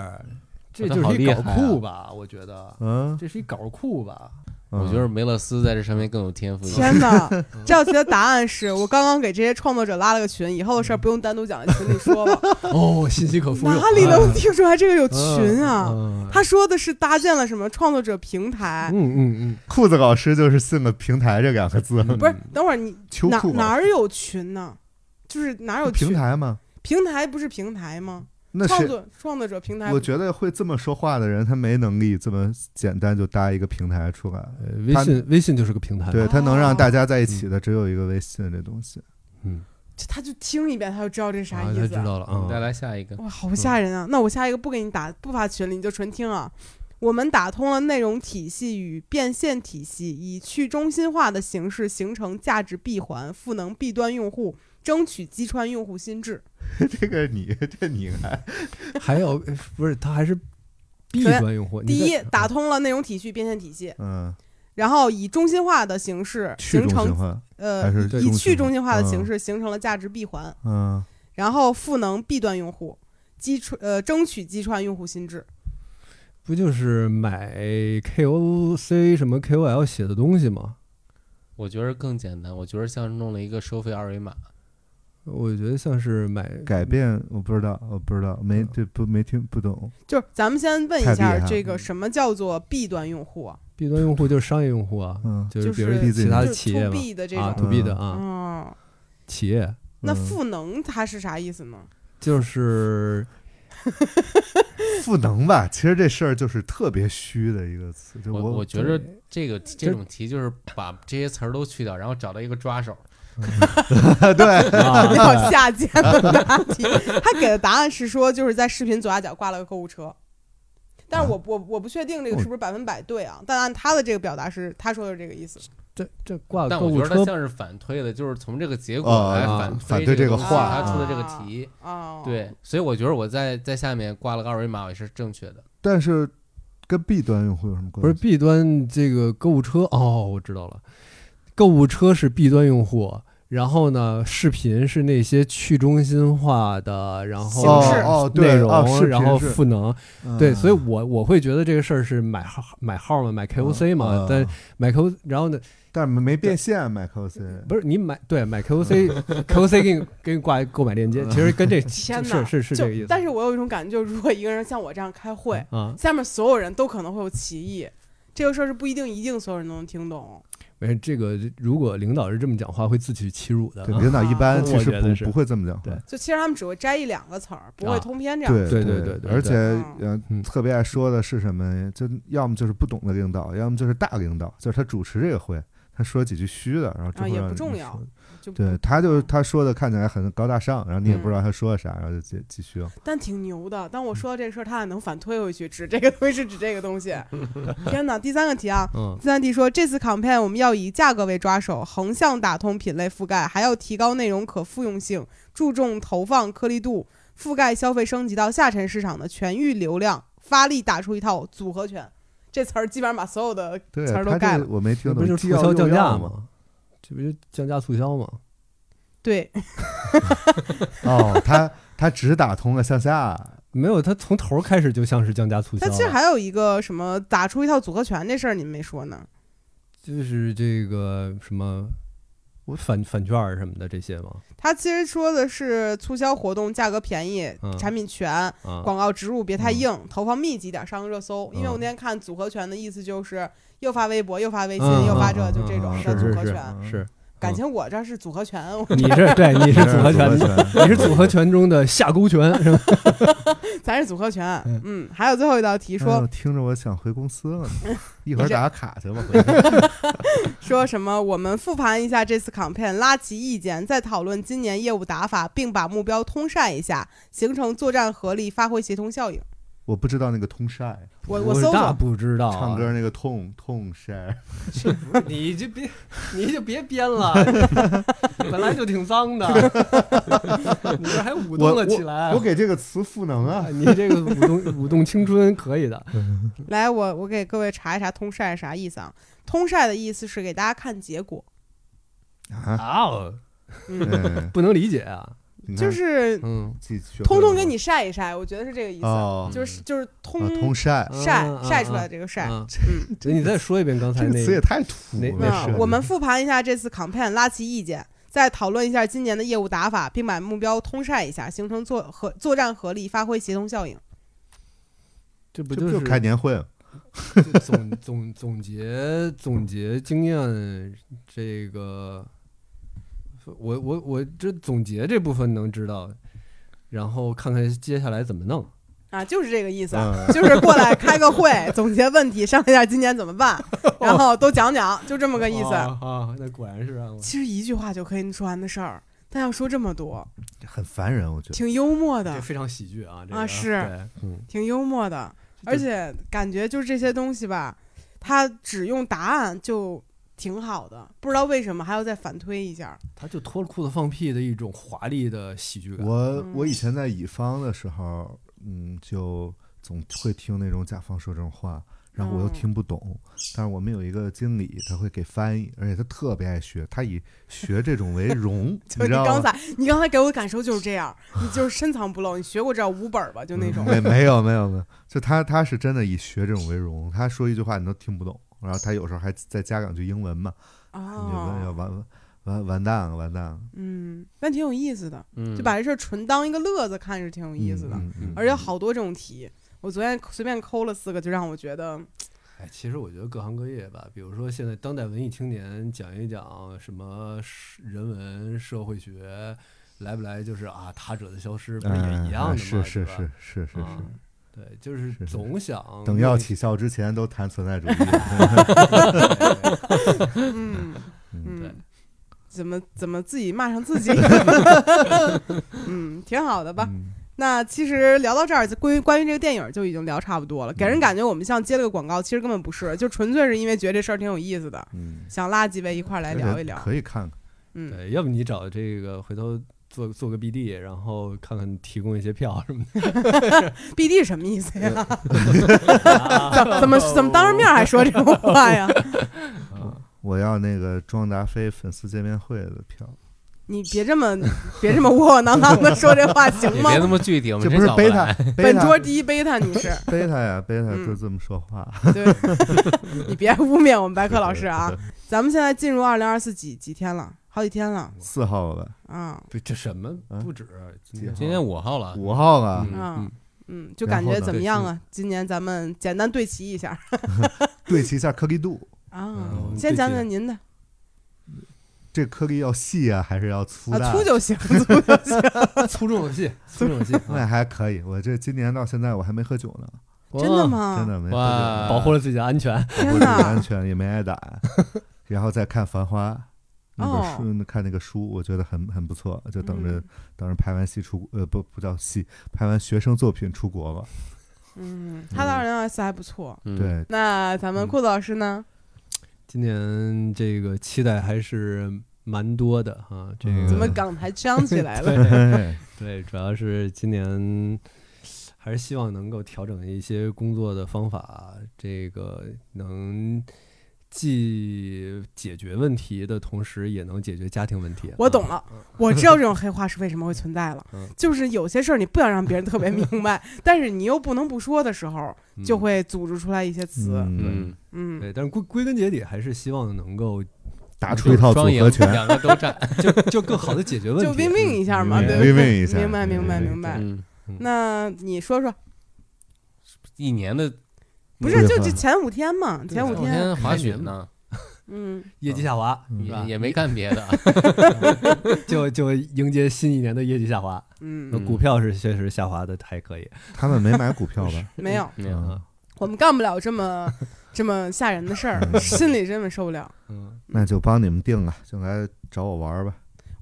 [SPEAKER 4] 这
[SPEAKER 2] 他
[SPEAKER 4] 就
[SPEAKER 2] 好
[SPEAKER 4] 是一
[SPEAKER 2] 厉
[SPEAKER 4] 搞
[SPEAKER 2] 害啊
[SPEAKER 4] 库吧？我觉得
[SPEAKER 3] 嗯，
[SPEAKER 4] 这是一搞库吧？
[SPEAKER 2] 我觉得梅勒斯在这上面更有天赋一点。嗯
[SPEAKER 1] 天 哪！这道题的答案是我刚刚给这些创作者拉了个群，以后的事
[SPEAKER 3] 嗯
[SPEAKER 1] 儿不用单独讲，在群里说了。
[SPEAKER 4] 哦，信息可复用，
[SPEAKER 1] 哪里能
[SPEAKER 4] 哎
[SPEAKER 1] 听出来这个有群啊？
[SPEAKER 4] 嗯
[SPEAKER 1] 他说的是搭建了什么创作者平台，
[SPEAKER 4] 嗯嗯
[SPEAKER 3] 裤子老师就是信了“平台”这两个字，
[SPEAKER 4] 嗯，
[SPEAKER 1] 不是？等会儿你
[SPEAKER 3] 秋
[SPEAKER 1] 哪
[SPEAKER 3] 裤
[SPEAKER 1] 哪
[SPEAKER 3] 吧
[SPEAKER 1] 儿有群呢？就是哪有群
[SPEAKER 3] 平？台吗？
[SPEAKER 1] 平台不是平台吗？
[SPEAKER 3] 那
[SPEAKER 1] 创
[SPEAKER 3] 是
[SPEAKER 1] 作创作者平台
[SPEAKER 3] 我，觉得会这么说话的人，他没能力这么简单就搭一个平台出来。
[SPEAKER 4] 呃微信微信就是个平台，
[SPEAKER 3] 对他能让大家在一起
[SPEAKER 4] 哦
[SPEAKER 3] 的只有一个微信这东西。
[SPEAKER 4] 嗯，
[SPEAKER 1] 就他就听一遍他就知道这是啥
[SPEAKER 4] 啊
[SPEAKER 1] 意
[SPEAKER 4] 他
[SPEAKER 1] 思
[SPEAKER 4] 知
[SPEAKER 1] 啊。
[SPEAKER 4] 道了
[SPEAKER 2] 我们再
[SPEAKER 4] 啊，
[SPEAKER 2] 来下一个，
[SPEAKER 1] 哇，好吓人啊！那我下一个不给你打，不发群里，你就纯听啊。我们打通了内容体系与变现体系，以去中心化的形式形成价值闭环，赋能弊端用户，争取击穿用户心智。
[SPEAKER 3] 这个你这你来，
[SPEAKER 4] 还有呃不是他还是 B
[SPEAKER 1] 首先
[SPEAKER 4] 端用户，你
[SPEAKER 1] 第一
[SPEAKER 4] 在，嗯
[SPEAKER 1] 打通了内容体系与变现体系，
[SPEAKER 3] 嗯，
[SPEAKER 1] 然后以中心化的形式
[SPEAKER 3] 去
[SPEAKER 1] 形
[SPEAKER 3] 中心
[SPEAKER 1] 成
[SPEAKER 3] 化还
[SPEAKER 1] 呃，
[SPEAKER 3] 是
[SPEAKER 4] 对
[SPEAKER 1] 以
[SPEAKER 3] 中心
[SPEAKER 1] 去中心化的
[SPEAKER 3] 嗯
[SPEAKER 1] 形式形成了价值闭环，
[SPEAKER 3] 嗯，
[SPEAKER 1] 然后赋能弊端用户，击穿呃争取击穿用户心智。
[SPEAKER 4] 不就是买 KOC 什么 KOL 写的东西吗？
[SPEAKER 2] 我觉得更简单，我觉得像弄了一个收费二维码，
[SPEAKER 4] 我觉得像是买
[SPEAKER 3] 改变我不知道，我不知道，没对不没听不懂。
[SPEAKER 1] 就是咱们先问一
[SPEAKER 3] 太厉害
[SPEAKER 1] 下
[SPEAKER 3] 了嗯
[SPEAKER 1] 这个什么叫做弊端用户啊？
[SPEAKER 4] B 端用户就是商业用户啊，
[SPEAKER 3] 嗯，
[SPEAKER 4] 就是比
[SPEAKER 1] 是
[SPEAKER 4] 如
[SPEAKER 3] 是
[SPEAKER 4] 其他
[SPEAKER 1] 就
[SPEAKER 4] 的
[SPEAKER 1] 是
[SPEAKER 4] 企业
[SPEAKER 1] to
[SPEAKER 4] 嘛
[SPEAKER 1] B 的这
[SPEAKER 4] 啊
[SPEAKER 1] 种。
[SPEAKER 4] ，to B 的啊，
[SPEAKER 1] 哦，
[SPEAKER 4] 企业
[SPEAKER 1] 那
[SPEAKER 3] 嗯
[SPEAKER 1] 赋能它是啥意思呢？
[SPEAKER 4] 就是
[SPEAKER 3] 赋能吧，其实这事儿就是特别虚的一个词。就
[SPEAKER 2] 我
[SPEAKER 3] 我
[SPEAKER 2] 我觉得这个这种题就是把这些词儿都去掉，然后找到一个抓手。
[SPEAKER 1] 比
[SPEAKER 4] 啊，
[SPEAKER 1] 较下贱的答题，他给的答案是说，就是在视频左下角挂了个购物车。但
[SPEAKER 4] 啊
[SPEAKER 1] 是我我我不确定
[SPEAKER 4] 哦
[SPEAKER 1] 这个是不是百分百对啊，但按他的这个表达是，他说的是这个意思。
[SPEAKER 4] 这这挂
[SPEAKER 2] 但
[SPEAKER 4] 购
[SPEAKER 2] 我觉
[SPEAKER 4] 物
[SPEAKER 2] 得它
[SPEAKER 4] 车
[SPEAKER 2] 像是反推的，就是从这个结果
[SPEAKER 3] 哦
[SPEAKER 2] 来
[SPEAKER 4] 啊
[SPEAKER 2] 反
[SPEAKER 3] 反
[SPEAKER 2] 推
[SPEAKER 3] 对这
[SPEAKER 2] 个
[SPEAKER 3] 个
[SPEAKER 2] 东西
[SPEAKER 3] 话
[SPEAKER 2] 他出的这个
[SPEAKER 1] 啊
[SPEAKER 2] 题。
[SPEAKER 1] 哦，
[SPEAKER 2] 对，所以我觉得我在在下面挂了个二维码也是正确的。
[SPEAKER 3] 但是跟 B 端用户有什么关系？
[SPEAKER 4] 不是 B 端这个购物车哦，我知道了，购物车是 B 端用户，然后呢，视频是那些去中心化的，然后
[SPEAKER 1] 形式
[SPEAKER 3] 哦哦对
[SPEAKER 4] 内
[SPEAKER 3] 哦视
[SPEAKER 4] 容，
[SPEAKER 3] 频
[SPEAKER 4] 然后
[SPEAKER 3] 是
[SPEAKER 4] 赋能，
[SPEAKER 3] 嗯，
[SPEAKER 4] 对，所以我我会觉得这个事儿是买号买号嘛，买 KOC 嘛
[SPEAKER 3] 嗯，
[SPEAKER 4] 但买 K，o 然后呢，
[SPEAKER 3] 但没没变现买 cos，
[SPEAKER 4] 不是你买对买 KOC，KOC 给你 给你挂购买链接，
[SPEAKER 3] 嗯
[SPEAKER 4] 其实跟 这
[SPEAKER 1] 天哪，
[SPEAKER 4] 是是是这个意思，
[SPEAKER 1] 就
[SPEAKER 4] 嗯
[SPEAKER 1] 但是我有一种感觉，就是如果一个人像我这样开会，
[SPEAKER 4] 啊，
[SPEAKER 1] 下面所有人都可能会有歧义，这个事儿是不一定一定所有人都能听懂。
[SPEAKER 4] 没事，这个如果领导是这么讲话，会自取其辱的啊，
[SPEAKER 3] 对领导一般其实
[SPEAKER 4] 我觉得
[SPEAKER 3] 不
[SPEAKER 4] 是
[SPEAKER 3] 不会这么讲话。
[SPEAKER 4] 对
[SPEAKER 1] 就其实他们只会摘一两个词儿，不
[SPEAKER 4] 啊
[SPEAKER 1] 会通篇这样。
[SPEAKER 3] 对
[SPEAKER 4] 对对
[SPEAKER 3] 对
[SPEAKER 4] 对对
[SPEAKER 3] 而且
[SPEAKER 1] 对
[SPEAKER 3] 呃
[SPEAKER 4] 嗯，
[SPEAKER 3] 特别爱说的是什么？就要么就是不懂的领导，要么就是大领导，就是他主持这个会，他说几句虚的，然后这
[SPEAKER 1] 啊，
[SPEAKER 3] 会
[SPEAKER 1] 也
[SPEAKER 3] 让
[SPEAKER 1] 不
[SPEAKER 3] 你
[SPEAKER 1] 重要，嗯就不
[SPEAKER 3] 对，他就是他说的看起来很高大上，然后
[SPEAKER 1] 嗯
[SPEAKER 3] 你也不知道他说的啥，然后就继继续了。
[SPEAKER 1] 但挺牛的。但我说到这个事儿，他还能反推回去，指这个东西是指这个东西。天哪！第三个题啊，
[SPEAKER 4] 嗯，
[SPEAKER 1] 第三题说这次 campaign 我们要以价格为抓手，横向打通品类覆盖，还要提高内容可复用性，注重投放颗粒度，覆盖消费升级到下沉市场的全域流量，发力打出一套组合拳。这词儿基本上把所有的
[SPEAKER 3] 对，
[SPEAKER 1] 词儿都
[SPEAKER 3] 他
[SPEAKER 1] 盖
[SPEAKER 3] 这
[SPEAKER 1] 了
[SPEAKER 3] 个我没听
[SPEAKER 4] 这不
[SPEAKER 3] 懂，
[SPEAKER 4] 就是
[SPEAKER 3] 既
[SPEAKER 4] 促
[SPEAKER 3] 要
[SPEAKER 4] 销降价
[SPEAKER 3] 又要？
[SPEAKER 4] 吗？这不就降价促销吗？
[SPEAKER 1] 对
[SPEAKER 3] 哦，他他只打通了向下，
[SPEAKER 4] 没有，它从头开始就像是降价促销
[SPEAKER 1] 但
[SPEAKER 4] 啊。
[SPEAKER 1] 其实还有一个什么打出一套组合拳这事儿，你们没说呢？
[SPEAKER 4] 就是这个什么，我返返券儿什么的这些嘛，
[SPEAKER 1] 他其实说的是促销活动价格便宜，
[SPEAKER 4] 嗯
[SPEAKER 1] 产品全，
[SPEAKER 4] 啊，
[SPEAKER 1] 广告植入别太
[SPEAKER 4] 嗯
[SPEAKER 1] 硬，投放密集点，上个热搜。因为
[SPEAKER 4] 嗯
[SPEAKER 1] 我那天看组合拳的意思就是又发微博，又发微信，
[SPEAKER 4] 嗯
[SPEAKER 1] 又发
[SPEAKER 3] 啊
[SPEAKER 4] 嗯
[SPEAKER 1] 这，
[SPEAKER 4] 嗯
[SPEAKER 1] 就这种
[SPEAKER 4] 嗯
[SPEAKER 1] 叫
[SPEAKER 4] 是
[SPEAKER 1] 组
[SPEAKER 4] 是
[SPEAKER 1] 合
[SPEAKER 4] 是
[SPEAKER 1] 拳。
[SPEAKER 4] 是，
[SPEAKER 1] 感情我这 是组合拳，我
[SPEAKER 4] 你是对，你是组合拳，
[SPEAKER 3] 你是合
[SPEAKER 4] 你是组合拳中的下勾拳， 是吧？
[SPEAKER 1] 咱是组合拳
[SPEAKER 4] 嗯。
[SPEAKER 1] 嗯，还有最后一道题
[SPEAKER 3] 哎
[SPEAKER 1] 说
[SPEAKER 3] 呦听着我想回公司了呢，一会儿
[SPEAKER 1] 你这
[SPEAKER 3] 打卡去吧， 回去。
[SPEAKER 1] 说什么？我们复盘一下这次 campaign，拉齐意见，再讨论今年业务打法，并把目标通晒一下，形成作战合力，发挥协同效应。
[SPEAKER 3] 我不知道那个通晒，
[SPEAKER 1] 我
[SPEAKER 4] 我
[SPEAKER 1] 搜
[SPEAKER 4] 那
[SPEAKER 1] 索，
[SPEAKER 4] 不知道啊
[SPEAKER 3] 唱歌那 个痛痛晒，
[SPEAKER 4] 你就别，你就别编了， 本来就挺脏 的，你这还舞动了起
[SPEAKER 1] 啊
[SPEAKER 4] 来
[SPEAKER 3] 我。给这个词赋能啊
[SPEAKER 4] 啊！你这个舞动舞动青春可以的，
[SPEAKER 1] 来，我我给各位查一查通晒是啥意思啊？通晒的意思是给大家看结果，
[SPEAKER 3] 啊！
[SPEAKER 4] 啊哦，
[SPEAKER 1] 嗯，
[SPEAKER 3] 哎
[SPEAKER 4] 不能理解啊。
[SPEAKER 3] 你看
[SPEAKER 1] 就是
[SPEAKER 4] 嗯，
[SPEAKER 3] 自己学会了
[SPEAKER 1] 通通给
[SPEAKER 3] 吗
[SPEAKER 1] 你晒一晒，我觉得是这个意思，
[SPEAKER 3] 哦，
[SPEAKER 1] 就是就是
[SPEAKER 3] 啊
[SPEAKER 1] 通
[SPEAKER 3] 通晒，
[SPEAKER 1] 晒
[SPEAKER 4] 嗯
[SPEAKER 1] 晒出来这个晒。
[SPEAKER 4] 嗯
[SPEAKER 1] 嗯，
[SPEAKER 4] 嗯你再说一遍刚才
[SPEAKER 3] 这个
[SPEAKER 4] 那
[SPEAKER 3] 词也太土
[SPEAKER 4] 那
[SPEAKER 3] 了
[SPEAKER 4] 那
[SPEAKER 3] 是
[SPEAKER 1] 那
[SPEAKER 3] 的。
[SPEAKER 1] 我们复盘一下这次 campaign，拉齐意见，再讨论一下今年的业务打法，并把目标通晒一下，形成作合作战合力，发挥协同效应。
[SPEAKER 4] 这不
[SPEAKER 3] 这
[SPEAKER 4] 就
[SPEAKER 3] 不
[SPEAKER 4] 是
[SPEAKER 3] 就开年会吗？
[SPEAKER 4] 就总总总结总结经验，这个我我我这总结这部分能知道，然后看看接下来怎么弄。
[SPEAKER 1] 啊，就是这个意思，
[SPEAKER 3] 嗯
[SPEAKER 1] 就是过来开个会，总结问题，商量一下今年怎么 办，然后都讲讲，就这么个意思。
[SPEAKER 3] 哦
[SPEAKER 4] 啊啊，那果然是让我
[SPEAKER 1] 其实一句话就可以说完的事儿，但要说这么多，
[SPEAKER 3] 很烦人，我觉得。
[SPEAKER 1] 挺幽默的
[SPEAKER 4] 这，非常喜剧啊！这个、
[SPEAKER 1] 啊是
[SPEAKER 4] 对，嗯，
[SPEAKER 1] 挺幽默的，
[SPEAKER 4] 就
[SPEAKER 1] 而且感觉就是这些东西吧，它只用答案就挺好的，不知道为什么还要再反推一 下。
[SPEAKER 4] 他就脱了裤子放屁的一种华丽的喜剧感。
[SPEAKER 3] 我
[SPEAKER 1] 嗯
[SPEAKER 3] 我以前在乙方的时候，嗯，就总会听那种甲方说这种话，然后我又
[SPEAKER 1] 嗯
[SPEAKER 3] 听不懂。但是我们有一个经理，他会给翻译，而且他特别爱学，他以学这种为 荣，你
[SPEAKER 1] 就是
[SPEAKER 3] 知
[SPEAKER 1] 你
[SPEAKER 3] 道
[SPEAKER 1] 刚
[SPEAKER 3] 吗？
[SPEAKER 1] 才，你刚才给我的感受就是这样，你就是深藏不露。你学过这五本儿吧？就那种
[SPEAKER 3] 嗯。没没有没有没有，就他他是真的以学这种为荣，他说一句话你都听不懂，然后他有时候还再加两句英文嘛，你就问要
[SPEAKER 1] 哦，
[SPEAKER 3] 完完完完蛋了完蛋了，
[SPEAKER 1] 嗯，但挺有意思的，
[SPEAKER 2] 嗯，
[SPEAKER 1] 就把这事儿纯当一个乐子看是挺有意思的。
[SPEAKER 3] 嗯嗯 嗯
[SPEAKER 1] 而且好多这种题，我昨天随便抠了四个，就让我觉得
[SPEAKER 4] 哎，其实我觉得各行各业吧，比如说现在当代文艺青年讲一讲什么是人文社会学，来不来就是啊，他者的消失不是也一样的吗？
[SPEAKER 3] 嗯是
[SPEAKER 4] 对
[SPEAKER 3] 是
[SPEAKER 4] 吧
[SPEAKER 3] 是是是是，
[SPEAKER 4] 啊对，就是
[SPEAKER 3] 是是
[SPEAKER 4] 总想
[SPEAKER 3] 等
[SPEAKER 4] 用
[SPEAKER 3] 要
[SPEAKER 4] 一
[SPEAKER 3] 起效之前都谈存在主义。
[SPEAKER 4] 对
[SPEAKER 1] 嗯
[SPEAKER 4] 对
[SPEAKER 1] 嗯，怎么怎么自己骂上自己，嗯，挺好的吧？
[SPEAKER 3] 嗯
[SPEAKER 1] 那其实聊到这儿，关于关于这个电影就已经聊差不多了，给人感觉我们像接了个广告，其实根本不是，就纯粹是因为觉得这事儿挺有意思的，
[SPEAKER 3] 嗯，
[SPEAKER 1] 想拉几位一块儿来聊一聊。
[SPEAKER 3] 可以看看。
[SPEAKER 1] 嗯，
[SPEAKER 4] 对，要不你找这个回头做做个 BD，然后看看提供一些票什么的。
[SPEAKER 1] B D 什么意思呀？怎怎么怎么当着面还说这种话呀？
[SPEAKER 3] 我要那个庄达菲粉丝见面会的票，
[SPEAKER 1] 你别这么别这么窝窝囊囊的说这话行
[SPEAKER 2] 也
[SPEAKER 1] 吗
[SPEAKER 2] 别？那么具体，我
[SPEAKER 3] 这
[SPEAKER 2] 们
[SPEAKER 3] 不
[SPEAKER 2] 真
[SPEAKER 3] 是
[SPEAKER 2] 找
[SPEAKER 3] 贝
[SPEAKER 2] 来
[SPEAKER 3] 塔贝
[SPEAKER 1] 本桌
[SPEAKER 3] 塔
[SPEAKER 1] 第一贝塔，你是
[SPEAKER 3] 贝塔呀，贝塔
[SPEAKER 1] 嗯
[SPEAKER 3] 就这么 说话。
[SPEAKER 1] 对，你别污蔑我们白客老师啊！咱们现在进入二零二四几几天了，好几天了
[SPEAKER 3] 四号了吧，
[SPEAKER 1] 啊，
[SPEAKER 4] 不，这什么
[SPEAKER 3] 啊
[SPEAKER 4] 不止？今
[SPEAKER 3] 几
[SPEAKER 4] 天
[SPEAKER 3] 号
[SPEAKER 2] 今天五号了，
[SPEAKER 3] 五号了，
[SPEAKER 1] 啊
[SPEAKER 2] 嗯，
[SPEAKER 1] 嗯，就
[SPEAKER 3] 然
[SPEAKER 1] 感
[SPEAKER 3] 后
[SPEAKER 1] 觉
[SPEAKER 3] 呢
[SPEAKER 1] 怎么样啊？今年咱们简单对齐一下
[SPEAKER 3] 对齐一下颗粒度，
[SPEAKER 1] 啊
[SPEAKER 4] 嗯，
[SPEAKER 1] 先
[SPEAKER 4] 对
[SPEAKER 1] 讲
[SPEAKER 4] 齐
[SPEAKER 1] 讲您的啊，
[SPEAKER 3] 这颗粒要细啊，还是要粗大？
[SPEAKER 1] 粗就行，粗就行。
[SPEAKER 4] 嗯粗重有 细，粗重有细，
[SPEAKER 3] 那啊还可以，我这今年到现在我还没喝酒呢，
[SPEAKER 1] 真的
[SPEAKER 4] 吗？
[SPEAKER 1] 吗？
[SPEAKER 3] 真的没喝酒，
[SPEAKER 2] 哇，
[SPEAKER 4] 保护了自己的安全。
[SPEAKER 1] 嗯天
[SPEAKER 3] 我
[SPEAKER 1] 哪
[SPEAKER 3] 安全也没挨打， 然后再看《繁花》那
[SPEAKER 1] 哦
[SPEAKER 3] 本书，看那个书，我觉得很很不错，就等着
[SPEAKER 1] 嗯
[SPEAKER 3] 等着拍完戏出呃不不叫戏，拍完学生作品出国了。
[SPEAKER 1] 嗯，嗯他的二零二四还不错。
[SPEAKER 2] 嗯，
[SPEAKER 3] 对，
[SPEAKER 1] 那咱们
[SPEAKER 4] 嗯
[SPEAKER 1] 顾老师呢？
[SPEAKER 4] 今年这个期待还是蛮多的啊，这个
[SPEAKER 3] 嗯
[SPEAKER 1] 怎么刚才张起来了？
[SPEAKER 4] 对
[SPEAKER 3] 哎
[SPEAKER 4] 对，主要是今年还是希望能够调整一些工作的方法，这个能既解决问题的同时，也能解决家庭问题。
[SPEAKER 1] 我懂了
[SPEAKER 4] 嗯，
[SPEAKER 1] 我知道这种黑话是为什么会存在了
[SPEAKER 4] 嗯，
[SPEAKER 1] 就是有些事儿你不想让别人特别明白， 但是你又不能不说的时候，
[SPEAKER 4] 嗯
[SPEAKER 1] 就会组织出来一些词。
[SPEAKER 3] 嗯，
[SPEAKER 2] 嗯，
[SPEAKER 1] 嗯，
[SPEAKER 4] 对，但是归归根结底，还是希望能够
[SPEAKER 3] 打出一套组
[SPEAKER 2] 双赢
[SPEAKER 3] 合拳，
[SPEAKER 2] 两个都 占，
[SPEAKER 4] 就就更好的解决问题。
[SPEAKER 1] 就 win win 一下嘛，
[SPEAKER 4] 嗯
[SPEAKER 1] 对不
[SPEAKER 3] 微
[SPEAKER 1] 对？
[SPEAKER 3] 微一下，
[SPEAKER 1] 明白，明白，
[SPEAKER 3] 嗯
[SPEAKER 1] 明白。
[SPEAKER 2] 嗯，
[SPEAKER 1] 那你说说，
[SPEAKER 2] 一年的
[SPEAKER 1] 不
[SPEAKER 3] 不
[SPEAKER 1] 是
[SPEAKER 3] 是
[SPEAKER 1] 就
[SPEAKER 3] 很
[SPEAKER 1] 这前五天嘛？前五
[SPEAKER 4] 昨
[SPEAKER 2] 昨
[SPEAKER 1] 天
[SPEAKER 2] 天滑雪呢，
[SPEAKER 1] 嗯，
[SPEAKER 4] 业绩下滑，
[SPEAKER 3] 嗯
[SPEAKER 4] 是吧
[SPEAKER 2] 也也没干别的，啊
[SPEAKER 4] 就就迎接新一年的业绩下滑。
[SPEAKER 1] 嗯，
[SPEAKER 4] 股票是确实下滑的还可以，
[SPEAKER 3] 他们没买股票吧？
[SPEAKER 1] 没有，
[SPEAKER 2] 没有
[SPEAKER 3] 嗯
[SPEAKER 1] 我们干不了这么这么吓人的事儿，心里真的受不了。
[SPEAKER 4] 嗯，
[SPEAKER 3] 那就帮你们定啊，就来找我玩儿吧。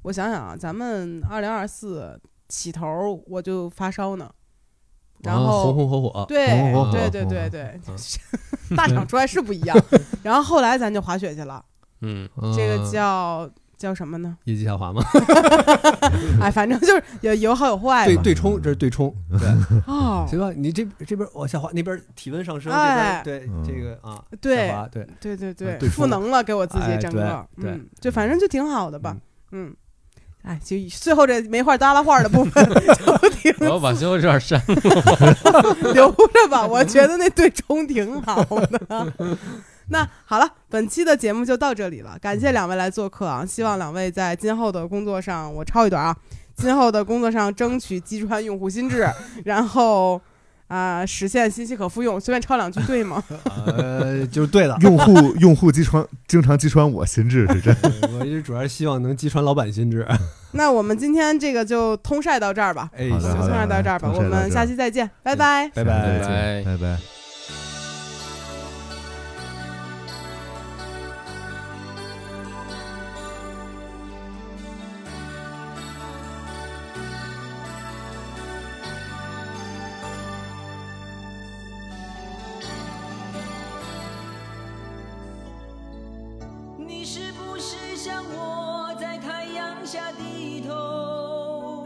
[SPEAKER 1] 我想想啊，咱们二零二四起头我就发烧呢，然
[SPEAKER 4] 啊
[SPEAKER 1] 后
[SPEAKER 4] 红红火火，啊
[SPEAKER 1] 对
[SPEAKER 3] 红红火
[SPEAKER 1] 对
[SPEAKER 3] 火
[SPEAKER 1] 对
[SPEAKER 3] 红
[SPEAKER 1] 对
[SPEAKER 3] 红
[SPEAKER 1] 对，大厂出来是不一样。然后后来咱就滑雪去了，
[SPEAKER 2] 嗯，
[SPEAKER 1] 这个
[SPEAKER 4] 嗯
[SPEAKER 1] 叫叫什么呢？
[SPEAKER 4] 业绩下滑嘛，
[SPEAKER 1] 哎，反正就是有有好有坏
[SPEAKER 4] 对
[SPEAKER 1] 吧。
[SPEAKER 4] 对冲，这是对冲，对，
[SPEAKER 1] 哦，
[SPEAKER 4] 行吧，你这这边往下滑，那边体温上升，
[SPEAKER 1] 哎
[SPEAKER 4] 这边对
[SPEAKER 3] 嗯，
[SPEAKER 4] 这个啊，
[SPEAKER 1] 对
[SPEAKER 4] 下滑 对，
[SPEAKER 1] 对对对，
[SPEAKER 4] 啊对
[SPEAKER 1] 赋
[SPEAKER 4] 冲
[SPEAKER 1] 能了给我自己
[SPEAKER 4] 哎
[SPEAKER 1] 整
[SPEAKER 4] 对
[SPEAKER 1] 个，
[SPEAKER 4] 对
[SPEAKER 1] 嗯，就反正就挺好的吧，嗯。哎，就最后这没话搭拉话的部分 就挺
[SPEAKER 2] 我要把最后这段删了。
[SPEAKER 1] 留着 吧，我觉得那对冲挺好的。那好了，本期的节目就到这里了，感谢两位来做客啊！希望两位在今后的工作上，我抄一段啊，今后的工作上争取击穿用户心 智，然后啊、实现信息可复用。随便抄两句对 吗？
[SPEAKER 4] 呃，就是 对的
[SPEAKER 3] 用户用户击穿，经常击穿我心智是真。
[SPEAKER 4] 我就主要是希望能击穿老板心智，
[SPEAKER 1] 那我们今天这个就通晒到这儿吧，
[SPEAKER 4] 哎，
[SPEAKER 3] 好
[SPEAKER 1] 就
[SPEAKER 3] 的
[SPEAKER 1] 通
[SPEAKER 3] 好的
[SPEAKER 1] 晒到这儿吧，
[SPEAKER 3] 通晒
[SPEAKER 1] 我
[SPEAKER 3] 到
[SPEAKER 1] 们
[SPEAKER 3] 这儿
[SPEAKER 1] 下期再见，拜拜。
[SPEAKER 4] 拜拜
[SPEAKER 3] 下次。再见拜拜。
[SPEAKER 5] 你是不是像我在太阳下低头，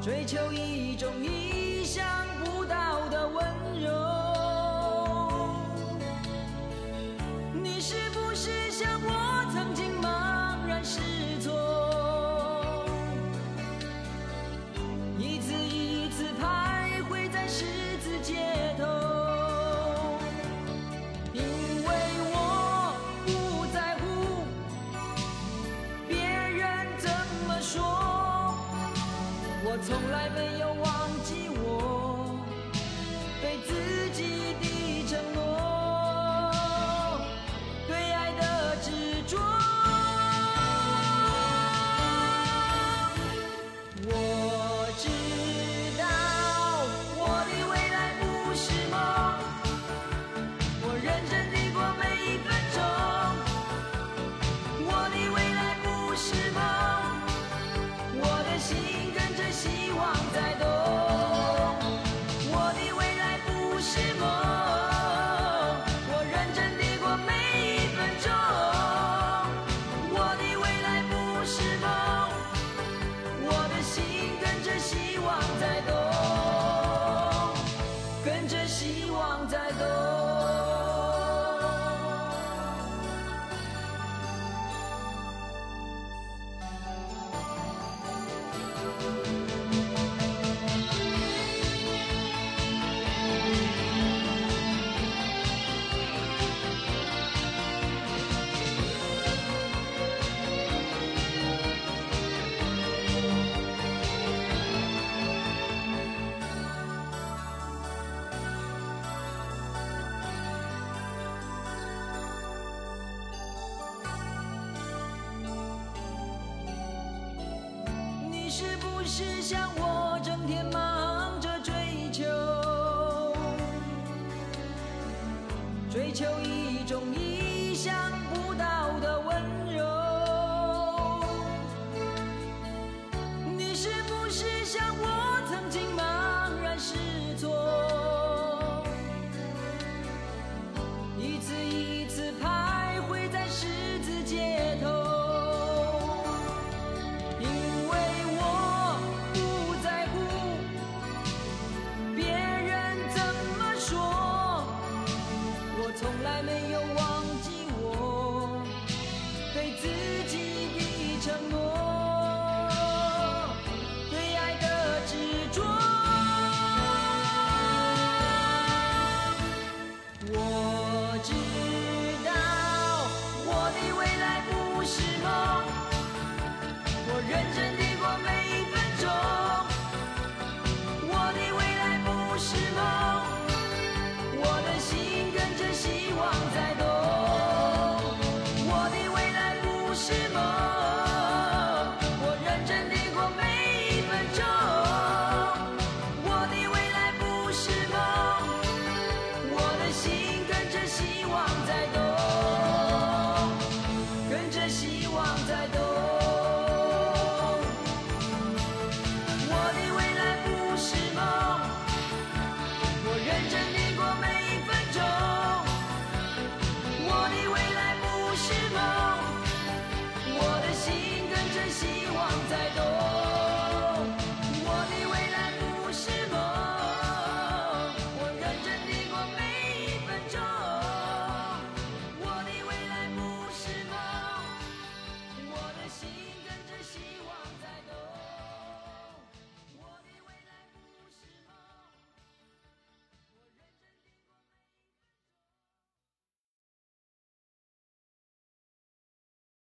[SPEAKER 5] 追求一种意想不到的温柔？你是不是像我曾经茫然失措，一次一次徘徊在十字街头？因为我不在乎别人怎么说，我从来没有忘记我对自己的承诺，对爱的执着。我知道我的未来不是梦。我认真地过每一分钟，我的未来不是梦，我的心跟着希望在动。我的未来不是梦，我认真地过每一分钟，我的未来不是梦，我的心跟着希望在动。跟着希望在动。你是不是像我整天忙着追求，追求一种意想不到的温柔？你是不是像我曾经茫然失措，一次一次徘徊在十字街头？因为我不在乎别人怎么说，我从来没有着希望在动。